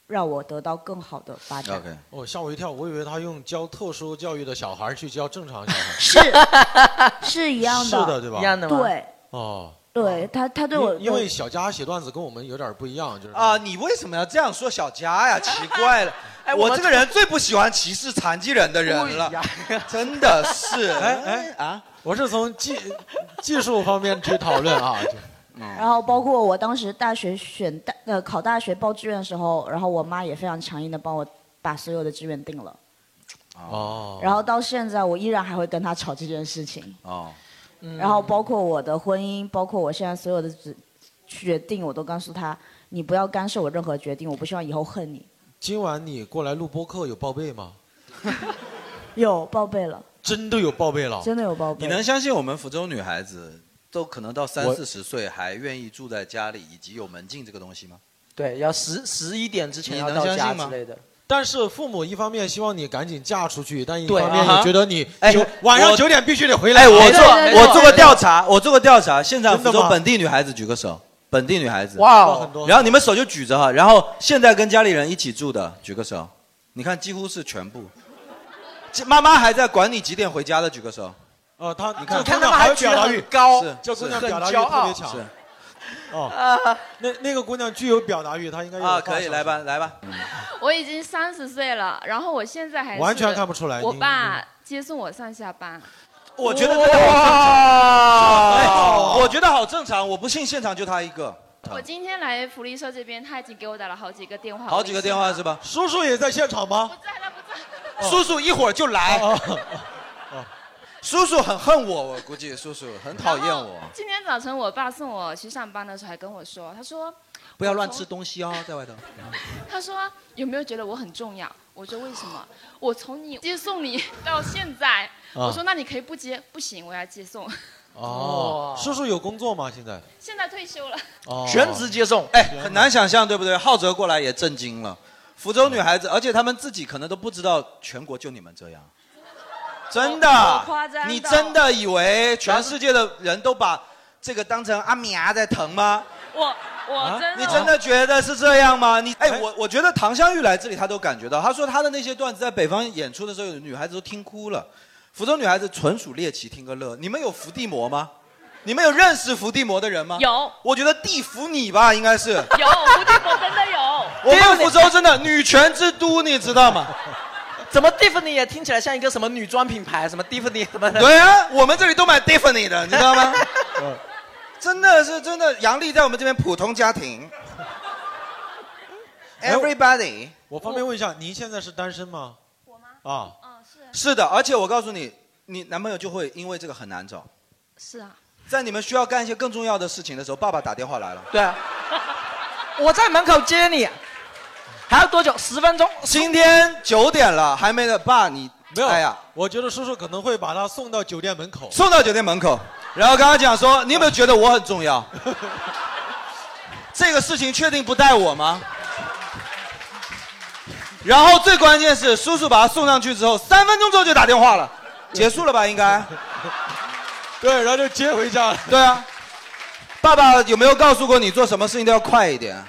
Speaker 12: 让我得到更好的发展。
Speaker 2: 哦，吓我一跳，我以为他用教特殊教育的小孩去教正常小孩。
Speaker 12: 是是一样的，
Speaker 2: 是的，对吧？
Speaker 12: 对
Speaker 2: 哦。
Speaker 12: 对，他他对我
Speaker 2: 因因为小佳写段子跟我们有点不一样，就是
Speaker 1: 啊，你为什么要这样说小
Speaker 2: [laughs]
Speaker 1: 佳呀？奇怪了，
Speaker 2: 哎我
Speaker 1: 我
Speaker 2: 们
Speaker 1: 这个人最不喜欢歧视残疾人的人
Speaker 2: [laughs]
Speaker 1: 了，真的是。
Speaker 2: 哎
Speaker 1: 哎啊！
Speaker 2: 我是从技 [laughs] 技术方面去讨论啊，就
Speaker 12: 然后包括我当时大学选大呃考大学报志愿的时候，然后我妈也非常强硬的帮我把所有的志愿定了。
Speaker 2: 哦
Speaker 12: 然后到现在，我依然还会跟她吵这件事情。
Speaker 1: 哦，
Speaker 12: 然后包括我的婚姻，包括我现在所有的决决定，我都告诉她，你不要干涉我任何决定，我不希望以后恨你。
Speaker 2: 今晚你过来录播客有报备吗？
Speaker 12: 有报备了，
Speaker 2: 真的有报备了，
Speaker 12: 真的有报备。
Speaker 1: 你能相信我们福州女孩子都可能到三
Speaker 4: 我
Speaker 1: 四十岁还愿意住在家里，以及有门禁这个东西吗？
Speaker 4: 对，要十十一点之前
Speaker 1: 你
Speaker 4: 要
Speaker 1: 能
Speaker 4: 到
Speaker 1: 相
Speaker 4: 家
Speaker 1: 信
Speaker 4: 之
Speaker 1: 吗
Speaker 4: 类的。
Speaker 2: 但是父母一方面希望你赶紧嫁出去，但一
Speaker 4: 对
Speaker 2: 方面
Speaker 1: 啊
Speaker 2: 也
Speaker 1: 哈
Speaker 2: 觉得你
Speaker 1: 哎
Speaker 2: 九晚上
Speaker 1: 我
Speaker 2: 九点必须得回来。
Speaker 1: 哎，我
Speaker 2: 没
Speaker 1: 做
Speaker 2: 错没错
Speaker 1: 我做个调查，我做个调查，现场
Speaker 2: 真的
Speaker 1: 福
Speaker 2: 吗
Speaker 1: 州本地女孩子举个手，本地女孩子。
Speaker 4: 哇哦哇很多
Speaker 1: 然后你们手就举着哈，然后现在跟家里人一起住的举个手，你看几乎是全部。这妈妈还在管你几点回家的举个手。
Speaker 2: 哦，他这
Speaker 1: 你看，
Speaker 2: 个姑娘好有表达欲，
Speaker 1: 是
Speaker 2: 这姑娘
Speaker 1: 是
Speaker 2: 表达欲
Speaker 1: 很骄
Speaker 2: 特
Speaker 1: 傲
Speaker 2: 别强
Speaker 1: 是。
Speaker 2: 哦，那那个姑娘具有表达欲，她应该有
Speaker 1: 啊，
Speaker 2: 话
Speaker 1: 可以
Speaker 2: 想
Speaker 1: 来
Speaker 2: 说
Speaker 1: 吧，来吧。
Speaker 18: 我已经三十岁了，然后我现在还是
Speaker 2: 完全看不出来
Speaker 18: 我
Speaker 2: 你
Speaker 18: 爸接送我上下班，
Speaker 1: 我觉得这个好正常，哎我觉得好正常，我不信现场就她一个，
Speaker 18: 我今天来福利社这边，他已经给我打了好几个电话，
Speaker 1: 好几个电话是吧？
Speaker 2: 叔叔也在现场吗？哦
Speaker 1: 叔叔一会儿就来。 [laughs] 哦叔叔很恨我，我估计叔叔很
Speaker 2: 啊
Speaker 1: 讨厌我。
Speaker 18: 今天早晨我爸送我去上班的时候还跟我说，他说
Speaker 1: 不要乱吃东西哦，在外头。
Speaker 18: 他说有没有觉得我很重要？我说为什么？我从你接送你到现在，
Speaker 2: 啊
Speaker 18: 我说那你可以不接，不行，我要接送。 [laughs]
Speaker 2: 哦，叔叔有工作吗？现在？
Speaker 18: 现在退休了，
Speaker 5: 哦
Speaker 1: 全职接送，哎，很难想象，对不对？浩哲过来也震惊了，福州女
Speaker 5: 嗯
Speaker 1: 孩子，而且她们自己可能都不知道，全国就你们这样，真的
Speaker 5: 好夸张，的
Speaker 1: 你真的以为全世界的人都把这个当成阿米芽在疼吗？
Speaker 18: 我我真的、
Speaker 1: 你真的觉得是这样吗？你哎，我我觉得唐香玉来这里，她都感觉到，她说她的那些段子在北方演出的时候，有女孩子都听哭了。福州女孩子纯属猎奇，听个乐。你们有伏地魔吗？你们有认识伏地魔的人吗？
Speaker 18: 有。
Speaker 1: 我觉得地服你吧，应该是。
Speaker 18: 有吴地博真的有。
Speaker 1: 我们福州真的女权之都，你知道吗？
Speaker 4: [laughs] 怎么 Tiffany 也听起来像一个什么女装品牌，什么 Tiffany 什么的？
Speaker 1: 对啊，我们这里都买 Tiffany 的，你知道
Speaker 4: [laughs]
Speaker 1: 吗？真的是真的，杨笠在我们这边普通家庭。Everybody，
Speaker 2: 哎
Speaker 5: [laughs]
Speaker 2: 我方便问一下，您现在是单身吗？我吗？啊，
Speaker 1: 是的，而且我告诉你，你男朋友就会因为这个很难找。
Speaker 18: 是啊，
Speaker 1: 在你们需要干一些更重要的事情的时候，爸爸打电话来了。
Speaker 4: 对啊，我在门口接你，还要多久？十分钟。
Speaker 1: 今天九点了，还没的，爸，你
Speaker 2: 没有
Speaker 1: 哎呀，
Speaker 2: 我觉得叔叔可能会把他送到酒店门口。
Speaker 1: 送到酒店门口，然后跟他讲说，你有没有觉得我很重要？ [laughs] 这个事情确定不带我吗？然后最关键是，叔叔把他送上去之后，三分钟之后就打电话了，结束了吧？应该。
Speaker 2: [laughs] 对，然后就接回家了。
Speaker 1: 对啊，爸爸有没有告诉过你做什么事情都要快一点？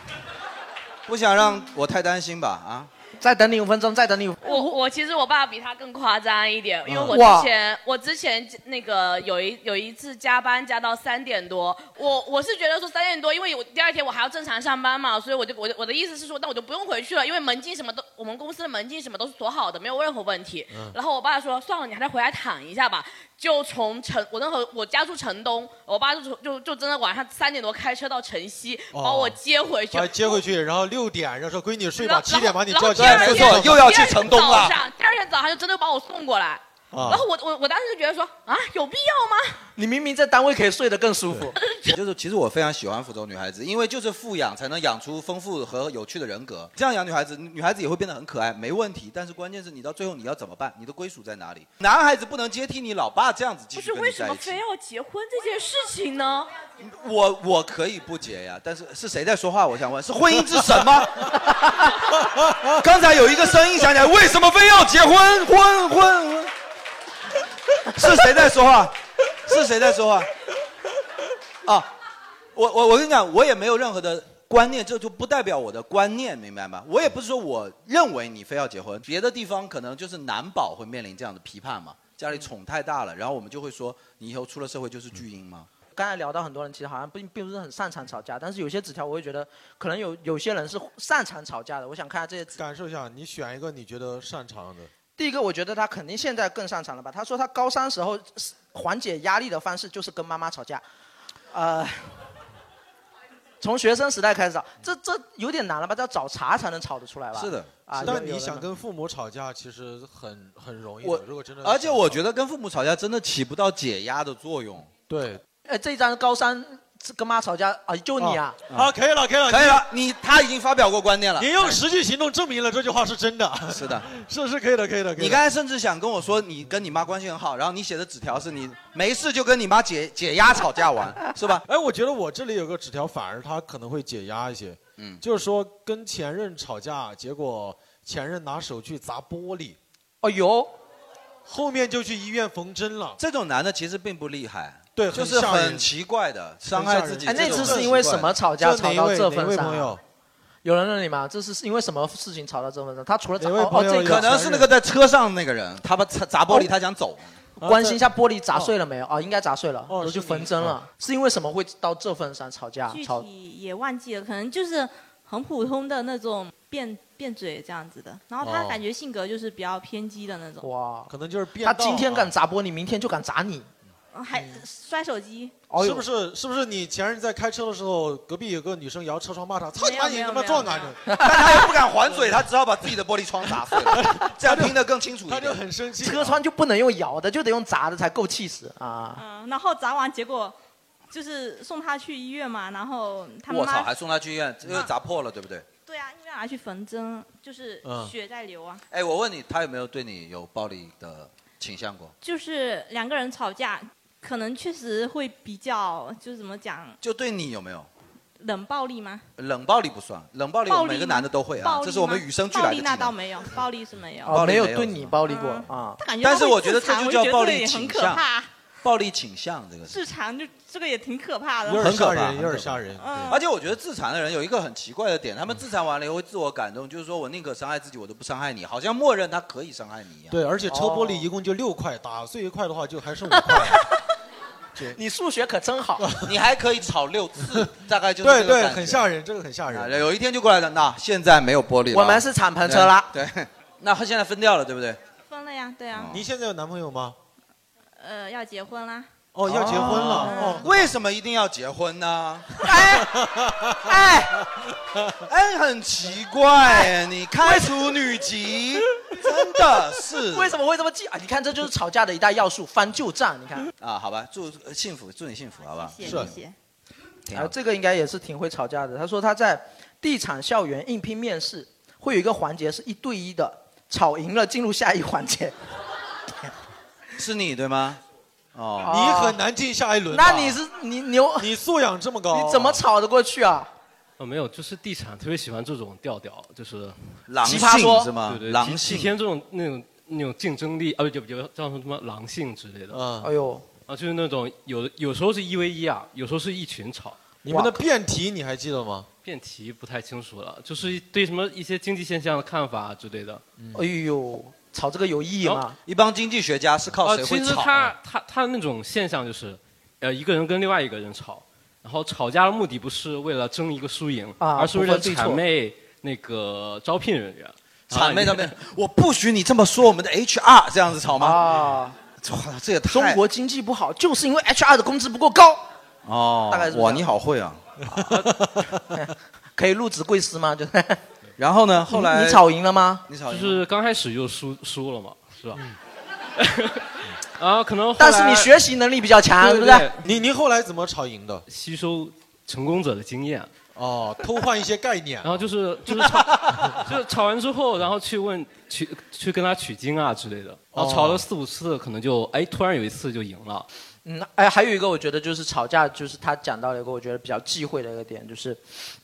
Speaker 1: 不想让我太担心吧？啊？
Speaker 4: 再等你五分钟，再等你五。
Speaker 19: 我我其实我爸比他更夸张一点，因为我
Speaker 4: 哇
Speaker 19: 之前我之前那个有一有一次加班加到三点多，我我是觉得说三点多，因为我第二天我还要正常上班嘛，所以我就我我的意思是说，那我就不用回去了，因为门禁什么都我们公司的门禁什么都是锁好的，没有任何问题。
Speaker 20: 嗯
Speaker 19: 然后我爸说算了，你还是回来躺一下吧。就从城，我那会儿我家住城东，我爸就从就就真的晚上三点多开车到城西，
Speaker 2: 哦
Speaker 19: 把我接回去，
Speaker 2: 把他哎接回去，然后六点，然后说闺女睡
Speaker 19: 哎然
Speaker 2: 吧，
Speaker 19: 后
Speaker 2: 七点把你
Speaker 19: 然后
Speaker 2: 叫起
Speaker 19: 第二
Speaker 2: 来。
Speaker 19: 天第二天早上第二天早上就真的把我送过来，
Speaker 4: 啊
Speaker 19: 然后我我我当时就觉得说啊，有必要吗？
Speaker 4: 你明明在单位可以睡得更舒服。
Speaker 1: 就是其实我非常喜欢福州女孩子，因为就是富养才能养出丰富和有趣的人格。这样养女孩子，女孩子也会变得很可爱，没问题。但是关键是你到最后你要怎么办？你的归属在哪里？男孩子不能接替你老爸这样子继
Speaker 19: 不
Speaker 1: 续
Speaker 19: 是
Speaker 1: 跟你
Speaker 19: 为什
Speaker 1: 在
Speaker 19: 么
Speaker 1: 一起
Speaker 19: 非。要结婚这件事情呢？
Speaker 1: 我我可以不结呀，但是是谁在说话？我想问，是婚姻之神吗？ [laughs] 刚才有一个声音响起来，为什么非要结婚？婚婚婚，是谁在说话？是谁在说话？啊，我我我跟你讲，我也没有任何的观念，这就不代表我的观念，明白吗？我也不是说我认为你非要结婚，别的地方可能就是男宝会面临这样的批判嘛，家里宠太大了，然后我们就会说你以后出了社会就是巨婴吗？
Speaker 2: 嗯
Speaker 4: 刚才聊到很多人其实好像并并不是很擅长吵架，但是有些纸条我会觉得可能有有些人是擅长吵架的。我想看下这些纸。
Speaker 2: 感受一下，你选一个你觉得擅长的。
Speaker 4: 第一个，我觉得他肯定现在更擅长了吧？他说他高三时候缓解压力的方式就是跟妈妈吵架，呃，从学生时代开始吵，这这有点难了吧？这要找茬才能吵得出来吧？啊，有
Speaker 2: 但
Speaker 4: 有
Speaker 2: 你
Speaker 4: 人
Speaker 2: 想跟父母吵架，其实很很容易
Speaker 1: 我
Speaker 2: 的。如果真的，
Speaker 1: 而且我觉得跟父母吵架真的起不到解压的作用。
Speaker 2: 对，
Speaker 4: 呃，这一张高三跟妈吵架啊，就你啊，
Speaker 2: 好，可以了，可以了，
Speaker 1: 可以了，你他已经发表过观念了，
Speaker 2: 你用实际行动证明了这句话是真的。
Speaker 1: 是的，
Speaker 2: 是是可以的，可以的。可以的
Speaker 1: 你刚才甚至想跟我说你跟你妈关系很好，然后你写的纸条是你没事就跟你妈解解压吵架玩，是吧？
Speaker 2: 哎，我觉得我这里有个纸条，反而他可能会解压一些。
Speaker 1: 嗯，
Speaker 2: 就是说跟前任吵架，结果前任拿手去砸玻璃。
Speaker 1: 哎
Speaker 4: 哦呦，
Speaker 2: 后面就去医院缝针了。
Speaker 1: 这种男的其实并不厉害，
Speaker 2: 对，
Speaker 1: 就是
Speaker 2: 吓人
Speaker 1: 很奇怪的伤害自己。
Speaker 4: 哎，那
Speaker 1: 这种
Speaker 4: 次
Speaker 1: 很
Speaker 4: 是因为
Speaker 1: 奇怪
Speaker 4: 什么吵架
Speaker 2: 这哪
Speaker 4: 吵
Speaker 2: 一
Speaker 4: 到
Speaker 2: 位
Speaker 4: 这
Speaker 2: 哪一
Speaker 4: 份
Speaker 2: 位
Speaker 4: 上啊？
Speaker 2: 朋友
Speaker 4: 有人认你吗？这是是因为什么事情吵到这份上？他除了
Speaker 2: 哪
Speaker 4: 吵
Speaker 2: 位
Speaker 4: 哦
Speaker 2: 朋
Speaker 4: 哦，
Speaker 2: 友
Speaker 4: 这
Speaker 2: 有
Speaker 1: 可能是那个在车上那个人，他把砸砸玻璃，
Speaker 4: 哦
Speaker 1: 他想走。
Speaker 2: 啊
Speaker 4: 关心一下玻璃砸碎了没有？哦，应该砸碎了，
Speaker 1: 哦
Speaker 4: 我就是缝
Speaker 1: 你
Speaker 4: 针
Speaker 1: 哦
Speaker 4: 了。是因为什么会到这份上吵
Speaker 1: 啊
Speaker 4: 架？
Speaker 20: 具
Speaker 4: 吵
Speaker 20: 体也忘记了，可能就是很普通的那种辩辩嘴这样子的。然后他
Speaker 4: 哦
Speaker 20: 感觉性格就是比较偏激的那种，
Speaker 4: 哇，
Speaker 2: 可能就是变
Speaker 4: 他
Speaker 2: 道
Speaker 4: 今天
Speaker 2: 啊
Speaker 4: 敢砸玻璃，明天就敢砸你。
Speaker 20: 嗯还摔手机。
Speaker 4: 哎
Speaker 2: 是不是？是不是你前任在开车的时候，隔壁有个女生摇车窗骂他，操你妈，
Speaker 20: 没有
Speaker 2: 你
Speaker 20: 没有没
Speaker 2: 他妈
Speaker 20: 有
Speaker 2: 撞哪 [laughs] 去？
Speaker 1: 但他又不敢还嘴，他只 [laughs] 好把自己的玻璃窗砸碎了，这样听得更清楚一点。他就
Speaker 2: 很生气
Speaker 4: 车窗就不能用摇的，就得用砸的才够气势啊！
Speaker 20: 嗯，然后砸完结果就是送他去医院嘛，然后他妈嗯
Speaker 1: 我操，
Speaker 20: 妈
Speaker 1: 还送他去医院，又砸破了，对不对？
Speaker 20: 对啊，因为拿去缝针，就是
Speaker 1: 嗯
Speaker 20: 血在流啊。
Speaker 1: 哎，我问你，他有没有对你有暴力的倾向过？
Speaker 20: 就是两个人吵架，可能确实会比较就是怎么讲，
Speaker 1: 就对你有没有？
Speaker 20: 冷暴力吗？
Speaker 1: 冷暴力不算，冷暴力我
Speaker 20: 暴
Speaker 1: 们
Speaker 20: 力
Speaker 1: 每个男的都会啊
Speaker 20: 暴，力
Speaker 1: 这是我们
Speaker 20: 吗
Speaker 1: 与生俱来
Speaker 20: 暴
Speaker 1: 的
Speaker 20: 力
Speaker 1: 技
Speaker 20: 那倒
Speaker 1: 能。
Speaker 20: 没有，暴力是哦没有。
Speaker 1: 暴力
Speaker 4: 没有
Speaker 1: 没有
Speaker 4: 对
Speaker 1: 是
Speaker 4: 你
Speaker 1: 吗
Speaker 4: 暴力过啊
Speaker 20: 他感觉
Speaker 1: 但是
Speaker 20: 他会
Speaker 1: 我觉得
Speaker 20: 自
Speaker 1: 这
Speaker 20: 残
Speaker 1: 就
Speaker 20: 我
Speaker 1: 叫
Speaker 20: 觉得
Speaker 1: 暴
Speaker 20: 这个
Speaker 1: 力
Speaker 20: 也很
Speaker 1: 倾
Speaker 20: 可
Speaker 1: 向
Speaker 20: 怕，
Speaker 1: 暴力倾向这个是
Speaker 20: 自残就这个也挺可怕的。
Speaker 1: 很
Speaker 2: 吓
Speaker 1: 可怕，
Speaker 2: 人有点吓人
Speaker 20: 嗯
Speaker 1: 而且我觉得自残的人有一个很奇怪的点，他们自残完了以后会自我感动，就是说我宁可伤害自己，我都不伤害你，好像默认他可以伤害你一样。哦
Speaker 2: 对，而且车玻璃一共就六块，打碎一块的话就还剩五块。
Speaker 4: 你数学可真好，
Speaker 1: [laughs] 你还可以吵六次，大概 [laughs] 就是
Speaker 2: 对
Speaker 1: 这个
Speaker 2: 对，
Speaker 1: 感觉
Speaker 2: 很吓人，这个很吓人。
Speaker 1: 啊有一天就过来了，那现在没有玻璃了，
Speaker 4: 我们是敞篷车啦
Speaker 1: 对，对那他现在分掉了，对不对？
Speaker 2: 哦
Speaker 20: 分了呀，对啊，
Speaker 2: 你现在有男朋友吗？
Speaker 20: 呃，要结婚啦。
Speaker 2: 哦，要结婚了，
Speaker 1: 哦
Speaker 2: 哦
Speaker 1: 为什么一定要结婚呢？ [laughs] 哎哎哎，很奇怪，你开除女
Speaker 4: [laughs]
Speaker 1: 籍，真的是
Speaker 4: 为什么会这么记啊？你看，这就是吵架的一大要素，翻旧账。你看，
Speaker 1: 啊？好吧，祝呃幸福，祝你幸福，好吧？
Speaker 4: 谢谢
Speaker 1: 是
Speaker 4: 谢谢
Speaker 1: 挺
Speaker 4: 然后
Speaker 1: 好。
Speaker 4: 啊这个应该也是挺会吵架的。他说他在地产校园应聘面试，会有一个环节是一对一的，吵赢了进入下一环节。
Speaker 1: 是你对吗？哦，
Speaker 2: 你很难进下一轮吧。
Speaker 4: 哦那你是你牛，
Speaker 2: 你素养这么高，
Speaker 4: 你怎么吵得过去啊？
Speaker 17: 呃，没有，就是地产特别喜欢这种调调，就是
Speaker 1: 狼奇葩性说是吗
Speaker 17: 对对，
Speaker 1: 狼
Speaker 17: 体
Speaker 1: 性
Speaker 17: 体现这种那种那种竞争力，啊，不就就叫什么狼性之类的。
Speaker 2: 嗯，
Speaker 4: 哎呦，
Speaker 17: 啊，就是那种有有时候是一 v 一啊，有时候是一群吵。
Speaker 2: 你们的辩题你还记得吗？
Speaker 17: 辩题不太清楚了，就是对什么一些经济现象的看法之类的。
Speaker 4: 哎呦，吵这个有意义吗？
Speaker 1: 哦一帮经济学家是靠谁
Speaker 17: 啊、
Speaker 1: 会
Speaker 17: 其实
Speaker 1: 吵？
Speaker 17: 他他他那种现象就是，呃，一个人跟另外一个人吵，然后吵架的目的不是为了争一个输赢，
Speaker 1: 啊
Speaker 17: 而是为了
Speaker 1: 不分对错
Speaker 17: 谄媚那个招聘人员。
Speaker 4: 啊
Speaker 1: 谄媚
Speaker 17: 他
Speaker 1: 他们，我不许你这么说我们的 HR 这样子吵吗？
Speaker 4: 啊，
Speaker 1: 哇，这也太
Speaker 4: 中国经济不好，就是因为 HR 的工资不够高。
Speaker 1: 哦，
Speaker 4: 大概是这样
Speaker 1: 哇，你好会啊！
Speaker 4: 可以入职贵司吗？就是 [laughs]
Speaker 1: 然后呢，后来
Speaker 4: 你吵赢了吗？
Speaker 1: 你吵赢
Speaker 17: 就
Speaker 1: 了
Speaker 17: 是刚开始就输输了嘛，是吧？
Speaker 2: 嗯
Speaker 17: [laughs] 然后可能后来
Speaker 4: 但是你学习能力比较强，
Speaker 17: 对
Speaker 4: 不
Speaker 17: 对
Speaker 4: 对？
Speaker 2: 你你后来怎么吵赢的？
Speaker 17: 吸收成功者的经验。
Speaker 2: 哦，偷换一些概念。然
Speaker 17: 后就是就是吵， [laughs] 就是吵完之后，然后去问去去跟他取经啊之类的。然
Speaker 2: 哦
Speaker 17: 后吵了四五次，可能就哎，突然有一次就赢了。
Speaker 4: 嗯，哎，还有一个我觉得就是吵架，就是他讲到了一个我觉得比较忌讳的一个点，就是，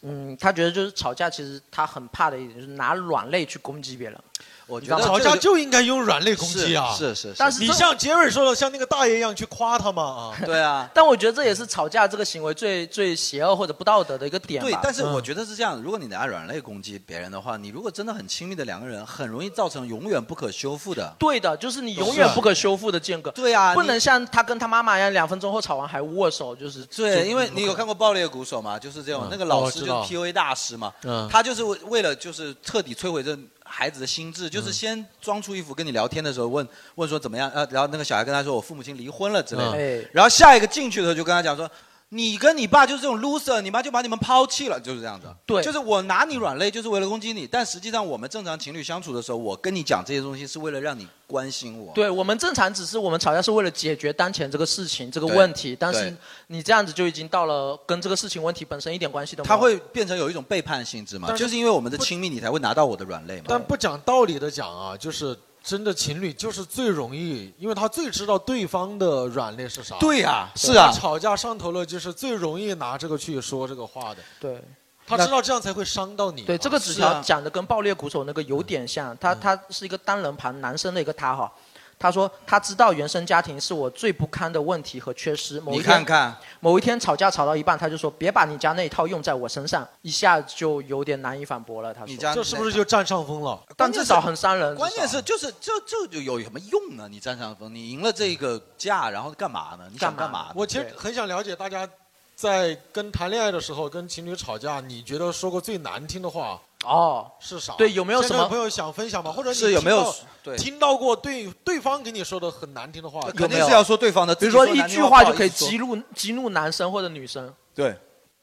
Speaker 4: 嗯，他觉得就是吵架，其实他很怕的一点就是拿软肋去攻击别人。
Speaker 1: 我
Speaker 2: 你知道吗吵架就应该用软肋攻击啊！
Speaker 1: 是是是
Speaker 4: 但是
Speaker 2: 你
Speaker 4: 这
Speaker 2: 像杰瑞说的，像那个大爷一样去夸他嘛啊！
Speaker 1: [laughs] 对啊，
Speaker 4: [laughs] 但我觉得这也是吵架这个行为最最邪恶或者不道德的一个点吧。嗯
Speaker 1: 对，但是我觉得是这样，如果你拿软肋攻击别人的话，你如果真的很亲密的两个人，很容易造成永远不可修复的。
Speaker 4: 对的，就是你永远不可修复的间隔。
Speaker 1: 对啊
Speaker 4: 不
Speaker 1: 你
Speaker 4: 能像他跟他妈妈一样，两分钟后吵完还握手，就是
Speaker 1: 对，因为你有看过《爆裂鼓手》吗？就是这种，
Speaker 4: 嗯
Speaker 1: 那个老师
Speaker 4: 哦
Speaker 1: 就
Speaker 4: 我知道
Speaker 1: 是 PUA 大师嘛，
Speaker 4: 嗯
Speaker 1: 他就是为为了就是彻底摧毁这孩子的心智，就是
Speaker 4: 嗯
Speaker 1: 先装出一副跟你聊天的时候问问说怎么样，呃，然后那个小孩跟他说我父母亲离婚了之类
Speaker 4: 嗯哎
Speaker 1: 的，然后下一个进去的时候就跟他讲说。你跟你爸就是这种 loser，你妈就把你们抛弃了，就是这样子。
Speaker 4: 嗯对
Speaker 1: 就是我拿你软肋，就是为了攻击你。但实际上，我们正常情侣相处的时候，我跟你讲这些东西是为了让你关心我。
Speaker 4: 对我们正常只是我们吵架是为了解决当前这个事情这个
Speaker 1: 对
Speaker 4: 问题，但是
Speaker 1: 对
Speaker 4: 你这样子就已经到了跟这个事情问题本身一点关系都没有。
Speaker 1: 他会变成有一种背叛性质嘛？
Speaker 2: 但是
Speaker 1: 就是因为我们的亲密，你才会拿到我的软肋嘛。
Speaker 2: 但不讲道理的讲啊，就是真的情侣就是最容易，因为他最知道对方的软肋是啥。
Speaker 1: 对呀
Speaker 2: 对
Speaker 1: 是啊
Speaker 2: 他吵架上头了，就是最容易拿这个去说这个话的。
Speaker 4: 对，
Speaker 2: 他
Speaker 4: 那
Speaker 2: 知道这样才会伤到你嘛。
Speaker 4: 对，这个纸
Speaker 1: 啊
Speaker 4: 条讲的跟爆裂鼓手那个有点
Speaker 1: 嗯
Speaker 4: 像，他他是一个单人旁男生的一个他哈。他说他知道原生家庭是我最不堪的问题和缺失。某一
Speaker 1: 你
Speaker 4: 天
Speaker 1: 看看，
Speaker 4: 某一天吵架吵到一半，他就说别把你家那一套用在我身上，一下就有点难以反驳了。他说
Speaker 1: 你家这是不是
Speaker 2: 就占上风了？
Speaker 4: 但至少很伤人。
Speaker 1: 关键是就是这这就有什么用呢？你占上风，你赢了这个架，然后干嘛呢？你想干嘛呢？
Speaker 2: 我其实很想了解大家在跟谈恋爱的时候跟情侣吵架，你觉得说过最难听的话
Speaker 4: 哦
Speaker 2: 是
Speaker 1: 啊
Speaker 2: 啥？
Speaker 4: 对有没有
Speaker 2: 现在
Speaker 4: 什么
Speaker 2: 朋友想分享吗？或者你
Speaker 1: 是有没有
Speaker 2: 听到
Speaker 1: 对
Speaker 2: 听到过对对方给你说的很难听的话？
Speaker 1: 呃肯定是要说对方的，
Speaker 4: 比
Speaker 1: 自己
Speaker 4: 如说
Speaker 1: 说
Speaker 4: 一
Speaker 1: 难听
Speaker 4: 句
Speaker 1: 的
Speaker 4: 话
Speaker 1: 不
Speaker 4: 就
Speaker 1: 好
Speaker 4: 可以
Speaker 1: 意思说
Speaker 4: 激怒激怒男生或者女生。
Speaker 1: 对，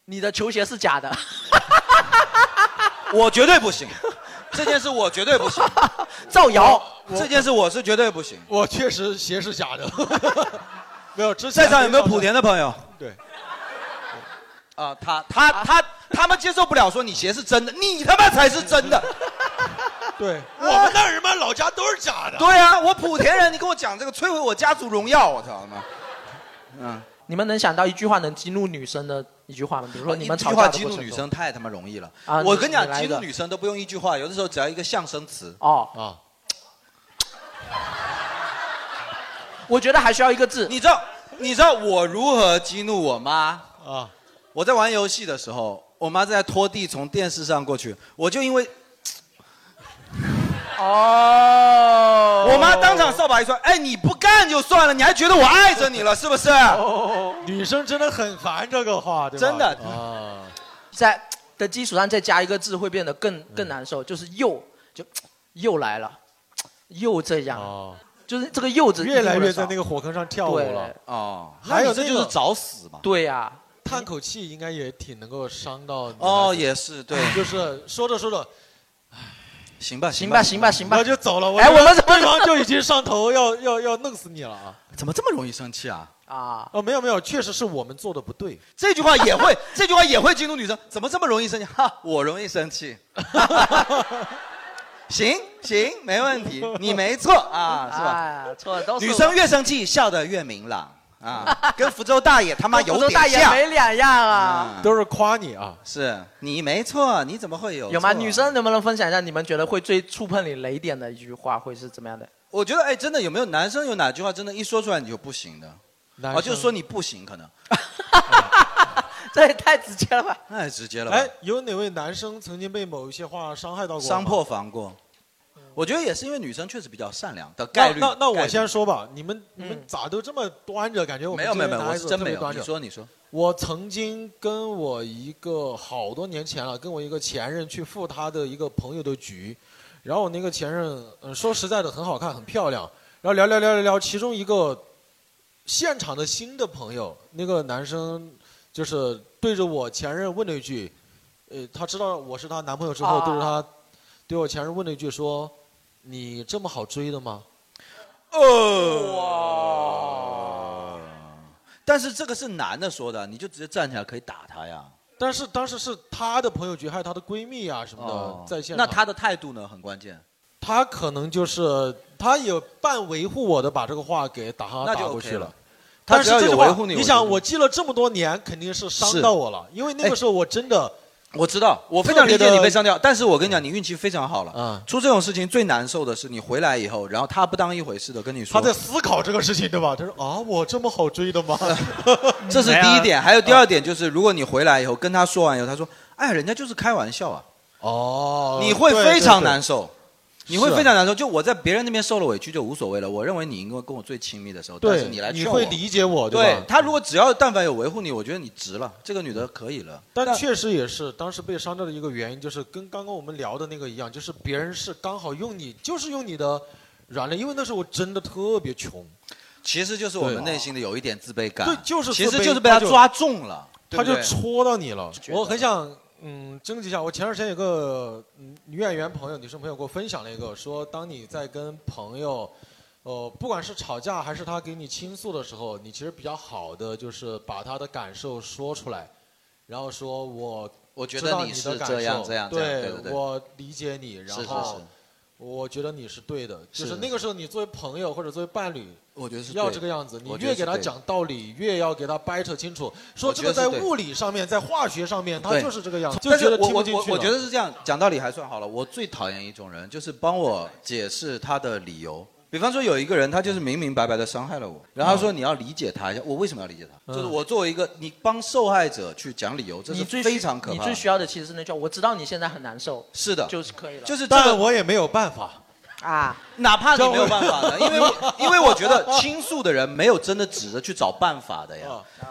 Speaker 4: 你的球鞋是假的。
Speaker 1: 我绝对不
Speaker 4: [laughs]
Speaker 1: 行，这件事我绝对不行，
Speaker 4: 造谣
Speaker 1: 这件事我是绝对不行。
Speaker 2: 我确实鞋是假的，
Speaker 1: [laughs]
Speaker 2: 没有。之前
Speaker 1: 在场有没有莆田的朋友？
Speaker 2: 对，
Speaker 1: 啊，他他他他们接受不了说你鞋是真的，你他妈才是真的。
Speaker 2: 对，我们那儿他妈老家都是假的。
Speaker 1: 对啊，我莆田人，你跟我讲这个摧毁 [laughs] 我家族荣耀，我操他妈！嗯，
Speaker 4: 你们能想到一句话能激怒女生的一句话吗？比如说你们
Speaker 1: 一
Speaker 4: 吵
Speaker 1: 句
Speaker 4: 架
Speaker 1: 话
Speaker 4: 的
Speaker 1: 激
Speaker 4: 过
Speaker 1: 怒
Speaker 4: 程
Speaker 1: 女
Speaker 4: 中
Speaker 1: 生太他妈容易了。
Speaker 4: 啊
Speaker 1: 我跟
Speaker 4: 你
Speaker 1: 讲
Speaker 4: 你，来一
Speaker 1: 激
Speaker 4: 个
Speaker 1: 怒女生都不用一句话，有的时候只要一个象声词。
Speaker 4: 哦
Speaker 2: 啊，
Speaker 4: [laughs] 我觉得还需要一个字。
Speaker 1: 你知道，你知道我如何激怒我妈？
Speaker 2: 啊，
Speaker 1: 我在玩游戏的时候，我妈在拖地，从电视上过去，我就因为
Speaker 4: 哦，
Speaker 1: 我妈当场扫把一摔，哎，你不干就算了，你还觉得我爱着你了，是不是？
Speaker 2: 女生真的很烦这个话，对吧？
Speaker 4: 真的
Speaker 2: 啊，
Speaker 4: 在的基础上再加一个字，会变得更更难受，就是又就又来了，又这样，就是这个柚子
Speaker 2: 哦越来越在
Speaker 4: 那
Speaker 2: 那个火坑上跳舞了
Speaker 4: 对。
Speaker 1: 哦
Speaker 2: 还有
Speaker 1: 那你这
Speaker 2: 那个
Speaker 1: 就是找死嘛
Speaker 4: 对呀、
Speaker 2: 叹口气应该也挺能够伤到。
Speaker 1: 哦，也是对，
Speaker 2: 就是说着说着，
Speaker 1: 行吧，
Speaker 4: 行吧，行吧，行吧，
Speaker 2: 我就走了。
Speaker 4: 哎，
Speaker 2: 觉
Speaker 4: 我
Speaker 2: 得
Speaker 4: 们怎
Speaker 2: [laughs]
Speaker 4: 么
Speaker 2: 对方就已经上头要 [laughs] 要要弄死你了啊！
Speaker 1: 怎么这么容易生气啊？
Speaker 4: 啊！
Speaker 2: 哦，没有没有，确实是我们做的不
Speaker 4: [laughs]
Speaker 2: 对。
Speaker 1: 这句话也会， [laughs] 这句话也会激怒女生，怎么这么容易生气？哈，我容易生气。行行，没问 [laughs] 题，你没错啊，是吧？
Speaker 4: 哎错的都是
Speaker 1: 女生越
Speaker 4: 是
Speaker 1: 生气，笑得越明朗啊，跟福州大爷他妈
Speaker 4: [laughs]
Speaker 1: 有
Speaker 4: 州
Speaker 1: 点
Speaker 4: 大爷
Speaker 1: 像，
Speaker 4: 没两样啊。
Speaker 2: 都是夸你啊，
Speaker 1: 嗯是你没错，你怎么会有
Speaker 4: 有吗？
Speaker 1: 错
Speaker 4: 女生能不能分享一下你们觉得会最触碰你雷点的一句话会是怎么样的？
Speaker 1: 我觉得哎，真的有没有男生有哪句话真的，一说出来你就不行的？
Speaker 2: 男
Speaker 1: 啊，
Speaker 2: 生
Speaker 1: 就是说你不行，可能
Speaker 4: 这也太直接了吧？
Speaker 1: 太直接了吧？
Speaker 2: 哎，有哪位男生曾经被某一些话伤害到过吗？
Speaker 1: 伤破防过。我觉得也是因为女生确实比较善良的概率。
Speaker 2: 那那那
Speaker 1: 概
Speaker 2: 我
Speaker 1: 率嗯
Speaker 2: 先说吧，你们你们咋都这么端着？感觉我们
Speaker 1: 没有没有
Speaker 2: 这些
Speaker 1: 没有，
Speaker 2: 男
Speaker 1: 我
Speaker 2: 孩
Speaker 1: 是
Speaker 2: 子
Speaker 1: 真
Speaker 2: 特
Speaker 1: 没
Speaker 2: 别
Speaker 1: 有。
Speaker 2: 端
Speaker 1: 你
Speaker 2: 着。
Speaker 1: 说你说，
Speaker 2: 我曾经跟我一个好多年前了，跟我一个前任去赴他的一个朋友的局，然后我那个前任，嗯，说实在的，很好看，很漂亮。然后聊聊聊聊聊，其中一个现场的新的朋友，那个男生就是对着我前任问了一句，呃，他知道我是她男朋友之后，
Speaker 4: 啊
Speaker 2: 对着他对我前任问了一句说：“你这么好追的吗？”呃哦，
Speaker 1: 但是这个是男的说的，你就直接站起来可以打他呀。
Speaker 2: 但是当时是她的朋友局，还有她的闺蜜啊什么的、在线。
Speaker 1: 哦那他的态度呢，很关键。
Speaker 2: 她可能就是她也半维护我的，把这个话给打哈
Speaker 1: 那
Speaker 2: 打
Speaker 1: 就
Speaker 2: 过
Speaker 1: OK
Speaker 2: 去
Speaker 1: 了
Speaker 2: 了。
Speaker 1: 她
Speaker 2: 但是
Speaker 1: 只要
Speaker 2: 这句
Speaker 1: 有
Speaker 2: 话
Speaker 1: 维护你我
Speaker 2: 你
Speaker 1: 觉
Speaker 2: 想
Speaker 1: 得
Speaker 2: 我记了这么多年，肯定是伤
Speaker 1: 是哎
Speaker 2: 到我了，因为那个时候我真的，
Speaker 1: 我知道，我非常理解你被伤掉，但是我跟你讲，你运气非常好了。
Speaker 2: 嗯
Speaker 1: 出这种事情最难受的是你回来以后，然后他不当一回事的跟你说。
Speaker 2: 她在思考这个事情，对吧？她说啊，我这么好追的吗？ [laughs]
Speaker 1: 这是第一
Speaker 2: 哎
Speaker 1: 点，还有第二点就是，如果你回来以后跟他说完以后，他说：“哎，人家就是开玩笑啊。”
Speaker 2: 哦
Speaker 1: 你会
Speaker 2: 对
Speaker 1: 非常
Speaker 2: 对对
Speaker 1: 难受，你会
Speaker 2: 是
Speaker 1: 非常难受。就我在别人那边受了委屈就无所谓了，我认为你应该跟我最亲密的时候，但
Speaker 2: 对，
Speaker 1: 是你来
Speaker 2: 你
Speaker 1: 劝我
Speaker 2: 会理解我，
Speaker 1: 对
Speaker 2: 吧？
Speaker 1: 他如果只要但凡有维护你，我觉得你值了，这个女的可以了。
Speaker 2: 但确实也是当时被伤到的一个原因，就是跟刚刚我们聊的那个一样，就是别人是刚好用你，就是用你的软肋，因为那时候我真的特别穷，
Speaker 1: 其实就是我们内心的有一点自卑感，
Speaker 2: 对就是
Speaker 1: 其
Speaker 2: 自
Speaker 1: 实
Speaker 2: 卑
Speaker 1: 就是被
Speaker 2: 他
Speaker 1: 他
Speaker 2: 就
Speaker 1: 抓中了，对
Speaker 2: 他
Speaker 1: 不
Speaker 2: 就
Speaker 1: 对
Speaker 2: 戳到你了。我很想嗯征集一下，我前段时间有个嗯女演员朋友、女生朋友给我分享了一个，说当你在跟朋友。呃，不管是吵架还是他给你倾诉的时候，你其实比较好的就是把他的感受说出来，然后说我
Speaker 1: 我觉
Speaker 2: 知
Speaker 1: 得
Speaker 2: 道
Speaker 1: 你
Speaker 2: 你
Speaker 1: 是
Speaker 2: 的感
Speaker 1: 这样
Speaker 2: 受
Speaker 1: 这样这
Speaker 2: 对
Speaker 1: 样对对对
Speaker 2: 我理解你，然
Speaker 1: 是是
Speaker 2: 后
Speaker 1: 是
Speaker 2: 我觉得你是对的，就是是那个时候你作为朋友或者作为伴侣，
Speaker 1: 我觉得是对的
Speaker 2: 要这个样子，你
Speaker 1: 我觉得
Speaker 2: 越
Speaker 1: 是
Speaker 2: 给他
Speaker 1: 对的
Speaker 2: 讲道理，越要给他掰扯清楚，说
Speaker 1: 我
Speaker 2: 这
Speaker 1: 觉
Speaker 2: 个
Speaker 1: 得
Speaker 2: 在
Speaker 1: 是对的
Speaker 2: 物理上面，在化学上面，他
Speaker 1: 对
Speaker 2: 就是这个样子，就
Speaker 1: 但是
Speaker 2: 觉得
Speaker 1: 我
Speaker 2: 听
Speaker 1: 我
Speaker 2: 不进
Speaker 1: 我
Speaker 2: 去
Speaker 1: 我
Speaker 2: 了
Speaker 1: 觉得是这样，讲道理还算好了。我最讨厌一种人，就是帮我解释他的理由。比方说有一个人，他就是明明白白的伤害了我，然后他说你要理解他一下，我为什么要理解他？
Speaker 4: 嗯
Speaker 1: 就是我作为一个你帮受害者去讲理由，这是
Speaker 4: 你最需
Speaker 1: 非常可
Speaker 4: 你
Speaker 1: 怕
Speaker 4: 最
Speaker 1: 的。
Speaker 4: 需要的其实是那句话，我知道你现在很难受，
Speaker 1: 是的，
Speaker 4: 就是可以了。
Speaker 1: 就是这个
Speaker 2: 但我也没有办法。
Speaker 4: 啊，
Speaker 1: 哪怕你没有办法的，因为我因为我觉得倾诉的人没有真的指着去找办法的呀。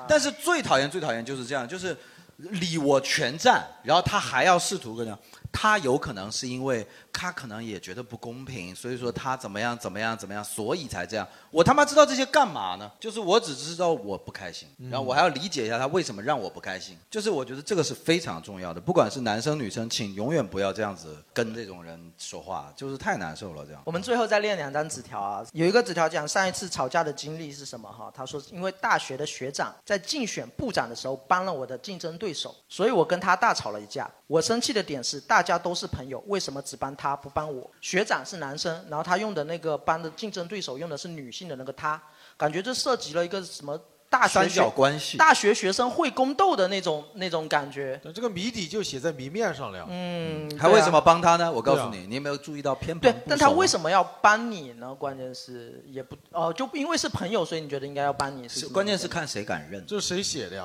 Speaker 1: 但是最讨厌最讨厌就是这样，就是理我全占，然后他还要试图跟你讲，他有可能是因为他可能也觉得不公平，所以说他怎么样怎么样怎么样，所以才这样。我他妈知道这些干嘛呢？就是我只知道我不开心，然后我还要理解一下他为什么让我不开心。就是我觉得这个是非常重要的，不管是男生女生，请永远不要这样子跟这种人说话，就是太难受了这样。
Speaker 4: 我们最后再练两张纸条啊，有一个纸条讲上一次吵架的经历是什么哈？他说，因为大学的学长在竞选部长的时候帮了我的竞争对手，所以我跟他大吵了一架。我生气的点是，大家都是朋友，为什么只帮他不帮我？学长是男生，然后他用的那个帮的竞争对手用的是女性的那个他，感觉这涉及了一个什么大学
Speaker 1: 三
Speaker 4: 学
Speaker 1: 角关系
Speaker 4: 大学学生会宫斗的那种那种感觉。
Speaker 2: 这个谜底就写在谜面上了呀。
Speaker 4: 嗯，
Speaker 18: 啊
Speaker 1: 还为什么帮他呢？我告
Speaker 2: 对
Speaker 1: 诉
Speaker 2: 啊
Speaker 1: 你，你有没有注意到偏旁
Speaker 4: 对
Speaker 1: 部
Speaker 2: 嗯
Speaker 1: 首？，
Speaker 4: 但他为什么要帮你呢？关键是也不哦，就因为是朋友，所以你觉得应该要帮你是嗯
Speaker 1: 是
Speaker 4: 吗？
Speaker 1: 关键是看谁敢认。
Speaker 2: 这是谁写的呀？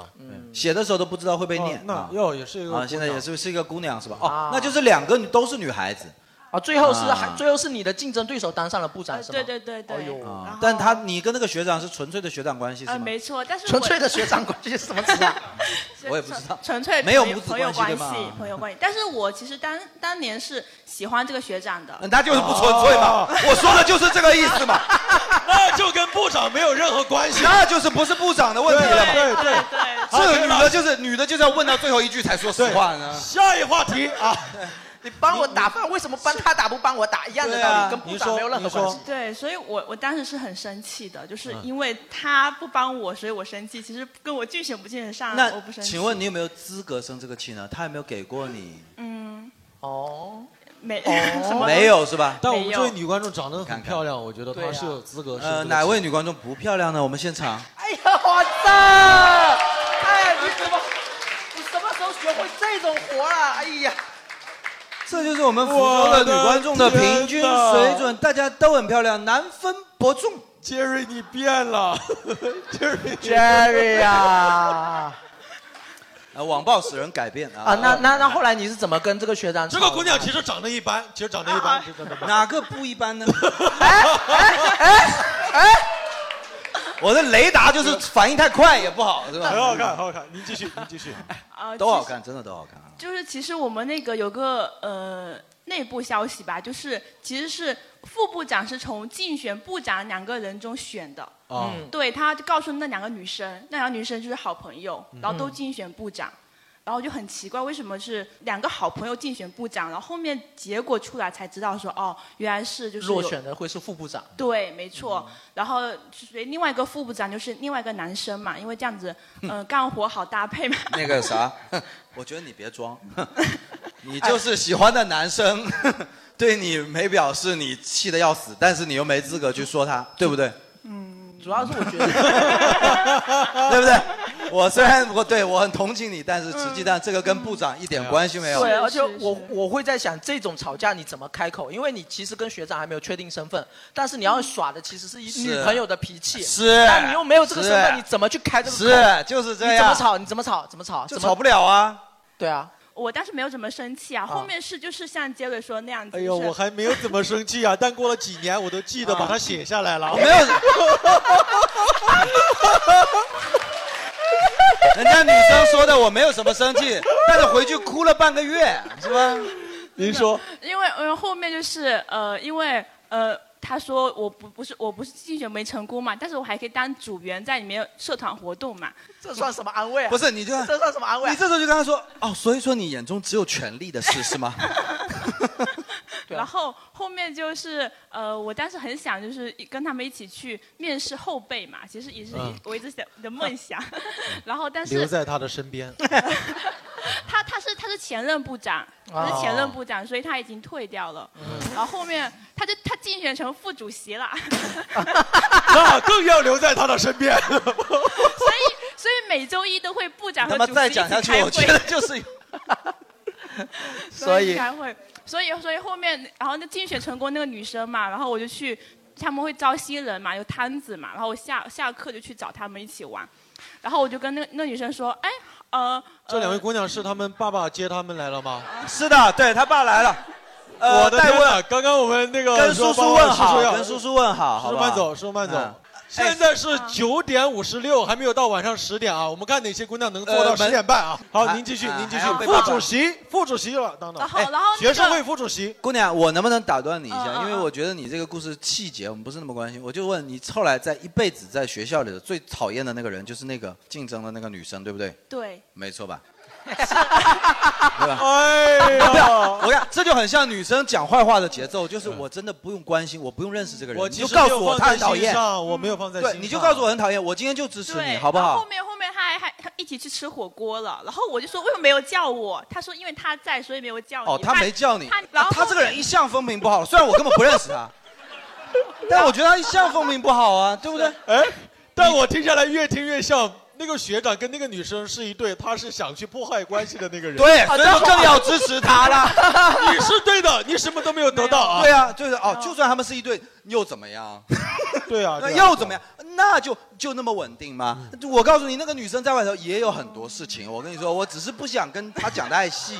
Speaker 1: 写的时候都不知道会被念
Speaker 2: 哦。那
Speaker 1: 啊
Speaker 2: 哟也是一个姑
Speaker 1: 啊，
Speaker 2: 娘
Speaker 1: 现在也是是一个姑娘是吧？哦
Speaker 4: 啊，
Speaker 1: 那就是两个女都是女孩子。
Speaker 4: 啊，最后是
Speaker 1: 啊
Speaker 4: 还最后是你的竞争对手当上了部长是吗？
Speaker 21: 对对对
Speaker 18: 哎
Speaker 21: 对。
Speaker 2: 哦
Speaker 21: 然
Speaker 1: 啊
Speaker 21: 后，
Speaker 1: 但
Speaker 18: 啊
Speaker 1: 他你跟那个学长是纯粹的学长关系是
Speaker 4: 啊
Speaker 21: 呃，
Speaker 1: 吗？
Speaker 21: 没错，但是我
Speaker 1: [laughs]
Speaker 4: 纯粹的学长关系是什么词啊？
Speaker 1: 我也不知道，
Speaker 18: 呃纯粹
Speaker 1: 没有
Speaker 18: 朋友
Speaker 1: 母子
Speaker 18: 朋友
Speaker 1: 关系
Speaker 18: 关
Speaker 1: 对
Speaker 18: 系
Speaker 1: 吗，
Speaker 18: 朋友关系。但是我其实当当年是喜欢这个学长
Speaker 5: 嗯
Speaker 18: 的，
Speaker 1: 那就是不纯粹嘛， [laughs] 我说的就是这个意思嘛，
Speaker 2: [laughs] 那就跟部长没有任何关系，
Speaker 1: 那就是不是部长的问题了嘛，
Speaker 2: 对对对
Speaker 1: 这个女的就是女的就是要问到最后一句才说实话呢。
Speaker 2: 下一话
Speaker 5: [laughs]
Speaker 2: 题啊，
Speaker 5: 你帮我打饭，为什么帮他打不帮我打一样的道
Speaker 1: 啊
Speaker 5: 理，跟部长没有任何关系。
Speaker 18: 对，所以我我当时是很生气的，就是
Speaker 1: 嗯
Speaker 18: 因为他不帮我，所以我生气。其实跟我竞选不竞选上，我不
Speaker 1: 那
Speaker 18: 生气。
Speaker 1: 请问你有没有资格生这个气呢？他有没有给过你？
Speaker 18: 嗯， [laughs]
Speaker 4: 哦，
Speaker 18: 没 [laughs]
Speaker 1: 什么没有是吧
Speaker 2: 但我们
Speaker 1: 没
Speaker 2: 这
Speaker 1: 有
Speaker 2: 位女观众长得很漂亮，我觉得
Speaker 18: 啊
Speaker 2: 她是有资格。
Speaker 1: 呃，哪位？女观众不漂亮呢？我们现场
Speaker 5: 哎呀，我操！哎，你怎么，你什么时候学会这种活了？哎呀，
Speaker 1: 这就是我们福州的女观众的平均水准，大家都很漂亮，难分伯仲。
Speaker 2: Jerry，你变了 [laughs] ，Jerry
Speaker 1: [laughs]
Speaker 5: [laughs]
Speaker 4: Jerry 啊，
Speaker 1: 啊，网暴使人改变啊！
Speaker 4: 啊，那那那后来你是怎么跟这个学长？
Speaker 2: 这个姑娘其实长得一般，其实长得一
Speaker 18: 啊
Speaker 2: 般，其实长得一般
Speaker 1: 哪个不一
Speaker 18: [laughs]
Speaker 1: 般呢？
Speaker 4: 哎，
Speaker 1: 我的雷达就是反应太快也不好，是吧？
Speaker 2: 很好看，很好看。您
Speaker 1: [laughs]
Speaker 2: 继续，您继续。
Speaker 18: 啊，
Speaker 1: 都好看，真的都好看。啊
Speaker 18: 就是其实我们那个有个呃内部消息吧，就是其实是副部长是从竞选部长两个人中选的。
Speaker 1: 哦
Speaker 18: 嗯，对，他就告诉那两个女生，那两个女生就是好朋友，
Speaker 1: 嗯
Speaker 18: 然后都竞选部长，然后就很奇怪，为什么是两个好朋友竞选部长，然后后面结果出来才知道说，哦，原来是就是
Speaker 4: 落
Speaker 18: 有
Speaker 4: 选的嗯会是副部长。
Speaker 18: 对，没错。然后所以另外一个副部长就是另外一个男生嘛，因为这样
Speaker 4: [laughs]
Speaker 18: 子，嗯、干活好搭配嘛。
Speaker 1: 那个啥， [laughs] 我觉得你别
Speaker 4: [laughs]
Speaker 1: 装，你就是喜欢的男生 [laughs] 对你没表示，你气得要死，但是你又没资格去
Speaker 4: [laughs]
Speaker 1: 说他，对不对？
Speaker 4: 主要是我觉
Speaker 1: 得，对不对？我虽然我对我很同情你，但是实际上这个跟部长一点关系没有。
Speaker 4: 对，而且我我会在想，这种吵架你怎么开口？因为你其实跟学长还没有确定身份，但是你要耍的其实
Speaker 1: 是
Speaker 4: 是一女朋友的脾气。
Speaker 1: 是
Speaker 4: 但你又没有这个身
Speaker 1: 是
Speaker 4: 份，你怎么去开这个口？
Speaker 1: 是就是这样
Speaker 4: 你怎么吵？你怎么吵？怎么吵？
Speaker 1: 就
Speaker 4: 怎么
Speaker 1: 吵不了啊。
Speaker 4: 对啊，
Speaker 18: 我当时没有怎么生气啊，后面是就是像杰瑞说那样子。
Speaker 2: 哎呦，
Speaker 18: 就是
Speaker 2: 我还没有怎么生气啊，但 [laughs] 过了几年，我都记得把它写下来了。
Speaker 1: 啊没有，人家女生说的，我没有什么生
Speaker 18: [laughs]
Speaker 1: 气，但是回去哭了半个月，是吧？
Speaker 2: 您说，
Speaker 18: [laughs] 因为呃后面就是呃，因为呃，他说我不不是我不是竞选没成功嘛，但是我还可以当组员在里面社团活动嘛。
Speaker 4: 这算什么安
Speaker 18: [laughs]
Speaker 4: 慰啊
Speaker 1: 不是你就
Speaker 4: 这算什么安慰啊
Speaker 1: 你这时候就跟他说，哦，所以说你眼中只有权力的事是吗？
Speaker 18: 然后后面就是呃，我当时很想就是跟他们一起去面试后辈嘛，其实也是
Speaker 2: 嗯
Speaker 18: 我一直想的梦
Speaker 2: [laughs]
Speaker 18: 想。然后但
Speaker 2: 留
Speaker 18: 是
Speaker 2: 在他的身
Speaker 18: [laughs]
Speaker 2: 边。
Speaker 18: 他他是他是前任部长，他是
Speaker 2: 哦
Speaker 18: 前任部长，所以他已经退掉了。
Speaker 2: 嗯
Speaker 18: 然后后面他就他竞选成副主席了。
Speaker 2: 那啊更要留在他的身
Speaker 18: [laughs]
Speaker 2: 边。
Speaker 18: 所以所以每周一都会部长和
Speaker 1: 他妈
Speaker 18: 主席
Speaker 1: 再
Speaker 18: 一起
Speaker 1: 讲下去
Speaker 18: 开
Speaker 1: 我
Speaker 18: 会
Speaker 1: 觉得就是，
Speaker 18: [laughs] 所
Speaker 1: 所
Speaker 18: 以
Speaker 1: 以
Speaker 18: 开会，所以所以后面然后那竞选成功那个女生嘛，然后我就去，他们会招新人嘛，有摊子嘛，然后我下下课就去找他们一起玩，然后我就跟那那女生说，哎呃
Speaker 2: 这两位姑娘是他们爸爸接他们来了吗？
Speaker 1: 是的，对他爸来了。呃
Speaker 2: 我的天哪！刚刚我们那个
Speaker 1: 跟叔
Speaker 2: 说
Speaker 1: 叔
Speaker 2: 爸爸
Speaker 1: 问好
Speaker 2: 叔要
Speaker 1: 跟叔叔问好
Speaker 2: 叔
Speaker 1: 好
Speaker 2: 叔
Speaker 1: 不好
Speaker 2: 慢走，叔叔慢走
Speaker 1: 嗯。
Speaker 2: 现在是九点五十六，还没有到晚上十点啊！我们看哪些姑娘能做到
Speaker 1: 呃门
Speaker 2: 十点半啊！好，您继续，
Speaker 1: 啊
Speaker 2: 您继
Speaker 1: 还
Speaker 2: 续
Speaker 1: 要。被
Speaker 2: 副
Speaker 1: 爸爸
Speaker 2: 主席，副主席了，等等。
Speaker 18: 啊然后
Speaker 2: 哎
Speaker 18: 然后那
Speaker 2: 学生
Speaker 18: 个
Speaker 2: 会副主席，
Speaker 1: 姑娘，我能不能打断你一
Speaker 18: 嗯
Speaker 1: 下？
Speaker 18: 嗯
Speaker 1: 因为我觉得你这个故事细节我们不是那么关心。我就问你，后来在一辈子在学校里的最讨厌的那个人，就是那个竞争的那个女生，对不对？
Speaker 18: 对，
Speaker 1: 没
Speaker 2: [laughs]
Speaker 1: 错吧？对吧？
Speaker 2: 哎
Speaker 1: 不是，
Speaker 2: 呀，
Speaker 1: 我看这就很像女生讲坏话的节奏，就是我真的不用关心，我不用认识这个人，
Speaker 2: 我
Speaker 1: 你
Speaker 2: 其
Speaker 1: 就
Speaker 2: 实
Speaker 1: 告诉我他很讨
Speaker 2: 没有放在心
Speaker 1: 厌，
Speaker 2: 上我没有放在心
Speaker 1: 对，
Speaker 2: 上
Speaker 1: 你就告诉我很讨厌，我今天就支持你，
Speaker 18: 对，
Speaker 1: 好不
Speaker 18: 然后后
Speaker 1: 好？
Speaker 18: 面后面他还还他一起去吃火锅了，然后我就说为什么没有叫我？他说因为他在，所以没有叫你。
Speaker 1: 哦，他没叫你
Speaker 18: 他，然
Speaker 1: 啊
Speaker 18: 后
Speaker 1: 他这个人一向风评不好，虽然我根本不认
Speaker 18: [laughs]
Speaker 1: 识他，但我觉得他一向风评不好啊，对不对？
Speaker 2: 哎，但我听下来越听越像那个学长跟那个女生是一对，他是想去破坏关系的那个人。
Speaker 1: 对
Speaker 4: 啊
Speaker 1: 所以说更要支持他啦
Speaker 2: [laughs] 你是对的，你什么都没有得到啊。
Speaker 1: 对啊，就是哦，就算他们是一对，又怎么样？
Speaker 2: 对啊，
Speaker 1: 那
Speaker 2: 对啊
Speaker 1: 呃又怎么样？那就就那么稳定吗？我告
Speaker 2: [laughs]
Speaker 1: 诉你，那个女生在外头也有很多事情。我跟你说，我只是不想跟她讲太细。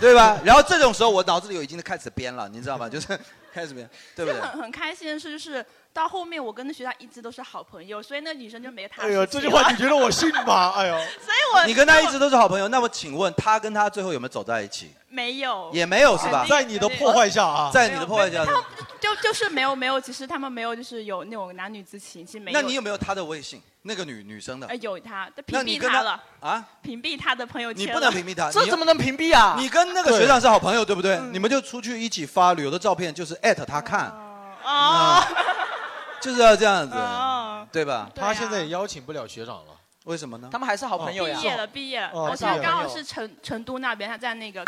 Speaker 1: 对吧？然后这种时候我脑子里已经开始编了，你知道吗？就是 [laughs] 开始编，对不
Speaker 18: 就
Speaker 1: 对？
Speaker 18: 很很开心的是，就是到后面我跟那学长一直都是好朋友，所以那女生就没他。
Speaker 2: 哎呦，这句话你觉得我信吗？哎呦，
Speaker 18: [laughs] 所以我
Speaker 1: 你跟他一直都是好朋友，那我请问他跟他最后有没有走在一起？
Speaker 18: 没有，
Speaker 1: 也没有是吧？
Speaker 18: 肯定
Speaker 2: 啊
Speaker 1: 在你的破坏下，
Speaker 18: 就就是没有没有，其实他们没有就是有那种男女之情，其实没有。
Speaker 1: 那你有没有他的微信？那个女女生的
Speaker 18: 呃，有他，但屏
Speaker 1: 那你
Speaker 18: 蔽
Speaker 1: 跟
Speaker 18: 他
Speaker 1: 他
Speaker 18: 了，
Speaker 1: 啊？
Speaker 18: 屏蔽他的朋友圈
Speaker 1: 你
Speaker 18: 了。
Speaker 1: 不能屏蔽他，你
Speaker 4: 能屏蔽啊
Speaker 1: 你跟那个学长是好朋友，对不对？
Speaker 18: 嗯
Speaker 1: 你们就出去一起发旅游的照片，就是艾特他看，
Speaker 18: 哦，
Speaker 1: 就是要这样子，
Speaker 2: 嗯
Speaker 18: 哦
Speaker 1: 对吧？
Speaker 2: 他现在也邀请不了学长了，
Speaker 1: 为什么呢？
Speaker 4: 他们还是好
Speaker 2: 朋
Speaker 18: 毕业了，毕业了，
Speaker 2: 哦
Speaker 18: 而且
Speaker 2: 毕业了
Speaker 18: 刚好是成成都那边，他在那个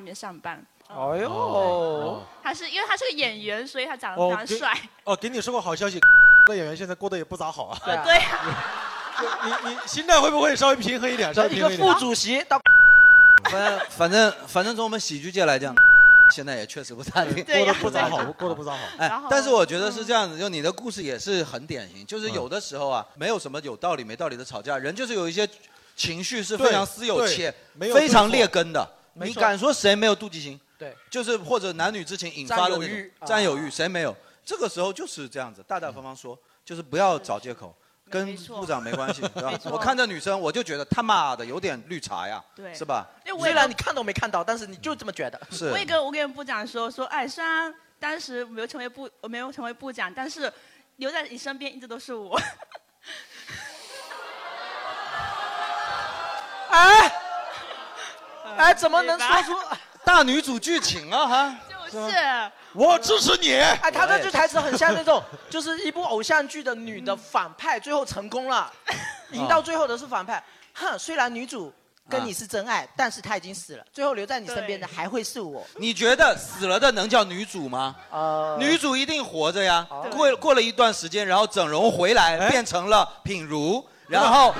Speaker 18: 那边上班。
Speaker 4: 哎呦，
Speaker 18: 他是因为他是个演员，所以他长得非
Speaker 2: 哦，
Speaker 18: 常
Speaker 2: 给
Speaker 18: 帅。
Speaker 2: 哦，给你说个好消息， [laughs] 的演员现在过得也不咋好啊。
Speaker 18: 对啊，
Speaker 2: 你你心态会不会稍微平和一点？稍微
Speaker 4: 一
Speaker 2: 平
Speaker 4: 个
Speaker 2: 和一点。
Speaker 4: 副主席到
Speaker 1: 反正反正反正从我们喜剧界来讲，现在也确实不咋地，
Speaker 2: 过得不咋好，过得不咋好。
Speaker 1: 哎，但是我觉得是这样子，就你的故事也是很典型，就是
Speaker 2: 嗯
Speaker 1: 有的时候啊，没有什么有道理没道理的吵架，人就是有一些情绪是非常私有
Speaker 2: 对
Speaker 1: 且
Speaker 2: 对没有
Speaker 1: 非常
Speaker 2: 对错
Speaker 1: 劣根的。
Speaker 2: 没
Speaker 1: 你
Speaker 2: 错
Speaker 1: 敢说谁没有妒忌心？
Speaker 4: 对，
Speaker 1: 就是或者男女之情引发的那
Speaker 4: 占有
Speaker 1: 种啊
Speaker 4: 欲啊
Speaker 1: 占有欲，谁没有？这个时候就是这样子，大大方方说，就是不要找借口。跟部长没
Speaker 4: [laughs]
Speaker 1: 关系，对吧
Speaker 4: 没？错
Speaker 1: 我看这女生，我就觉得他妈的有点绿茶呀，
Speaker 18: 对
Speaker 1: 是吧？
Speaker 18: 因为我
Speaker 4: 虽
Speaker 18: 也
Speaker 4: 然你看都没看到，但是你就这么觉得。
Speaker 1: 是
Speaker 18: 我也跟我跟部长说说，哎，虽然当时没有成为部我没有成为部长，但是留在你身边一直都是我。
Speaker 4: 哎，哎，怎么能说出？ [laughs]
Speaker 1: 大女主剧情啊哈？
Speaker 4: 就是
Speaker 2: 我支持你。
Speaker 4: 哎，他这句台词很像那种， [laughs] 就是一部偶像剧的女的反 [laughs] 派最后成功了，赢到最后的是反派。哼，虽然女主跟你是真爱，但是她已经死了，最后留在你身边的还会是我。
Speaker 1: 你觉得死了的能叫女主吗？
Speaker 4: 啊呃
Speaker 1: 女主一定活着呀。过过了一段时间，然后整容回
Speaker 4: 哎
Speaker 1: 来，变成了品如，然后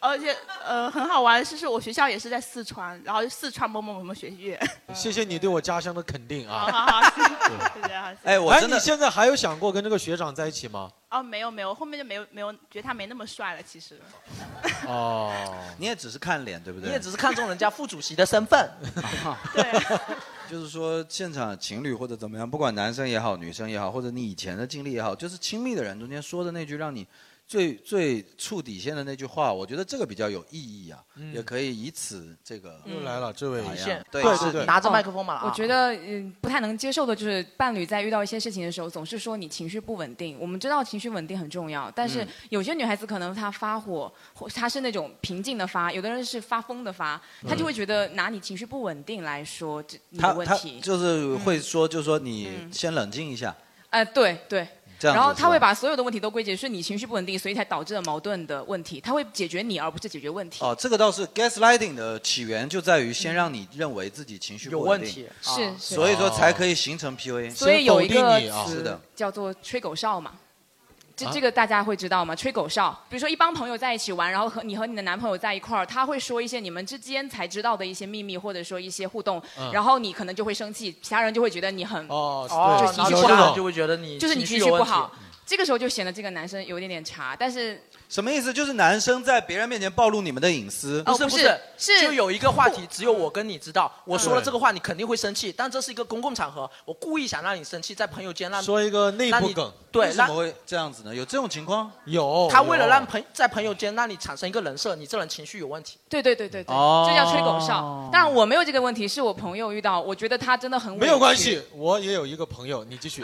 Speaker 18: 而且呃很好玩，是是我学校也是在四川，然后四川某某某某学院。
Speaker 2: 谢谢你对我家乡的肯定
Speaker 18: 好
Speaker 2: 啊。哎
Speaker 18: 好好，谢谢谢谢啊。
Speaker 1: 哎
Speaker 18: 谢谢
Speaker 2: 你现在还有想过跟这个学长在一起吗？
Speaker 18: 哦没有没有，后面就没有没有觉得他没那么帅了，其实。
Speaker 2: 哦，
Speaker 1: 你也只是看脸，对不对？
Speaker 4: 你也只是看中人家副主席的身份。
Speaker 1: 就是说，现场情侣或者怎么样，不管男生也好，女生也好，或者你以前的经历也好，就是亲密的人中间说的那句让你最最触底线的那句话，我觉得这个比较有意义啊，
Speaker 2: 嗯
Speaker 1: 也可以以此这个
Speaker 6: 嗯
Speaker 2: 又来了这位
Speaker 1: 哎呀
Speaker 2: 底线
Speaker 1: 对
Speaker 2: 对
Speaker 1: 是
Speaker 2: 对对
Speaker 1: 拿
Speaker 6: 哦
Speaker 1: 啊
Speaker 6: 我觉得嗯不太能接受的就是伴侣在遇到一些事情的时候，总是说你情绪不稳定。我们知道情绪稳定很重要，但是
Speaker 22: 嗯
Speaker 6: 有些女孩子可能她发火，或她是那种平静的发，有的人是发疯的发，她就会觉得拿你情绪不稳定来说这你
Speaker 1: 哦他
Speaker 6: 的问
Speaker 1: 他
Speaker 6: 题。嗯
Speaker 1: 就是会说，就是说你先冷静一下，
Speaker 6: 哎，对对。
Speaker 1: 这样子
Speaker 6: 然后
Speaker 1: 是
Speaker 6: 她会
Speaker 1: 吧
Speaker 6: 把所有的问题都归结是你情绪不稳定，所以才导致了矛盾的问题。她会解决你，而不是解决问题。
Speaker 1: 哦，这个倒是 gaslighting 的起源就在于先让你认为自己情绪不稳定
Speaker 6: 嗯
Speaker 1: 哦
Speaker 6: 有问题啊是是
Speaker 1: 所以说
Speaker 2: 哦
Speaker 1: 才可以形成 PUA。
Speaker 6: 所以有一个
Speaker 2: 啊
Speaker 1: 是
Speaker 6: 词
Speaker 1: 的，
Speaker 6: 叫做吹狗哨嘛。这
Speaker 1: 啊
Speaker 6: 这个大家会知道吗？吹狗哨，比如说一帮朋友在一起玩，然后和你和你的男朋友在一块儿，他会说一些你们之间才知道的一些秘密，或者说一些互动，
Speaker 4: 嗯
Speaker 6: 然后你可能就会生气，其他人就会觉得你很
Speaker 2: 哦
Speaker 4: 哦，
Speaker 6: 就是
Speaker 4: 然后
Speaker 6: 情绪
Speaker 4: 其
Speaker 6: 不
Speaker 4: 他
Speaker 6: 好
Speaker 4: 人就会觉得你
Speaker 6: 就是你
Speaker 4: 情
Speaker 6: 情
Speaker 4: 绪
Speaker 6: 绪
Speaker 4: 有
Speaker 6: 不
Speaker 4: 问题
Speaker 6: 好，这个时候就显得这个男生有一点点差，但是
Speaker 1: 什么意思？就是男生在别人面前暴露你们的隐私，
Speaker 4: 不是哦不是，就有一个话题只有我跟你知道，我说了这个话你肯定会生气，但这是一个公共场合，我故意想让你生气，在朋友间让
Speaker 2: 说一个内部梗，
Speaker 4: 对
Speaker 1: 为什
Speaker 4: 那
Speaker 1: 么会这样子呢？有这种情况？
Speaker 2: 有
Speaker 4: 他为了让朋在朋友间让你产生一个人设，你这人情绪有问题。
Speaker 6: 对对对对对，
Speaker 1: 哦
Speaker 6: 这叫吹狗哨。但我没有这个问题，是我朋友遇到，我觉得他真的很委
Speaker 2: 没有关
Speaker 6: 屈
Speaker 2: [laughs] 系，我也有一个朋友，你继 [laughs] 续。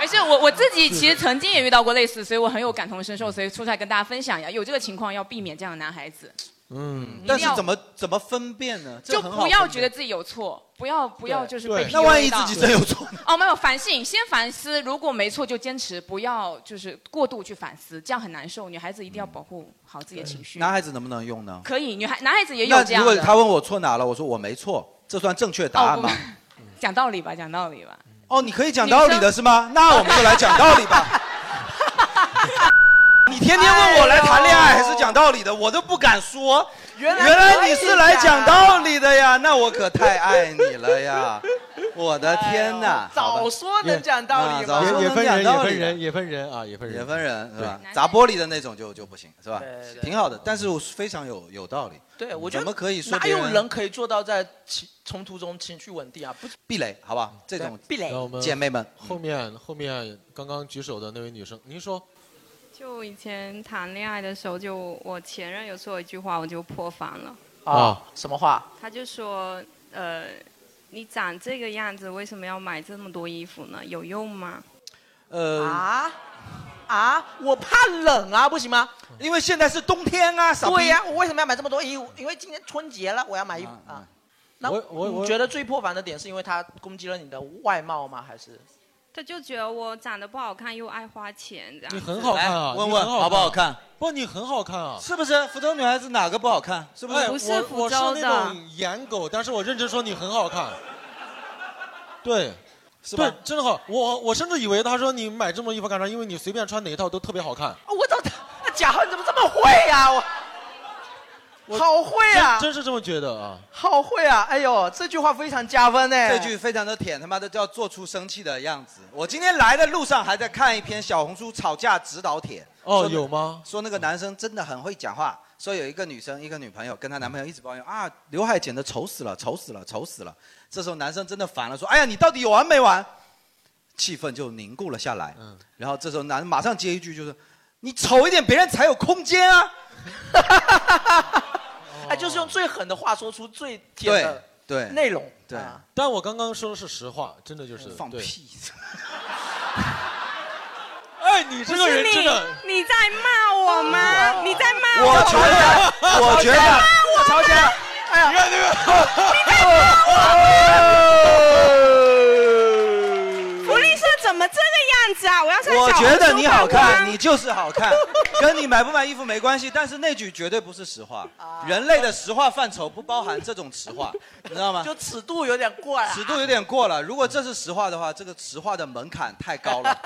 Speaker 6: 而且我我自己其实曾经也遇到过类似，所以我很有感同身受，所以出来跟大家分享一下，有这个情况要避免这样的男孩子，
Speaker 2: 嗯
Speaker 1: 但是怎么怎么分辨呢？这
Speaker 6: 就
Speaker 1: 很好分
Speaker 6: 不
Speaker 1: 辨
Speaker 6: 要觉得自己有错，不要不要就是被 PUA
Speaker 1: 那万一
Speaker 6: 到
Speaker 1: 自己真有错，
Speaker 6: 哦，没有反省，先反思，如果没错就坚持，不要就是过度去反思，这样很难受。女孩子一定要保护好自己的情绪，
Speaker 1: 男孩子能不能用呢？
Speaker 6: 可以，女孩男孩子也有这
Speaker 1: 那如
Speaker 6: 样
Speaker 1: 果
Speaker 6: 的。哦
Speaker 1: 他问我错哪了，我说我没错，这算正确答案
Speaker 4: 哦
Speaker 1: 吗？
Speaker 6: 讲道理吧，讲道理吧。
Speaker 1: 哦，你可以讲道理的是吗？那我们就来讲道理吧。你天天问我来谈恋爱还是讲道理的，我都不敢说。
Speaker 4: 原 [laughs]
Speaker 1: 来你是来讲道理的呀，那我可太爱你了呀。我的天哪！啊
Speaker 4: 早说能讲哎道理
Speaker 1: 早
Speaker 4: 嘛
Speaker 1: 说
Speaker 2: 也
Speaker 1: 能
Speaker 2: 分
Speaker 1: 讲
Speaker 2: 人，也
Speaker 1: 道
Speaker 2: 分
Speaker 1: 理的。
Speaker 2: 人，也分人啊，也分人，
Speaker 1: 也分人是
Speaker 2: 对
Speaker 1: 吧？砸玻璃的那种就就不行是吧
Speaker 4: 对对？
Speaker 1: 挺好的，但是我非常有有道理。
Speaker 4: 对，我觉得
Speaker 1: 怎么可以说
Speaker 4: 哪
Speaker 1: 别
Speaker 4: 有
Speaker 1: 人
Speaker 4: 人可以做到在情冲突中情绪稳定啊？不，
Speaker 1: 避雷好不好？这种
Speaker 4: 避雷
Speaker 2: 然后我们
Speaker 1: 姐妹们，
Speaker 2: 后面后面刚刚举手的那位女生，您说，
Speaker 23: 就以前谈恋爱的时候，就我前任有说一句话，我就破防了。
Speaker 4: 啊，什么话？
Speaker 23: 他就说，呃，你长这个样子，为什么要买这么多衣服呢？有用吗？
Speaker 1: 呃
Speaker 4: 啊啊！我怕冷啊，不行吗？
Speaker 1: 因为现在是冬天啊，
Speaker 4: 傻逼对呀、我为什么要买这么多衣服？因为今天春节了，我要买衣服
Speaker 1: 嗯
Speaker 4: 啊。那
Speaker 2: 我我
Speaker 4: 你
Speaker 2: 我
Speaker 4: 觉得最破防的点是因为他攻击了你的外貌吗？还是
Speaker 23: 他就觉得我长得不好看，又爱花钱，这样。
Speaker 2: 你很好看啊，
Speaker 1: 来问
Speaker 2: 你
Speaker 1: 问
Speaker 4: 哦
Speaker 2: 很
Speaker 1: 哦好不好看？
Speaker 2: 不，你很好看啊，
Speaker 1: 是不是？福州女孩子哪个不好看？是不是？
Speaker 2: 哎我我是那种颜狗，但是我认真说你很好看，对，
Speaker 1: 是
Speaker 2: 对，真的好，我我甚至以为他说你买这么多衣服干啥？因为你随便穿哪一套都特别好看，
Speaker 4: 啊我怎么 [laughs] 那贾浩你怎么这么会呀、我好会啊！
Speaker 2: 真真是这么觉得啊。
Speaker 4: 好会啊！哎呦，这句话非常加分呢。
Speaker 1: 这句非常的舔，他妈的叫做出生气的样子。我今天来的路上还在看一篇小红书吵架指导帖。
Speaker 2: 哦
Speaker 1: 说那
Speaker 2: 有吗？
Speaker 1: 说那个男生真的很会讲话，说有一个女生，一个女朋友跟她男朋友一直抱怨啊，刘海剪得丑死了，丑死了，丑死了。这时候男生真的烦了，说：“哎呀，你到底有完没完？”气氛就凝固了下来。
Speaker 2: 嗯
Speaker 1: 然后这时候男马上接一句就是：“你丑一点，别人才有空间啊。
Speaker 4: 哎，就是用最狠的话说出最甜
Speaker 1: 对
Speaker 4: 的”
Speaker 1: 对
Speaker 4: 内容。
Speaker 1: 对。
Speaker 2: 但我刚刚说的是实话，真的就是
Speaker 1: 放屁。
Speaker 2: 哎，你这
Speaker 23: 不
Speaker 2: 个
Speaker 23: 是
Speaker 2: 人真
Speaker 23: 你
Speaker 2: 的，，
Speaker 23: 你在骂我吗？你在骂我
Speaker 4: 我
Speaker 23: 吗？
Speaker 4: 觉得我觉得
Speaker 23: 曹
Speaker 4: 姐，哎呀，
Speaker 23: 你看这个，福利社怎么这个样子啊？我要上
Speaker 1: 我
Speaker 23: 小红
Speaker 1: 觉得
Speaker 23: 书
Speaker 1: 你好
Speaker 23: 曝光
Speaker 1: 看，你就是好看， [laughs] 跟你买不买衣服没关系。但是那句绝对不是实话，人类的实话范畴不包含这种实话，你知道吗？
Speaker 4: 就尺度有点过了。
Speaker 1: 尺度有点过了。如果这是实话的话，这个实话的门槛太高了。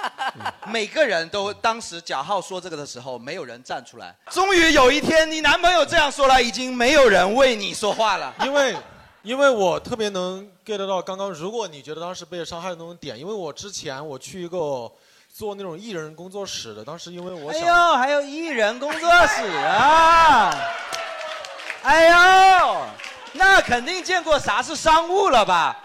Speaker 1: 每个人都当时贾浩说这个的时候，没有人站出来。终于有一天，你男朋友这样说了，已经没有人为你说话了。
Speaker 2: 因为因为我特别能 get 到刚刚，如果你觉得当时被伤害的那种点，因为我之前我去一个做那种艺人工作室的，当时因为我
Speaker 1: 哎
Speaker 2: 想，
Speaker 1: 呦，还有艺人工作室
Speaker 4: [laughs]
Speaker 1: 啊！哎呦，那肯定见过啥是商务了吧？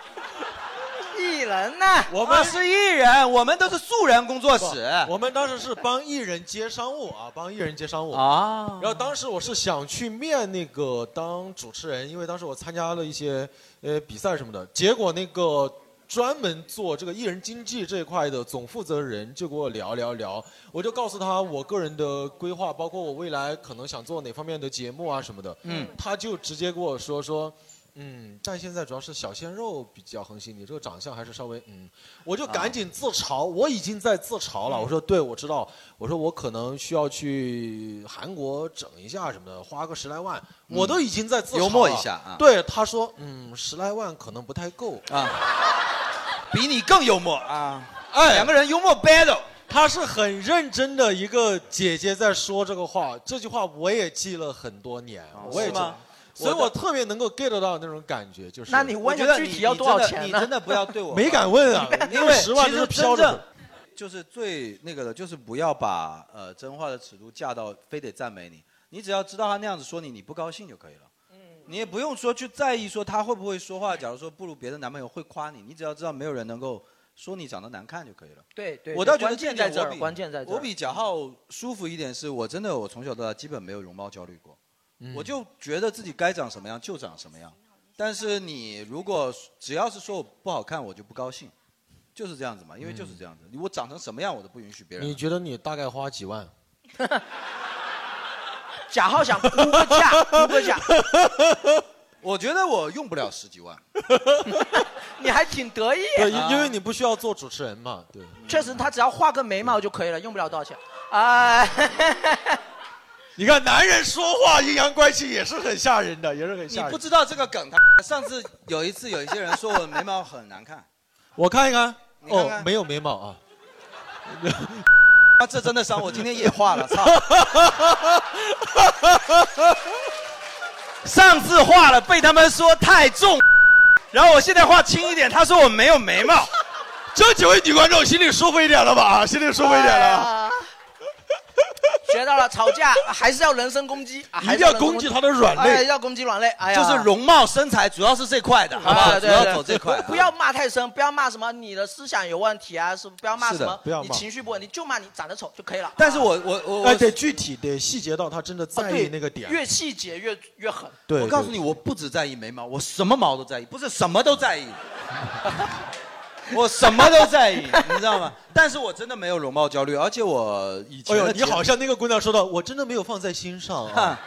Speaker 4: 艺人呐，
Speaker 2: 我
Speaker 1: 们是艺人，我们都是素人工作室。
Speaker 2: 我们当时是帮艺人接商务啊，帮艺人接商务
Speaker 1: 啊。
Speaker 2: 然后当时我是想去面那个当主持人，因为当时我参加了一些呃比赛什么的。结果那个专门做这个艺人经济这一块的总负责人就跟我聊聊聊，我就告诉他我个人的规划，包括我未来可能想做哪方面的节目啊什么的。
Speaker 1: 嗯，
Speaker 2: 他就直接跟我说说。嗯，但现在主要是小鲜肉比较横行，你这个长相还是稍微嗯，我就赶紧自嘲，我已经在自嘲了。我
Speaker 1: 嗯
Speaker 2: 说对，我知道，我说我可能需要去韩国整一下什么的，花个十来万，
Speaker 1: 嗯
Speaker 2: 我都已经在自嘲了
Speaker 1: 幽默一下啊
Speaker 2: 对，他说嗯，十来万可能不太够
Speaker 1: 啊，比你更幽默啊。
Speaker 2: 哎，
Speaker 1: 两个人幽默 battle。
Speaker 2: 她是很认真的一个姐姐在说这个话，这句话我也记了很多年，我也
Speaker 1: 哦是
Speaker 2: 记
Speaker 1: 吗
Speaker 2: 所以
Speaker 1: 我的
Speaker 2: 我特别能够 get 到那种感觉，就是
Speaker 4: 那你问一下具体要多少钱呢
Speaker 1: 你真的不要对 [laughs] 我，
Speaker 2: 没敢问啊
Speaker 1: 因为
Speaker 2: 十万
Speaker 1: 其
Speaker 2: 都
Speaker 1: 实
Speaker 2: 是
Speaker 1: 真
Speaker 2: 飘
Speaker 1: 正
Speaker 2: 着。
Speaker 1: 就是最那个的，就是不要把呃真话的尺度架到非得赞美你，你只要知道他那样子说你，你不高兴就可以了。你也不用说去在意说他会不会说话，假如说不如别的男朋友会夸你，你只要知道没有人能够说你长得难看就可以了。
Speaker 4: 对对，
Speaker 1: 我倒觉得
Speaker 4: 关键
Speaker 1: 这
Speaker 4: 在
Speaker 1: 一点
Speaker 4: 这
Speaker 1: 我
Speaker 4: 儿，
Speaker 1: 比
Speaker 4: 关键在这儿。
Speaker 1: 我比贾浩舒服一点，是我真的我从小到大基本没有容貌焦虑过，
Speaker 2: 嗯
Speaker 1: 我就觉得自己该长什么样就长什么样。但是你如果只要是说我不好看，我就不高兴，就是这样子嘛，因为就是这样
Speaker 4: 嗯
Speaker 1: 子，我长成什么样我都不允许别人
Speaker 2: 你。觉得你大概花几万？
Speaker 4: 贾
Speaker 5: [laughs]
Speaker 4: 浩想估个
Speaker 2: [laughs]
Speaker 4: 价，估个价，
Speaker 1: 我觉得我用不了十几
Speaker 4: [laughs]
Speaker 1: 万，
Speaker 4: 你还挺得意。
Speaker 2: 对，
Speaker 1: 啊
Speaker 2: 因因为你不需要做主持人嘛，对。
Speaker 4: 啊确实，他只要画个眉毛就可以了，用不了多少钱。 [laughs] 哎，
Speaker 2: 你看男人说话阴阳怪气也是很吓人的，也是很
Speaker 1: 你
Speaker 2: 吓人
Speaker 1: 不。知道这个梗，他上次有一次有一些人说我眉毛很难看，
Speaker 2: 我看一看，
Speaker 1: 你看看
Speaker 2: 哦，没有眉毛啊。
Speaker 1: 啊，这真的伤我，今天也画了， [laughs] 操！上次画了，被他们说太重，
Speaker 5: 然后我现在话轻一点，他说我没有眉毛。这几位女观众心里舒服一点了吧？啊，心里舒服一点了。
Speaker 4: 学到了，吵架还是要人身攻击，啊、还
Speaker 5: 一
Speaker 4: 是
Speaker 5: 定要
Speaker 4: 人身
Speaker 5: 攻击他的软肋
Speaker 4: 哎要攻击软肋，哎呀，
Speaker 1: 就是容貌身材主要是这块的，好不好？
Speaker 4: 啊
Speaker 1: 主
Speaker 4: 对
Speaker 1: 要
Speaker 4: 对
Speaker 1: 走这块。
Speaker 4: 不要骂太深，不要骂什么你的思想有问题啊，是不不要骂
Speaker 2: 是
Speaker 4: 什
Speaker 2: 的
Speaker 4: 么，
Speaker 2: 不要
Speaker 4: 你
Speaker 2: 骂
Speaker 4: 情绪不稳，你就骂你长得丑就可以了。
Speaker 2: 但是
Speaker 4: 啊
Speaker 2: 我
Speaker 5: 我我
Speaker 2: 哎，得具体得细节到他真的
Speaker 4: [laughs]
Speaker 2: 在意
Speaker 4: 对
Speaker 2: 那个点。
Speaker 4: 越细节越越狠。
Speaker 2: 对
Speaker 1: 我告诉你，我不只在意眉毛，我什么毛都在意，不是什么都在意， [laughs] 我什么都在意，你知道吗？但是我真的没有容貌焦虑，而且我以前
Speaker 2: 哎
Speaker 1: 的
Speaker 2: 呦，
Speaker 1: 节
Speaker 2: 你
Speaker 1: 目
Speaker 2: 好像那个姑娘说的，我真的没有放在心上啊，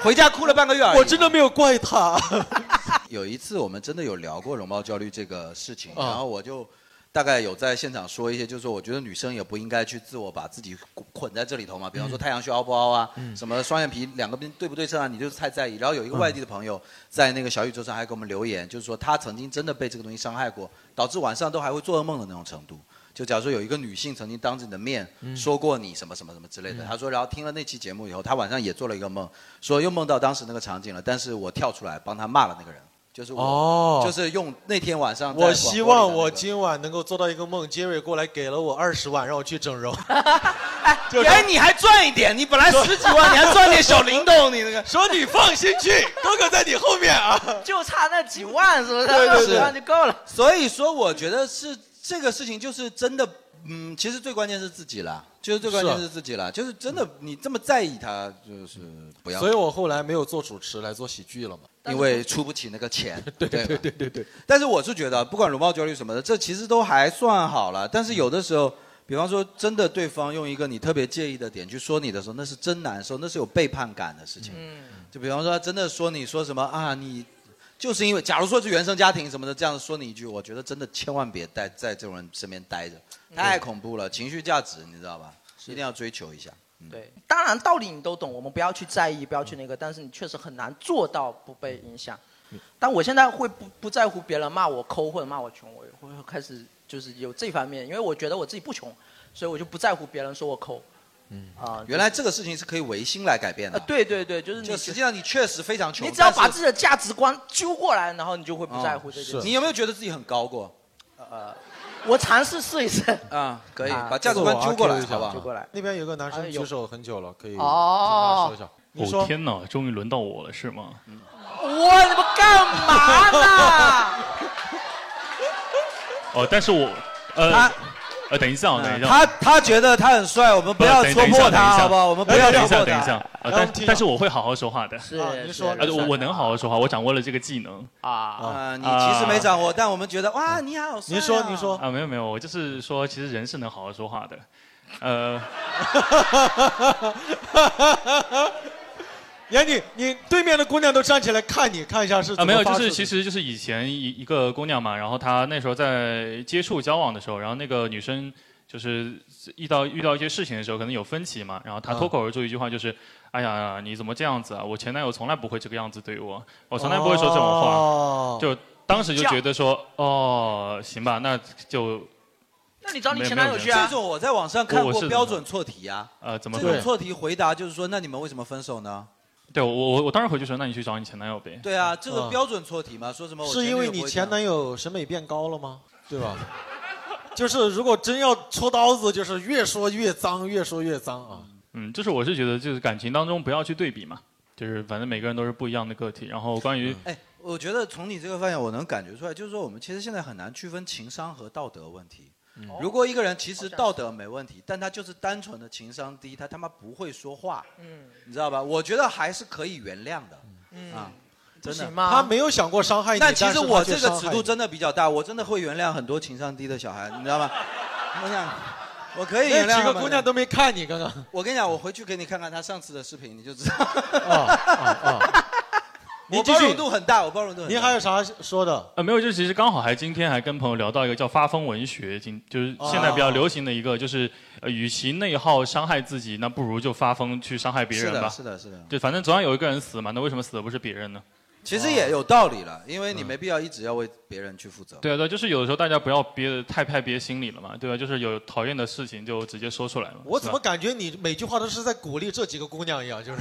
Speaker 1: 回家哭了半个月而已。
Speaker 2: 我真的没有怪她。
Speaker 24: 有一次我们真的有聊过容貌焦虑这个事情，
Speaker 2: 啊
Speaker 24: 然后我就大概有在现场说一些，就是说我觉得女生也不应该去自我把自己捆捆在这里头嘛，比方说
Speaker 2: 嗯
Speaker 24: 太阳穴凹不凹啊，
Speaker 2: 嗯
Speaker 24: 什么双眼皮两个边对不对称啊，你就是太在意。然后有一个外地的朋友在那个小宇宙上还给我们留言，就是说他曾经真的被这个东西伤害过，导致晚上都还会做噩梦的那种程度。就假如说有一个女性曾经当着你的面
Speaker 2: 嗯
Speaker 24: 说过你什么什么什么之类的，
Speaker 2: 嗯
Speaker 24: 他说，然后听了那期节目以后，他晚上也做了一个梦，说又梦到当时那个场景了，但是我跳出来帮他骂了那个人，就是我，
Speaker 2: 哦
Speaker 24: 就是用那天晚上
Speaker 2: 我
Speaker 24: 在广播里
Speaker 2: 希
Speaker 24: 的
Speaker 2: 望我今晚能够做到一个梦，杰瑞过来给了我二十万，让我去整容。就
Speaker 1: 哎，你还赚一点，你本来十几万，你还赚点小灵动，你那个。
Speaker 2: 说你放心
Speaker 1: [laughs]
Speaker 2: 去，哥哥在你后面啊。
Speaker 4: [laughs] 就差那几万，是不是？几 [laughs] 万就够了。
Speaker 1: [laughs] 所以说，我觉得是这个事情，就是真的，嗯，其实最关键是自己啦，就是最关键
Speaker 2: 是啊
Speaker 1: 是自己啦，就是真的，你这么在意他，就是不要。
Speaker 2: 所以我后来没有做主持来做喜剧了嘛，
Speaker 1: 因为出不起那个钱。
Speaker 2: [laughs] 对
Speaker 1: 对
Speaker 2: 对对对对，
Speaker 1: 但是我是觉得，不管容貌焦虑什么的，这其实都还算好了。但是有的时候，比方说，真的对方用一个你特别介意的点去说你的时候，那是真难受，那是有背叛感的事情。就比方说，真的说你说什么啊，你就是因为，假如说是原生家庭什么的，这样说你一句，我觉得真的千万别待在这种人身边待着，太恐怖了，情绪价值你知道吧？一定要追求一下。
Speaker 4: 对，当然道理你都懂，我们不要去在意，不要去那个，但是你确实很难做到不被影响。但我现在会不不在乎别人骂我抠或者骂我穷，我会会开始就是有这方面，因为我觉得我自己不穷，所以我就不在乎别人说我抠。
Speaker 1: 嗯
Speaker 4: 啊，
Speaker 1: 原来这个事情是可以唯心来改变的。
Speaker 4: 对对对，就是
Speaker 1: 就
Speaker 4: 你
Speaker 1: 实际上你确实非常穷，
Speaker 4: 你只要
Speaker 1: 但是
Speaker 4: 把自己的价值观揪过来，然后你就会不在乎这
Speaker 1: 哦
Speaker 4: 件事。
Speaker 1: 你有没有觉得自己很高过？
Speaker 4: 呃，我尝试试一试。
Speaker 1: 啊，可以
Speaker 4: 啊
Speaker 1: 把价值观揪过来，
Speaker 2: 自我
Speaker 1: 好不
Speaker 2: argue 一下
Speaker 1: 好？
Speaker 2: 那边有个男生举手很久了，可以
Speaker 4: 哦
Speaker 2: 听他说一下。你
Speaker 25: 哦
Speaker 2: 说
Speaker 25: 天哪，终于轮到我了，是吗？
Speaker 4: 我你们干嘛呢？
Speaker 25: 哦，但是我呃
Speaker 1: 他
Speaker 25: 呃，等一下啊，等一下，
Speaker 1: 他他觉得他很帅，我们不要
Speaker 25: 等
Speaker 1: 戳破他，好不好？我们不
Speaker 2: 哎
Speaker 1: 要
Speaker 25: 等
Speaker 1: 戳
Speaker 25: 一下，
Speaker 1: 破
Speaker 25: 等一下，
Speaker 1: 他
Speaker 25: 啊。
Speaker 2: 呃
Speaker 25: 但但是我会好好说话的。
Speaker 4: 是
Speaker 1: 啊你说
Speaker 25: 呃我我能好好说话，我掌握了这个技能
Speaker 1: 啊，你其实没掌握，但我们觉得哇，你好帅啊。
Speaker 25: 说啊，没有没有，我就是说，其实人是能好好说话的，
Speaker 1: [laughs]
Speaker 25: 呃，
Speaker 2: [laughs] 呀，你你对面的姑娘都站起来看你，看一下是
Speaker 25: 啊，
Speaker 2: 怎么
Speaker 25: 没有，就
Speaker 2: 发
Speaker 25: 是
Speaker 2: 出
Speaker 25: 其实就是以前一一个姑娘嘛，然后她那时候在接触交往的时候，然后那个女生就是遇到遇到一些事情的时候，可能有分歧嘛，然后她
Speaker 2: 嗯
Speaker 25: 脱口而出一句话就是。哎呀，你怎么这样子啊？我前男友从来不会这个样子对我，我从来不会说这种话。
Speaker 2: 哦
Speaker 25: 就当时就觉得说，哦，行吧，那就
Speaker 4: 那你找
Speaker 25: 你前男友去啊
Speaker 1: 这种我在网上看
Speaker 25: 我我
Speaker 1: 过
Speaker 25: 是
Speaker 1: 标准错题啊，
Speaker 25: 呃怎么
Speaker 1: 这种
Speaker 25: 对
Speaker 1: 错题回答就是说，那你们为什么分手呢？
Speaker 25: 对我我我当时回去说，那你去找你前男友呗。
Speaker 1: 对啊，这个
Speaker 2: 嗯
Speaker 1: 标准错题嘛，说什么我
Speaker 2: 是
Speaker 1: 前
Speaker 2: 因
Speaker 1: 女
Speaker 2: 为
Speaker 1: 友不
Speaker 2: 你
Speaker 1: 会
Speaker 2: 前男友审美变高了吗？对吧？就是如果真要戳刀子，就是越说越脏，越说越脏啊！
Speaker 25: 嗯，就是我是觉得，就是感情当中不要去对比嘛，就是反正每个人都是不一样的个体。然后关
Speaker 2: 嗯
Speaker 25: 于、
Speaker 1: 哎，我觉得从你这个发言，我能感觉出来，就是说我们其实现在很难区分情商和道德问题。嗯
Speaker 5: 哦
Speaker 1: 如果一个人其实道德没问题，但他就是单纯的情商低，他他妈不会说话，
Speaker 4: 嗯
Speaker 1: 你知道吧？我觉得还是可以原谅的，
Speaker 5: 嗯
Speaker 1: 啊，真的。
Speaker 2: 他没有想过伤害你，
Speaker 1: 但其
Speaker 2: 但
Speaker 1: 实
Speaker 2: 是
Speaker 1: 我
Speaker 2: 他却
Speaker 1: 这个
Speaker 2: 伤
Speaker 1: 尺
Speaker 2: 害
Speaker 1: 度
Speaker 2: 你
Speaker 1: 真的比较大，我真的会原谅很多情商低的小孩，你知道吗？我想，我可以
Speaker 2: 那
Speaker 1: 原
Speaker 2: 几
Speaker 1: 谅
Speaker 2: 个
Speaker 1: 他们
Speaker 2: 姑娘都没看你刚刚。
Speaker 1: 我跟你讲，我回去给你看看他上次的视频，你就知道。
Speaker 2: 哦你
Speaker 1: [laughs] 我
Speaker 2: 继
Speaker 1: 包
Speaker 2: 续
Speaker 1: 容度很大，我包容度很大。
Speaker 2: 您还有啥说的？
Speaker 25: 呃没有，就其实刚好还今天还跟朋友聊到一个叫发疯文学，今就是现在比
Speaker 2: 哦
Speaker 25: 较流行的一个，就是呃，与其内耗伤害自己，那不如就发疯去伤害别人吧。
Speaker 1: 是的是的是的
Speaker 25: 对，反正总要有一个人死嘛，那为什么死的不是别人呢？
Speaker 1: 其实也有道理了，因为你没必要一直要为别人去负责。
Speaker 25: 对啊，对啊，就是有的时候大家不要憋得太太憋心里了嘛，对吧？啊就是有讨厌的事情就直接说出来嘛。
Speaker 2: 我怎么
Speaker 25: 是吧
Speaker 2: 感觉你每句话都是在鼓励这几个姑娘一样，
Speaker 25: [laughs]
Speaker 2: 就是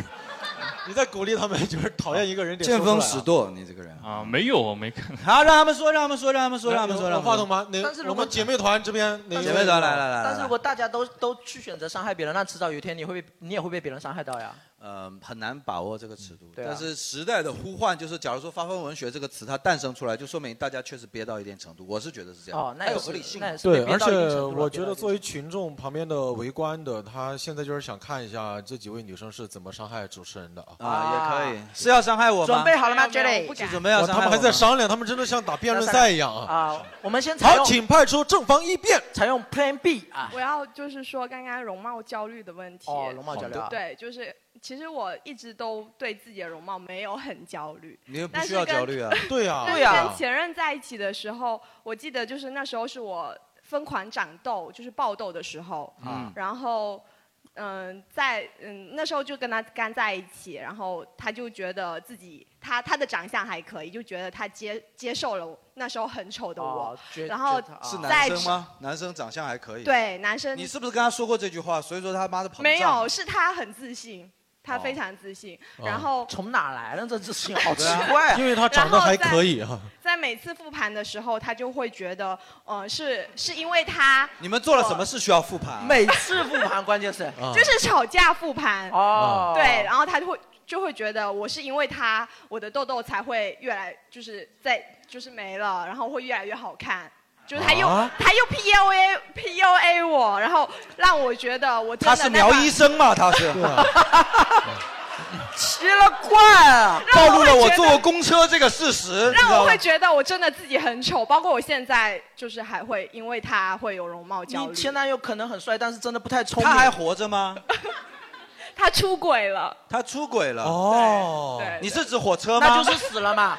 Speaker 2: 你在鼓励她们，就是讨厌一个人得说
Speaker 1: 见
Speaker 2: 出来
Speaker 1: 风
Speaker 2: 啊
Speaker 1: 使舵，你这个人。
Speaker 25: 啊？没有，我没看。
Speaker 1: 好，让他们说，让他们说，让他们说，让他们说，
Speaker 2: 有
Speaker 1: 让
Speaker 2: 有话筒吗？哪
Speaker 1: 但是
Speaker 2: 我们姐妹团这边哪位
Speaker 1: 姐妹团 [laughs] 来来来
Speaker 5: 但是
Speaker 1: 来
Speaker 5: 如果大家都都去选择伤害别人，那迟早有一天你会被你也会被别人伤害到呀。
Speaker 1: 呃，很难把握这个尺度。
Speaker 5: 对啊
Speaker 1: 但是时代的呼唤，就是假如说“发疯文学”这个词它诞生出来，就说明大家确实憋到一定程度。我是觉得是这样。
Speaker 5: 哦那
Speaker 1: 它有
Speaker 5: 也是
Speaker 1: 合理性
Speaker 5: 那
Speaker 1: 嘛。
Speaker 5: 也是
Speaker 2: 对，而且我觉得作为群众旁边的围观的，他现在就是想看一下这几位女生是怎么伤害主持人的啊。
Speaker 1: 啊也可以是要伤害我吗准备好了吗没有没有 Jelly？不敢是准备要
Speaker 2: 哇
Speaker 1: 伤
Speaker 2: 他
Speaker 1: 害
Speaker 2: 们还
Speaker 1: 我
Speaker 2: 在
Speaker 1: 吗
Speaker 2: 商量，他们真的像打辩论赛一样啊。
Speaker 5: 啊！我们先采
Speaker 2: 好，
Speaker 5: 用
Speaker 2: 请派出正方一辩，
Speaker 5: 采用 Plan B
Speaker 1: 嗯
Speaker 5: 啊。
Speaker 21: 我要就是说刚刚容貌焦虑的问题。
Speaker 5: 哦容貌焦虑啊
Speaker 21: 对，就是其实我一直都对自己的容貌没有很焦虑。
Speaker 1: 你不
Speaker 21: 但
Speaker 1: 需
Speaker 21: 是
Speaker 1: 要
Speaker 21: 跟
Speaker 1: 焦虑啊
Speaker 2: 对啊
Speaker 21: 但是
Speaker 2: 对啊
Speaker 21: 跟前任在一起的时候，我记得就是那时候是我疯狂长痘，就是爆痘的时候。
Speaker 7: 嗯
Speaker 21: 然后。嗯，在嗯那时候就跟他刚在一起，然后他就觉得自己他他的长相还可以，就觉得他接接受了我那时候很丑的我，哦然后
Speaker 1: 哦是
Speaker 21: 在
Speaker 1: 男生吗？男生长相还可以。
Speaker 21: 对男生
Speaker 1: 你是不是跟他说过这句话？所以说他妈的膨胀。啊
Speaker 21: 没有，是他很自信，他非常自信。
Speaker 1: 哦
Speaker 21: 然后
Speaker 5: 从哪来的这自信？好奇怪啊！
Speaker 21: 因为他长得还可以
Speaker 2: 啊。
Speaker 21: 在每次复盘的时候，他就会觉得，呃，是是因为他
Speaker 1: 你们做了什么事需要复盘？
Speaker 5: 每次复盘关键是
Speaker 1: 啊
Speaker 21: 就是吵架复盘
Speaker 5: 哦
Speaker 21: 对，然后他就会就会觉得我是因为他，我的痘痘才会越来就是在就是没了，然后会越来越好看。就是他又、
Speaker 1: 啊
Speaker 21: 他又 PUA PUA 我，然后让我觉得我真
Speaker 1: 他
Speaker 21: 的
Speaker 1: 是
Speaker 21: 那
Speaker 1: 苗
Speaker 21: 把
Speaker 1: 医生嘛？他是。
Speaker 5: 奇了怪啊！
Speaker 21: [laughs]
Speaker 1: 暴露了我坐过公车这个事实，你知
Speaker 21: 让
Speaker 1: 道
Speaker 21: 我
Speaker 1: 吗
Speaker 21: 会？觉得我真的自己很丑，包括我现在就是还会因为他会有容貌焦
Speaker 5: 你
Speaker 21: 虑。
Speaker 5: 前男友可能很帅，但是真的不太聪明。
Speaker 1: 他还活着吗？
Speaker 21: 他出轨了，
Speaker 1: 他出轨了。
Speaker 2: 哦
Speaker 21: 对对
Speaker 1: 你是指火车吗？
Speaker 5: [laughs] 那就是死了嘛，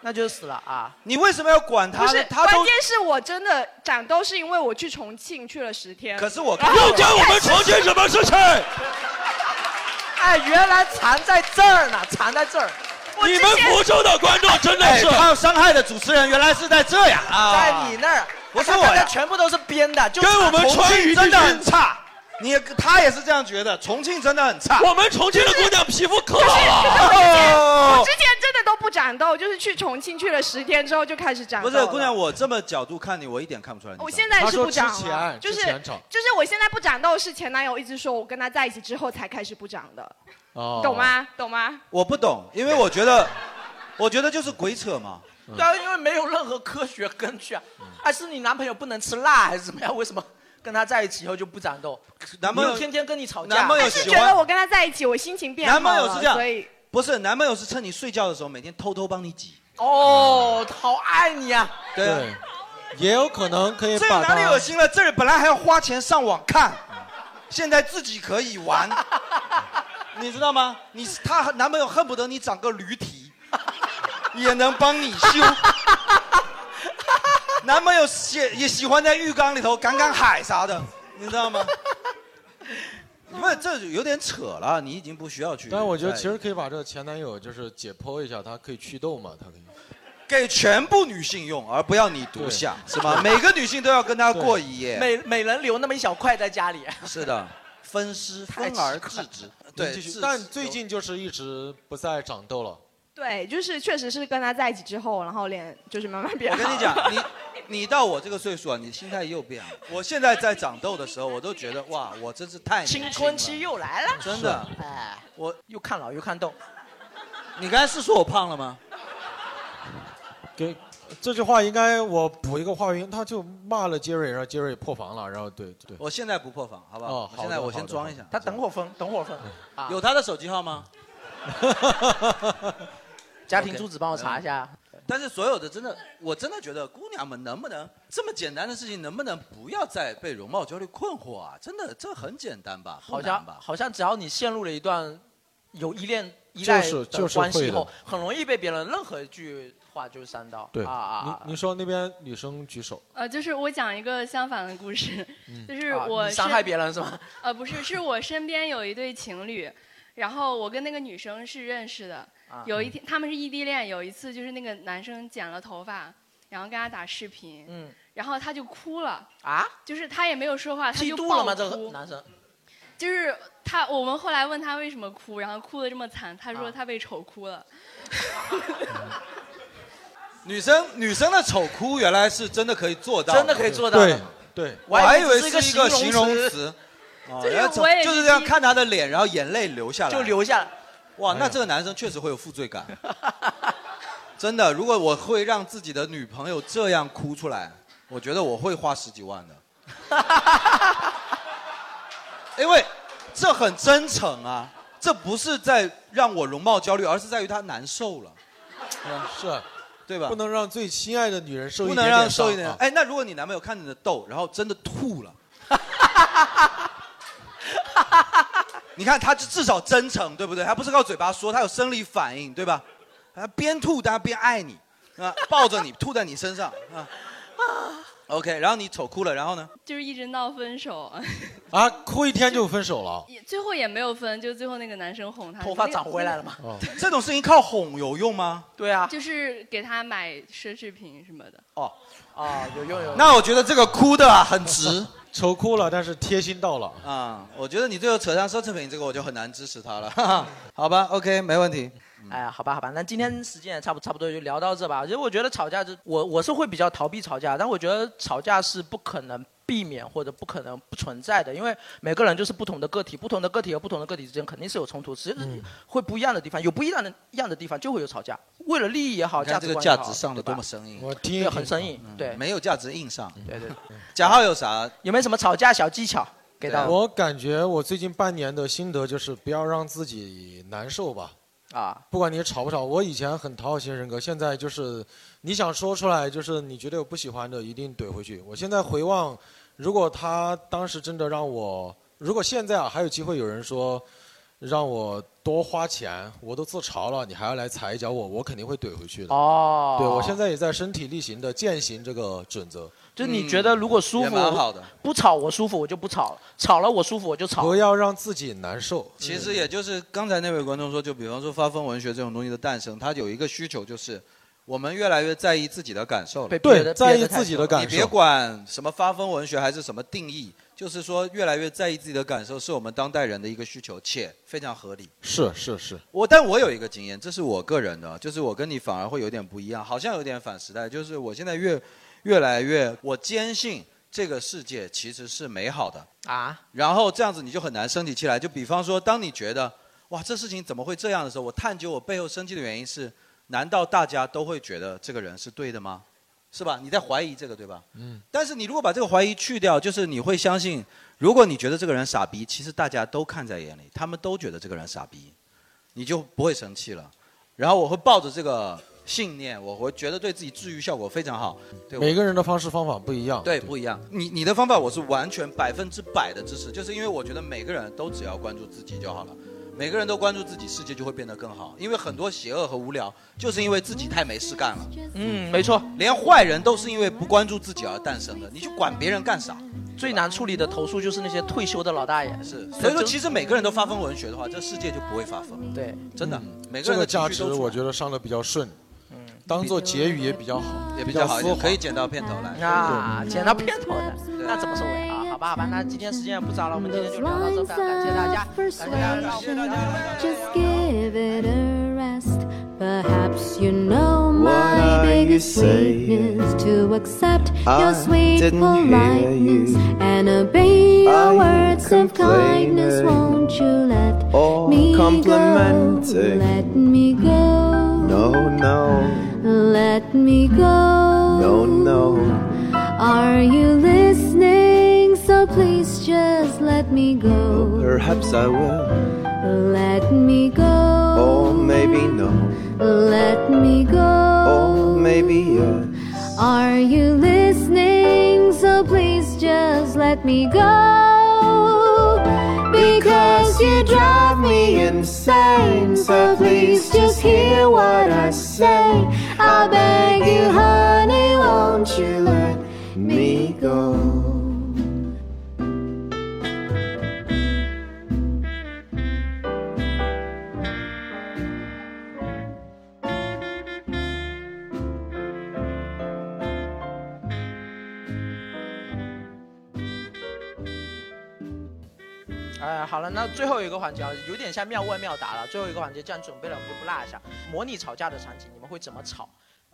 Speaker 5: 那就死了啊！
Speaker 1: 你为什么要管他
Speaker 21: 不是
Speaker 1: 呢？，他
Speaker 21: 关
Speaker 1: 都
Speaker 21: 键是我真的长痘是因为我去重庆去了十天。
Speaker 1: 可是我
Speaker 21: 然后
Speaker 1: 又关我们重庆什么事情
Speaker 5: 哎，原来藏在这儿呢，藏在这儿。
Speaker 21: 你们
Speaker 1: 福州的观众真的是哎他要伤害的主持人原来是在这呀啊
Speaker 5: 在你那儿，
Speaker 1: 不是
Speaker 5: 他
Speaker 1: 我呀
Speaker 5: 刚才全部都是编的，就
Speaker 1: 跟我们
Speaker 5: 重
Speaker 1: 重
Speaker 5: 庆
Speaker 1: 庆真的很差。你他也是这样觉得，重庆真的很差。我们重庆的姑娘皮肤可
Speaker 21: 可是我之前、我
Speaker 1: 哦
Speaker 21: 之前真的都不长痘，就是去重庆去了十天之后就开始长
Speaker 1: 不
Speaker 21: 痘。
Speaker 1: 是姑，娘，我这么角度看你，我一点看不出来你长。
Speaker 21: 我现在是不长了，就是
Speaker 1: 之前长
Speaker 21: 就是我现在不长痘是前男友一直说我跟他在一起之后才开始不长的，
Speaker 1: 哦
Speaker 21: 懂？吗？懂吗？
Speaker 1: 我不懂，因为我觉得， [laughs] 我觉得就是鬼扯嘛。
Speaker 2: 嗯
Speaker 5: 对啊，因为没有任何科学根据啊。还是你男朋友不能吃辣还是怎么样？为什么跟他在一起以后就不长痘？
Speaker 1: 男朋友
Speaker 5: 你又天天跟你吵架，
Speaker 1: 男朋友
Speaker 21: 他是
Speaker 1: 喜
Speaker 21: 觉得
Speaker 1: 欢
Speaker 21: 我跟他在一起，我心情变好
Speaker 1: 男
Speaker 21: 了，
Speaker 1: 朋友是这样
Speaker 21: 所以，
Speaker 1: 不是男朋友是趁你睡觉的时候每天偷偷帮你挤。
Speaker 5: 哦，好爱你啊！
Speaker 1: 对啊，
Speaker 2: 也有可能可以
Speaker 1: 这
Speaker 2: 把
Speaker 1: 哪里
Speaker 2: 它
Speaker 1: 恶心了？这本来还要花钱上网看，现在自己可以玩， [laughs] 你知道吗？你她男朋友恨不得你长个驴蹄，也能帮你修。 [laughs] 男朋友喜也喜欢在浴缸里头赶赶海啥的，你知道吗？ [laughs] 不是，这有点扯了，你已经不需要去在意。
Speaker 2: 但我觉得其实可以把这个前男友就是解剖一下，他可以祛痘嘛，他可以。
Speaker 1: 给全部女性用，而不要你
Speaker 2: [laughs]
Speaker 1: 独享，是吗？每个女性都要跟 [laughs] 他过一夜。
Speaker 5: 每每人留那么一小块在家里。
Speaker 1: 是的，分尸分而治之。对，
Speaker 2: 继续
Speaker 1: 治。
Speaker 2: 但最近就是一直不再长痘了。
Speaker 21: 对，就是确实是跟他在一起之后，然后脸就是慢慢变
Speaker 1: 我
Speaker 21: 好。
Speaker 1: 跟你讲，你你到我这个岁数啊，你心态又变了。我现在在长痘的时候，我都觉得哇，我真是太年轻
Speaker 5: 青
Speaker 1: 了
Speaker 5: 春期又来了，
Speaker 1: 真的。
Speaker 5: 哎，
Speaker 1: 我
Speaker 5: 又看老又看痘，
Speaker 1: 你刚才是说我胖了吗？
Speaker 2: 给这句话应该我补一个话音，他就骂了杰瑞，然后杰瑞破防了，然后对对。
Speaker 1: 我现在不破防，好不好？
Speaker 2: 哦好的
Speaker 1: 我现在我
Speaker 2: 好
Speaker 1: 先
Speaker 2: 的
Speaker 1: 装一下。
Speaker 5: 他等会儿分，等会儿分。啊
Speaker 1: 有他的手机号吗？
Speaker 5: 家庭住址帮我查一下。
Speaker 1: 但是所有的真的，我真的觉得姑娘们能不能这么简单的事情，能不能不要再被容貌焦虑困惑啊？真的，这很简单吧？不
Speaker 5: 好
Speaker 1: 难
Speaker 5: 像
Speaker 1: 吧？
Speaker 5: 好像只要你陷入了一段有依恋依赖
Speaker 2: 就是
Speaker 5: 的
Speaker 2: 就是
Speaker 5: 关系以
Speaker 2: 会的
Speaker 5: 后，很容易被别人任何一句话就删到。
Speaker 2: 对
Speaker 5: 啊啊！
Speaker 2: 你你说那边女生举手，
Speaker 7: 呃，就是我讲一个相反的故事， [laughs] 就是
Speaker 5: 啊
Speaker 7: 我
Speaker 5: 你
Speaker 7: 是
Speaker 5: 伤害别人
Speaker 7: [laughs]
Speaker 5: 是吗？
Speaker 7: 呃，不是，是我身边有一对情侣，然后我跟那个女生是认识的，
Speaker 4: 啊
Speaker 7: 有一天他们是异地恋，有一次就是那个男生剪了头发，然后跟他打视频，
Speaker 4: 嗯
Speaker 7: 然后他就哭了，
Speaker 4: 啊，
Speaker 7: 就是他也没有说话，他
Speaker 4: 嫉
Speaker 7: 就
Speaker 4: 妒了
Speaker 7: 爆
Speaker 4: 吗？这
Speaker 7: 哭
Speaker 4: 个，男生
Speaker 7: 就是他，我们后来问他为什么哭，然后哭的这么惨，他说他被丑哭了。
Speaker 1: 女生女生的丑哭原来是真的可以做到，
Speaker 4: 真的可以做到的
Speaker 2: 对，
Speaker 1: 我还以为是
Speaker 4: 是一个
Speaker 1: 一个
Speaker 4: 形
Speaker 1: 形
Speaker 4: 容
Speaker 1: 容
Speaker 4: 词
Speaker 1: 词，哦
Speaker 4: 这个
Speaker 1: 然后丑
Speaker 4: 我也
Speaker 1: 就是
Speaker 4: 理
Speaker 1: 这样
Speaker 4: 解
Speaker 1: 看她的脸，然后眼泪流下来，
Speaker 4: 就留下来。
Speaker 1: 哇，那这个男生确实会有负罪感， [laughs] 真的。如果我会让自己的女朋友这样哭出来，我觉得我会花十几万的，因为这很真诚啊，这不是在让我容貌焦虑，而是在于他难受了，
Speaker 2: 是，
Speaker 1: 对吧？
Speaker 2: 不能让最亲爱的女人受一
Speaker 1: 不
Speaker 2: 点点
Speaker 1: 能让受一
Speaker 2: 伤
Speaker 1: 点
Speaker 2: 啊。
Speaker 1: 哎，那如果你男朋友看你的痘，然后真的吐了， [laughs] 你看他至少真诚，对不对？他不是靠嘴巴说，他有生理反应，对吧？他边吐但他边爱你，啊，抱着你吐在你身上啊。OK，然后你丑哭了，然后呢？
Speaker 7: 就是一直闹分手，
Speaker 2: 啊，哭一天就分手了。
Speaker 7: 也最后也没有分，就最后那个男生哄她，
Speaker 4: 头发长回来了吗？
Speaker 2: 哦，
Speaker 1: 这种事情靠哄有用吗？
Speaker 4: 对啊，
Speaker 7: 就是给他买奢侈品什么的。
Speaker 1: 哦，
Speaker 4: 啊，有用有用。
Speaker 1: 那我觉得这个哭的啊很值，
Speaker 2: [laughs] 愁哭了，但是贴心到了。
Speaker 1: 啊、我觉得你最后扯上奢侈品这个，我就很难支持他了，哈哈好吧？OK，没问题。
Speaker 4: 哎呀，好吧，好吧，那今天时间也差不差不多就聊到这吧。其实我觉得吵架这，我我是会比较逃避吵架，但我觉得吵架是不可能避免或者不可能不存在的，因为每个人就是不同的个体，不同的个体和不同的个体之间肯定是有
Speaker 1: 嗯
Speaker 4: 冲突，只是会不一样的地方，有不一样的一样的地方就会有吵架，为了利益也
Speaker 1: [laughs]
Speaker 4: 好，
Speaker 1: 你看
Speaker 4: 价
Speaker 1: 这个
Speaker 4: 值观
Speaker 1: 价
Speaker 4: 也好
Speaker 1: 值上的
Speaker 4: 对吧
Speaker 1: 多么生硬，
Speaker 2: 我嗯
Speaker 4: 一对很听生硬对
Speaker 1: 没有价值硬上，
Speaker 4: 对对。
Speaker 1: [laughs] 贾浩有啥？
Speaker 4: 有没有什么吵架小技巧给到
Speaker 2: 我感觉我最近半年的心得就是不要让自己难受吧。
Speaker 4: 啊，
Speaker 2: 不管你吵不吵，我以前很讨好型人格，现在就是你想说出来，就是你觉得有不喜欢的，一定怼回去。我现在回望，如果他当时真的让我，如果现在啊还有机会有人说让我多花钱，我都自嘲了，你还要来踩一脚我，我肯定会怼回去的。
Speaker 4: 哦
Speaker 2: 对我现在也在身体力行的践行这个准则。
Speaker 1: 嗯
Speaker 4: 就你觉得如果舒服，不吵我舒服我就不吵了，吵了我舒服我就吵。
Speaker 2: 不要让自己难受。
Speaker 1: 其实也就是刚才那位观众说，就比方说发疯文学这种东西的诞生，它有一个需求就是。我们越来越在意自己的感受了，
Speaker 2: 被对别的在意自己的感受
Speaker 1: 你别管什么发疯文学还是什么定义，就是说越来越在意自己的感受，是我们当代人的一个需求，且非常合理。
Speaker 2: 是是是，
Speaker 1: 我但我有一个经验，这是我个人的，就是我跟你反而会有点不一样，好像有点反时代。就是我现在越越来越，我坚信这个世界其实是美好的，
Speaker 4: 啊，
Speaker 1: 然后这样子你就很难升起气来。就比方说，当你觉得哇这事情怎么会这样的时候，我探究我背后生气的原因是，难道大家都会觉得这个人是对的吗？是吧？你在怀疑这个对吧？
Speaker 2: 嗯，
Speaker 1: 但是你如果把这个怀疑去掉，就是你会相信，如果你觉得这个人傻逼，其实大家都看在眼里，他们都觉得这个人傻逼，你就不会生气了。然后我会抱着这个信念，我会觉得对自己治愈效果非常好。对我
Speaker 2: 每个人的方式方法不一样。
Speaker 1: 啊对，不一样。你你的方法我是完全百分之百的支持，就是因为我觉得每个人都只要关注自己就好了，每个人都关注自己，世界就会变得更好。因为很多邪恶和无聊，就是因为自己太没事干了。
Speaker 4: 嗯，没错，
Speaker 1: 连坏人都是因为不关注自己而诞生的，你去管别人干啥？
Speaker 4: 最难处理的投诉就是那些退休的老大爷。
Speaker 1: 是，所以说，其实每个人都发疯文学的话，这世界就不会发疯。
Speaker 4: 对，嗯
Speaker 1: 真的，每个
Speaker 2: 这
Speaker 1: 人
Speaker 2: 个
Speaker 1: 的
Speaker 2: 价
Speaker 1: 情绪
Speaker 2: 值
Speaker 1: 都出
Speaker 2: 我
Speaker 1: 来
Speaker 2: 觉得上的比较顺，
Speaker 1: 嗯
Speaker 2: 当做结语也比较好，
Speaker 1: 也比较好一
Speaker 2: 丝
Speaker 1: 点，
Speaker 2: 滑
Speaker 1: 可以剪到片头来。
Speaker 4: 啊，
Speaker 2: 对
Speaker 4: 剪到片头的，那怎么收尾啊？好吧，好吧，那今天时间也不早了，我们今天就聊到这儿，感谢大家，感谢大家，感谢大家。
Speaker 15: Just give it a rest. Perhaps you know
Speaker 24: What
Speaker 15: my
Speaker 24: are you
Speaker 15: biggest
Speaker 24: saying?
Speaker 15: weakness to accept your
Speaker 24: I
Speaker 15: sweet
Speaker 24: didn't hear
Speaker 15: politeness
Speaker 24: you.
Speaker 15: and obey
Speaker 24: Are
Speaker 15: your
Speaker 24: you
Speaker 15: words of kindness.
Speaker 24: complaining?
Speaker 15: Won't you let
Speaker 24: Or
Speaker 15: me go?
Speaker 24: complimenting?
Speaker 15: Let me go.
Speaker 24: No, no,
Speaker 15: Let me go.
Speaker 24: no, no.
Speaker 15: Are you listening? So please just let me go.
Speaker 24: Perhaps I will,
Speaker 15: Let me go.
Speaker 24: or maybe no,
Speaker 15: Let me go.
Speaker 24: or maybe yes.
Speaker 15: Are you listening? So please just let me go. Because you drive me insane. So please just hear what I say. I beg you, honey, won't you let
Speaker 24: me go.
Speaker 4: 哎，好了，那最后一个环节啊，有点像妙问妙答了。最后一个环节，既然准备了，我们就不落下。模拟吵架的场景，你们会怎么吵？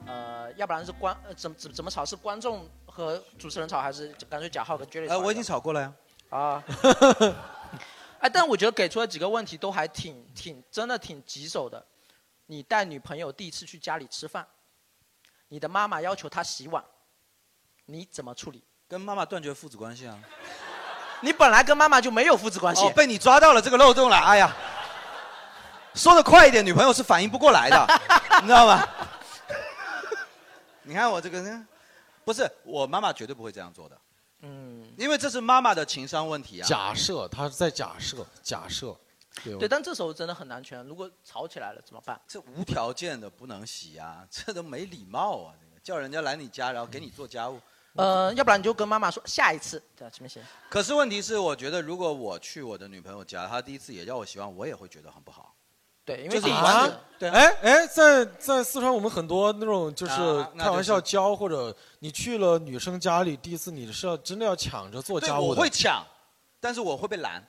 Speaker 4: 呃，要不然是观呃怎怎怎么吵？是观众和主持人吵，还是干脆贾浩跟 Jerry 吵？
Speaker 1: 哎，我已经吵过了呀。
Speaker 4: 啊。
Speaker 1: [laughs]
Speaker 4: 哎，但我觉得给出的几个问题都还挺挺真的挺棘手的。你带女朋友第一次去家里吃饭，你的妈妈要求她洗碗，你怎么处理？
Speaker 1: 跟妈妈断绝父子关系啊。
Speaker 4: 你本来跟妈妈就没有父子关系。
Speaker 1: 哦，被你抓到了这个漏洞了，哎呀！说的快一点，女朋友是反应不过来的，
Speaker 4: [laughs]
Speaker 1: 你知道吗？你看我这个人，不是我妈妈绝对不会这样做的，
Speaker 4: 嗯，
Speaker 1: 因为这是妈妈的情商问题啊。
Speaker 2: 假设他在假设假设，对
Speaker 4: 对，但这时候真的很难全。如果吵起来了怎么办？
Speaker 1: 这无条件的不能洗啊， [laughs] 这都没礼貌啊！这个叫人家来你家，然后给你做家务。
Speaker 4: 呃，要不然你就跟妈妈说下一次，对，行不行？
Speaker 1: 可是问题是，我觉得如果我去我的女朋友家，她第一次也要我洗碗，我也会觉得很不好。
Speaker 4: 对，因
Speaker 1: 就
Speaker 4: 为
Speaker 2: 啊
Speaker 1: 是
Speaker 4: 第一
Speaker 1: 完
Speaker 4: 次
Speaker 1: 全，对
Speaker 2: 哎哎，在在四川，我们很多那种就是
Speaker 1: 啊那
Speaker 2: 开玩笑
Speaker 1: 就是
Speaker 2: 教，或者你去了女生家里，第一次你是要真的要抢着做
Speaker 1: 对，
Speaker 2: 家务
Speaker 1: 我
Speaker 2: 的。
Speaker 1: 会抢，但是我会被拦。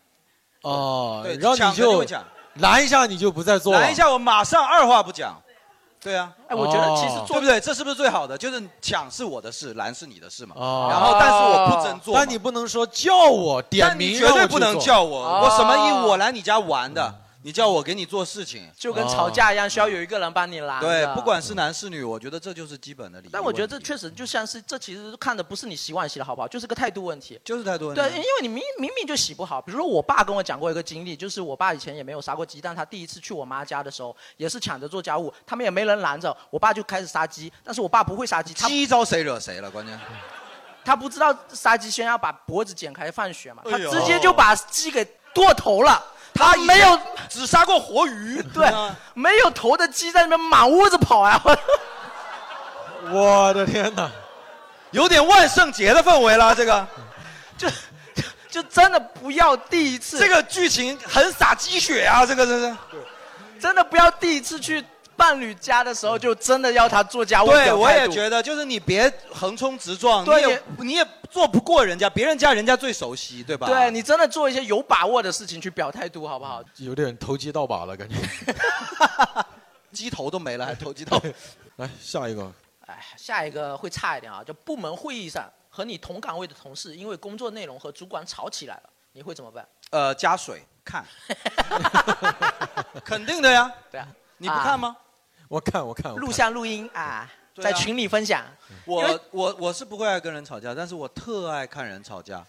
Speaker 2: 哦，
Speaker 1: 对
Speaker 2: 然后
Speaker 1: 抢
Speaker 2: 你
Speaker 1: 肯定
Speaker 2: 就
Speaker 1: 会抢
Speaker 2: 拦一下，你就不再做了。
Speaker 1: 拦一下，我马上二话不讲。对啊，
Speaker 4: 哎我觉得其实
Speaker 1: 对不对？这是不是最好的？就是抢是我的事，拦是你的事嘛。
Speaker 2: 哦
Speaker 1: 然后，但是我不真做嘛。
Speaker 2: 但你不能说叫我点
Speaker 1: 但你
Speaker 2: 名，
Speaker 1: 绝对不能叫我，
Speaker 4: 哦
Speaker 1: 我什么
Speaker 2: 一
Speaker 1: 一我来你家玩的，你叫我给你做事情，哦
Speaker 4: 就跟吵架一样，需要有一个人帮你拦着。
Speaker 1: 对，不管是男是女，我觉得这就是基本的礼仪问题。
Speaker 4: 但我觉得这确实就像是，这其实看的不是你洗碗洗的好不好，就是个态度问题。
Speaker 1: 就是态度问题
Speaker 4: 对，因为你明明明就洗不好。比如说我爸跟我讲过一个经历，就是我爸以前也没有杀过鸡，但他第一次去我妈家的时候，也是抢着做家务，他们也没人拦着，我爸就开始杀鸡。但是我爸不会杀鸡，他
Speaker 1: 鸡招谁惹谁了？关键
Speaker 4: 他不知道杀鸡先要把脖子剪开放血嘛，他
Speaker 1: 哎呦
Speaker 4: 直接就把鸡给剁头了。他没有
Speaker 1: 只杀过活鱼，
Speaker 4: 对，没有头的鸡在那边满屋子跑
Speaker 1: [laughs]
Speaker 4: 啊！
Speaker 2: 我的天哪，
Speaker 1: 有点万圣节的氛围了，这个。
Speaker 4: 就真的不要第一次，
Speaker 1: 这个剧情很洒鸡血啊！这个真是，
Speaker 4: 真的不要第一次去伴侣家的时候就真的要他做家务。
Speaker 1: 对，我也
Speaker 4: 得。
Speaker 1: 觉得，就是你别横冲直撞，你
Speaker 4: 对
Speaker 1: 也你也做不过人家，别人家人家最熟悉，对吧？
Speaker 4: 对你真的做一些有把握的事情去表态度，啊好不好？
Speaker 2: 有点投机倒把了，感觉。
Speaker 1: 鸡头都没了，还投机倒。
Speaker 2: [laughs] 来下一个，
Speaker 4: 哎下一个会差一点啊，就部门会议上和你同岗位的同事因为工作内容和主管吵起来了，你会怎么办？
Speaker 1: 呃，加水看，肯定的
Speaker 4: [laughs]
Speaker 1: 呀。
Speaker 4: 对啊，
Speaker 1: 你不看吗？
Speaker 2: 我看我看我看
Speaker 4: 录像录音啊，
Speaker 1: 对啊
Speaker 4: 在群里分享。因为
Speaker 1: 我我我是不会爱跟人吵架，但是我特爱看人吵架。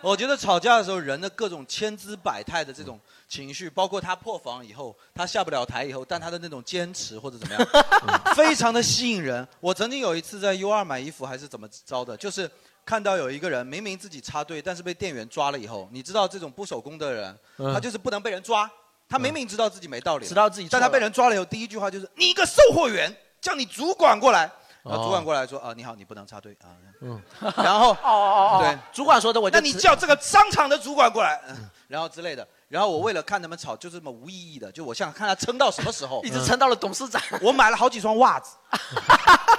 Speaker 1: 我觉得吵架的时候，人的各种千姿百态的这种情绪，包括他破防以后，他下不了台以后，但他的那种坚持或者怎么
Speaker 4: [laughs]
Speaker 1: 样， [laughs] 非常的吸引人。我曾经有一次在 U 二买衣服还是怎么着的，就是看到有一个人明明自己插队，但是被店员抓了以后，你知道这种不守公的人，
Speaker 2: 嗯
Speaker 1: 他就是不能被人抓。他明明知道自己没道理了，
Speaker 4: 嗯知道自己错
Speaker 1: 但
Speaker 4: 了
Speaker 1: 他被人抓了以后，第一句话就是：“你一个售货员，叫你主管过
Speaker 4: [laughs]
Speaker 1: 来。”然后主管过来说：“啊，你好，你不能插队啊。”
Speaker 2: 嗯，
Speaker 1: 然后
Speaker 4: 哦哦哦，
Speaker 1: 对，
Speaker 4: 主管说的我就
Speaker 1: 那你
Speaker 4: 知
Speaker 1: 叫这个商场的主管过
Speaker 4: [laughs]
Speaker 1: 来，嗯然后之类的。然后我为了看他们吵，就这么无意义的，就我想看他撑到什么时候，嗯
Speaker 4: 一直撑到了董事长。
Speaker 1: 我买了好几双袜
Speaker 4: [laughs]
Speaker 1: 子，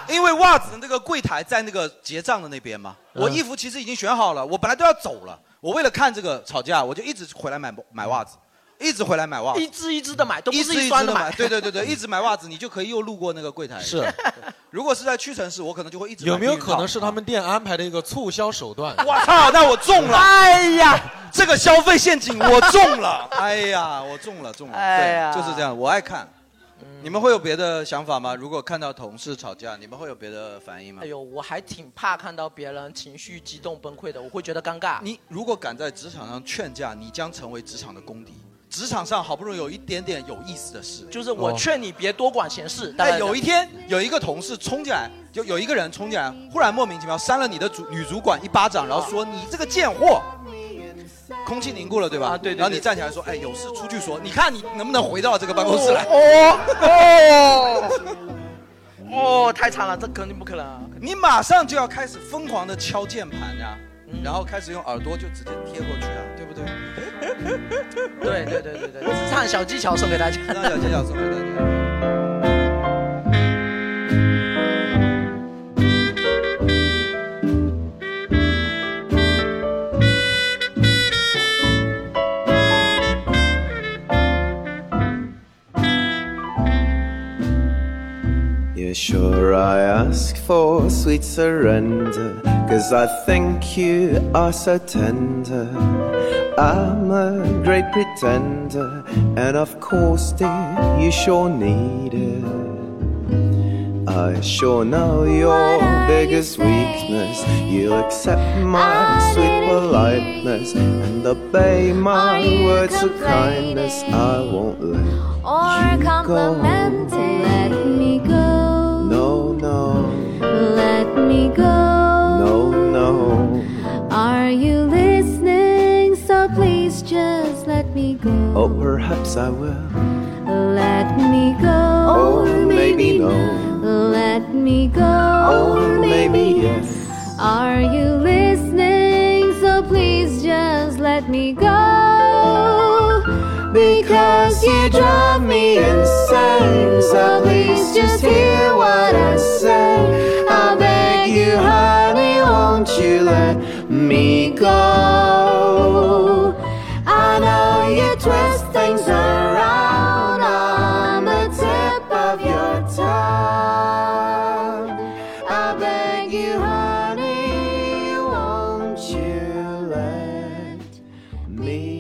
Speaker 1: 因为袜子那个柜台在那个结账的那边嘛，我
Speaker 2: 嗯
Speaker 1: 衣服其实已经选好了，我本来都要走了，我为了看这个吵架，我就一直回来买买袜子，一直回来买袜子
Speaker 4: 一。只一只的买，都不
Speaker 1: 哦一
Speaker 4: 是
Speaker 1: 直一
Speaker 4: 双
Speaker 1: 直地
Speaker 4: 买。
Speaker 1: 对对对
Speaker 4: [laughs]
Speaker 1: 对，一直买袜子，你就可以又路过那个柜台。
Speaker 2: 是
Speaker 1: 对，如果是在屈臣氏，我可能就会一直买
Speaker 2: 有没有
Speaker 1: 避孕套
Speaker 2: 可能是他们店安排的一个促销手段？
Speaker 1: 我
Speaker 4: 啊
Speaker 1: 操，那我中 [laughs] 了！
Speaker 4: 哎呀， [laughs]
Speaker 1: 这个消费陷阱 [laughs] 我中了！哎呀，我中了，中了！
Speaker 4: 哎
Speaker 1: 对，
Speaker 4: 呀嗯
Speaker 1: 就是这样，我爱看。你们会有别的想法吗？如果看到同事吵架，你们会有别的反应吗
Speaker 4: 哎？呦，我还挺怕看到别人情绪激动崩溃的，我会觉得尴尬。
Speaker 1: 你如果敢在职场上劝架，你将成为职场的公敌。职场上好不容易有一点点有意思的事，
Speaker 4: 就是我劝你别多管闲事。
Speaker 1: 但有一天有一个同事冲进来，就有一个人冲进来，忽然莫名其妙扇了你的主女主管一巴
Speaker 4: 啊
Speaker 1: 掌，然后说你这个贱货。空气凝固了，对吧？
Speaker 4: 嗯啊对对对
Speaker 1: 然后你站起来说：“哎，有事出去说。”你看你能不能回到这个办公室来？
Speaker 4: 哦哦 [laughs] 哦，太惨了，这肯定不可能啊。
Speaker 1: 你马上就要开始疯狂的敲键盘呀、然后开始用耳朵就直接贴过去啊，对不对？
Speaker 4: 对对对对对，职场小技巧送给大家。
Speaker 1: 职场小技巧送给大家。
Speaker 26: Thank
Speaker 24: ask for sweet surrender, cause I think you are so tender. I'm a great pretender, and of course, dear, you sure need it. I sure know your biggest weakness. You accept my sweet politeness and obey my words of kindness. I won't let
Speaker 15: or complimented. Let me go.
Speaker 24: no, no,
Speaker 15: Let me go.
Speaker 24: no, no.
Speaker 15: Are you listening? So please just let me go.
Speaker 24: Oh, perhaps I will.
Speaker 15: Let me go.
Speaker 24: Oh, maybe no.
Speaker 15: Let me go.
Speaker 24: Oh, maybe yes.
Speaker 15: Are you listening? So please just let me go.
Speaker 24: Because you drive me insane. So please just hear what I say. I beg you, honey, won't you let me go? I know you twist things around on the tip of your tongue. I beg you, honey, won't you let me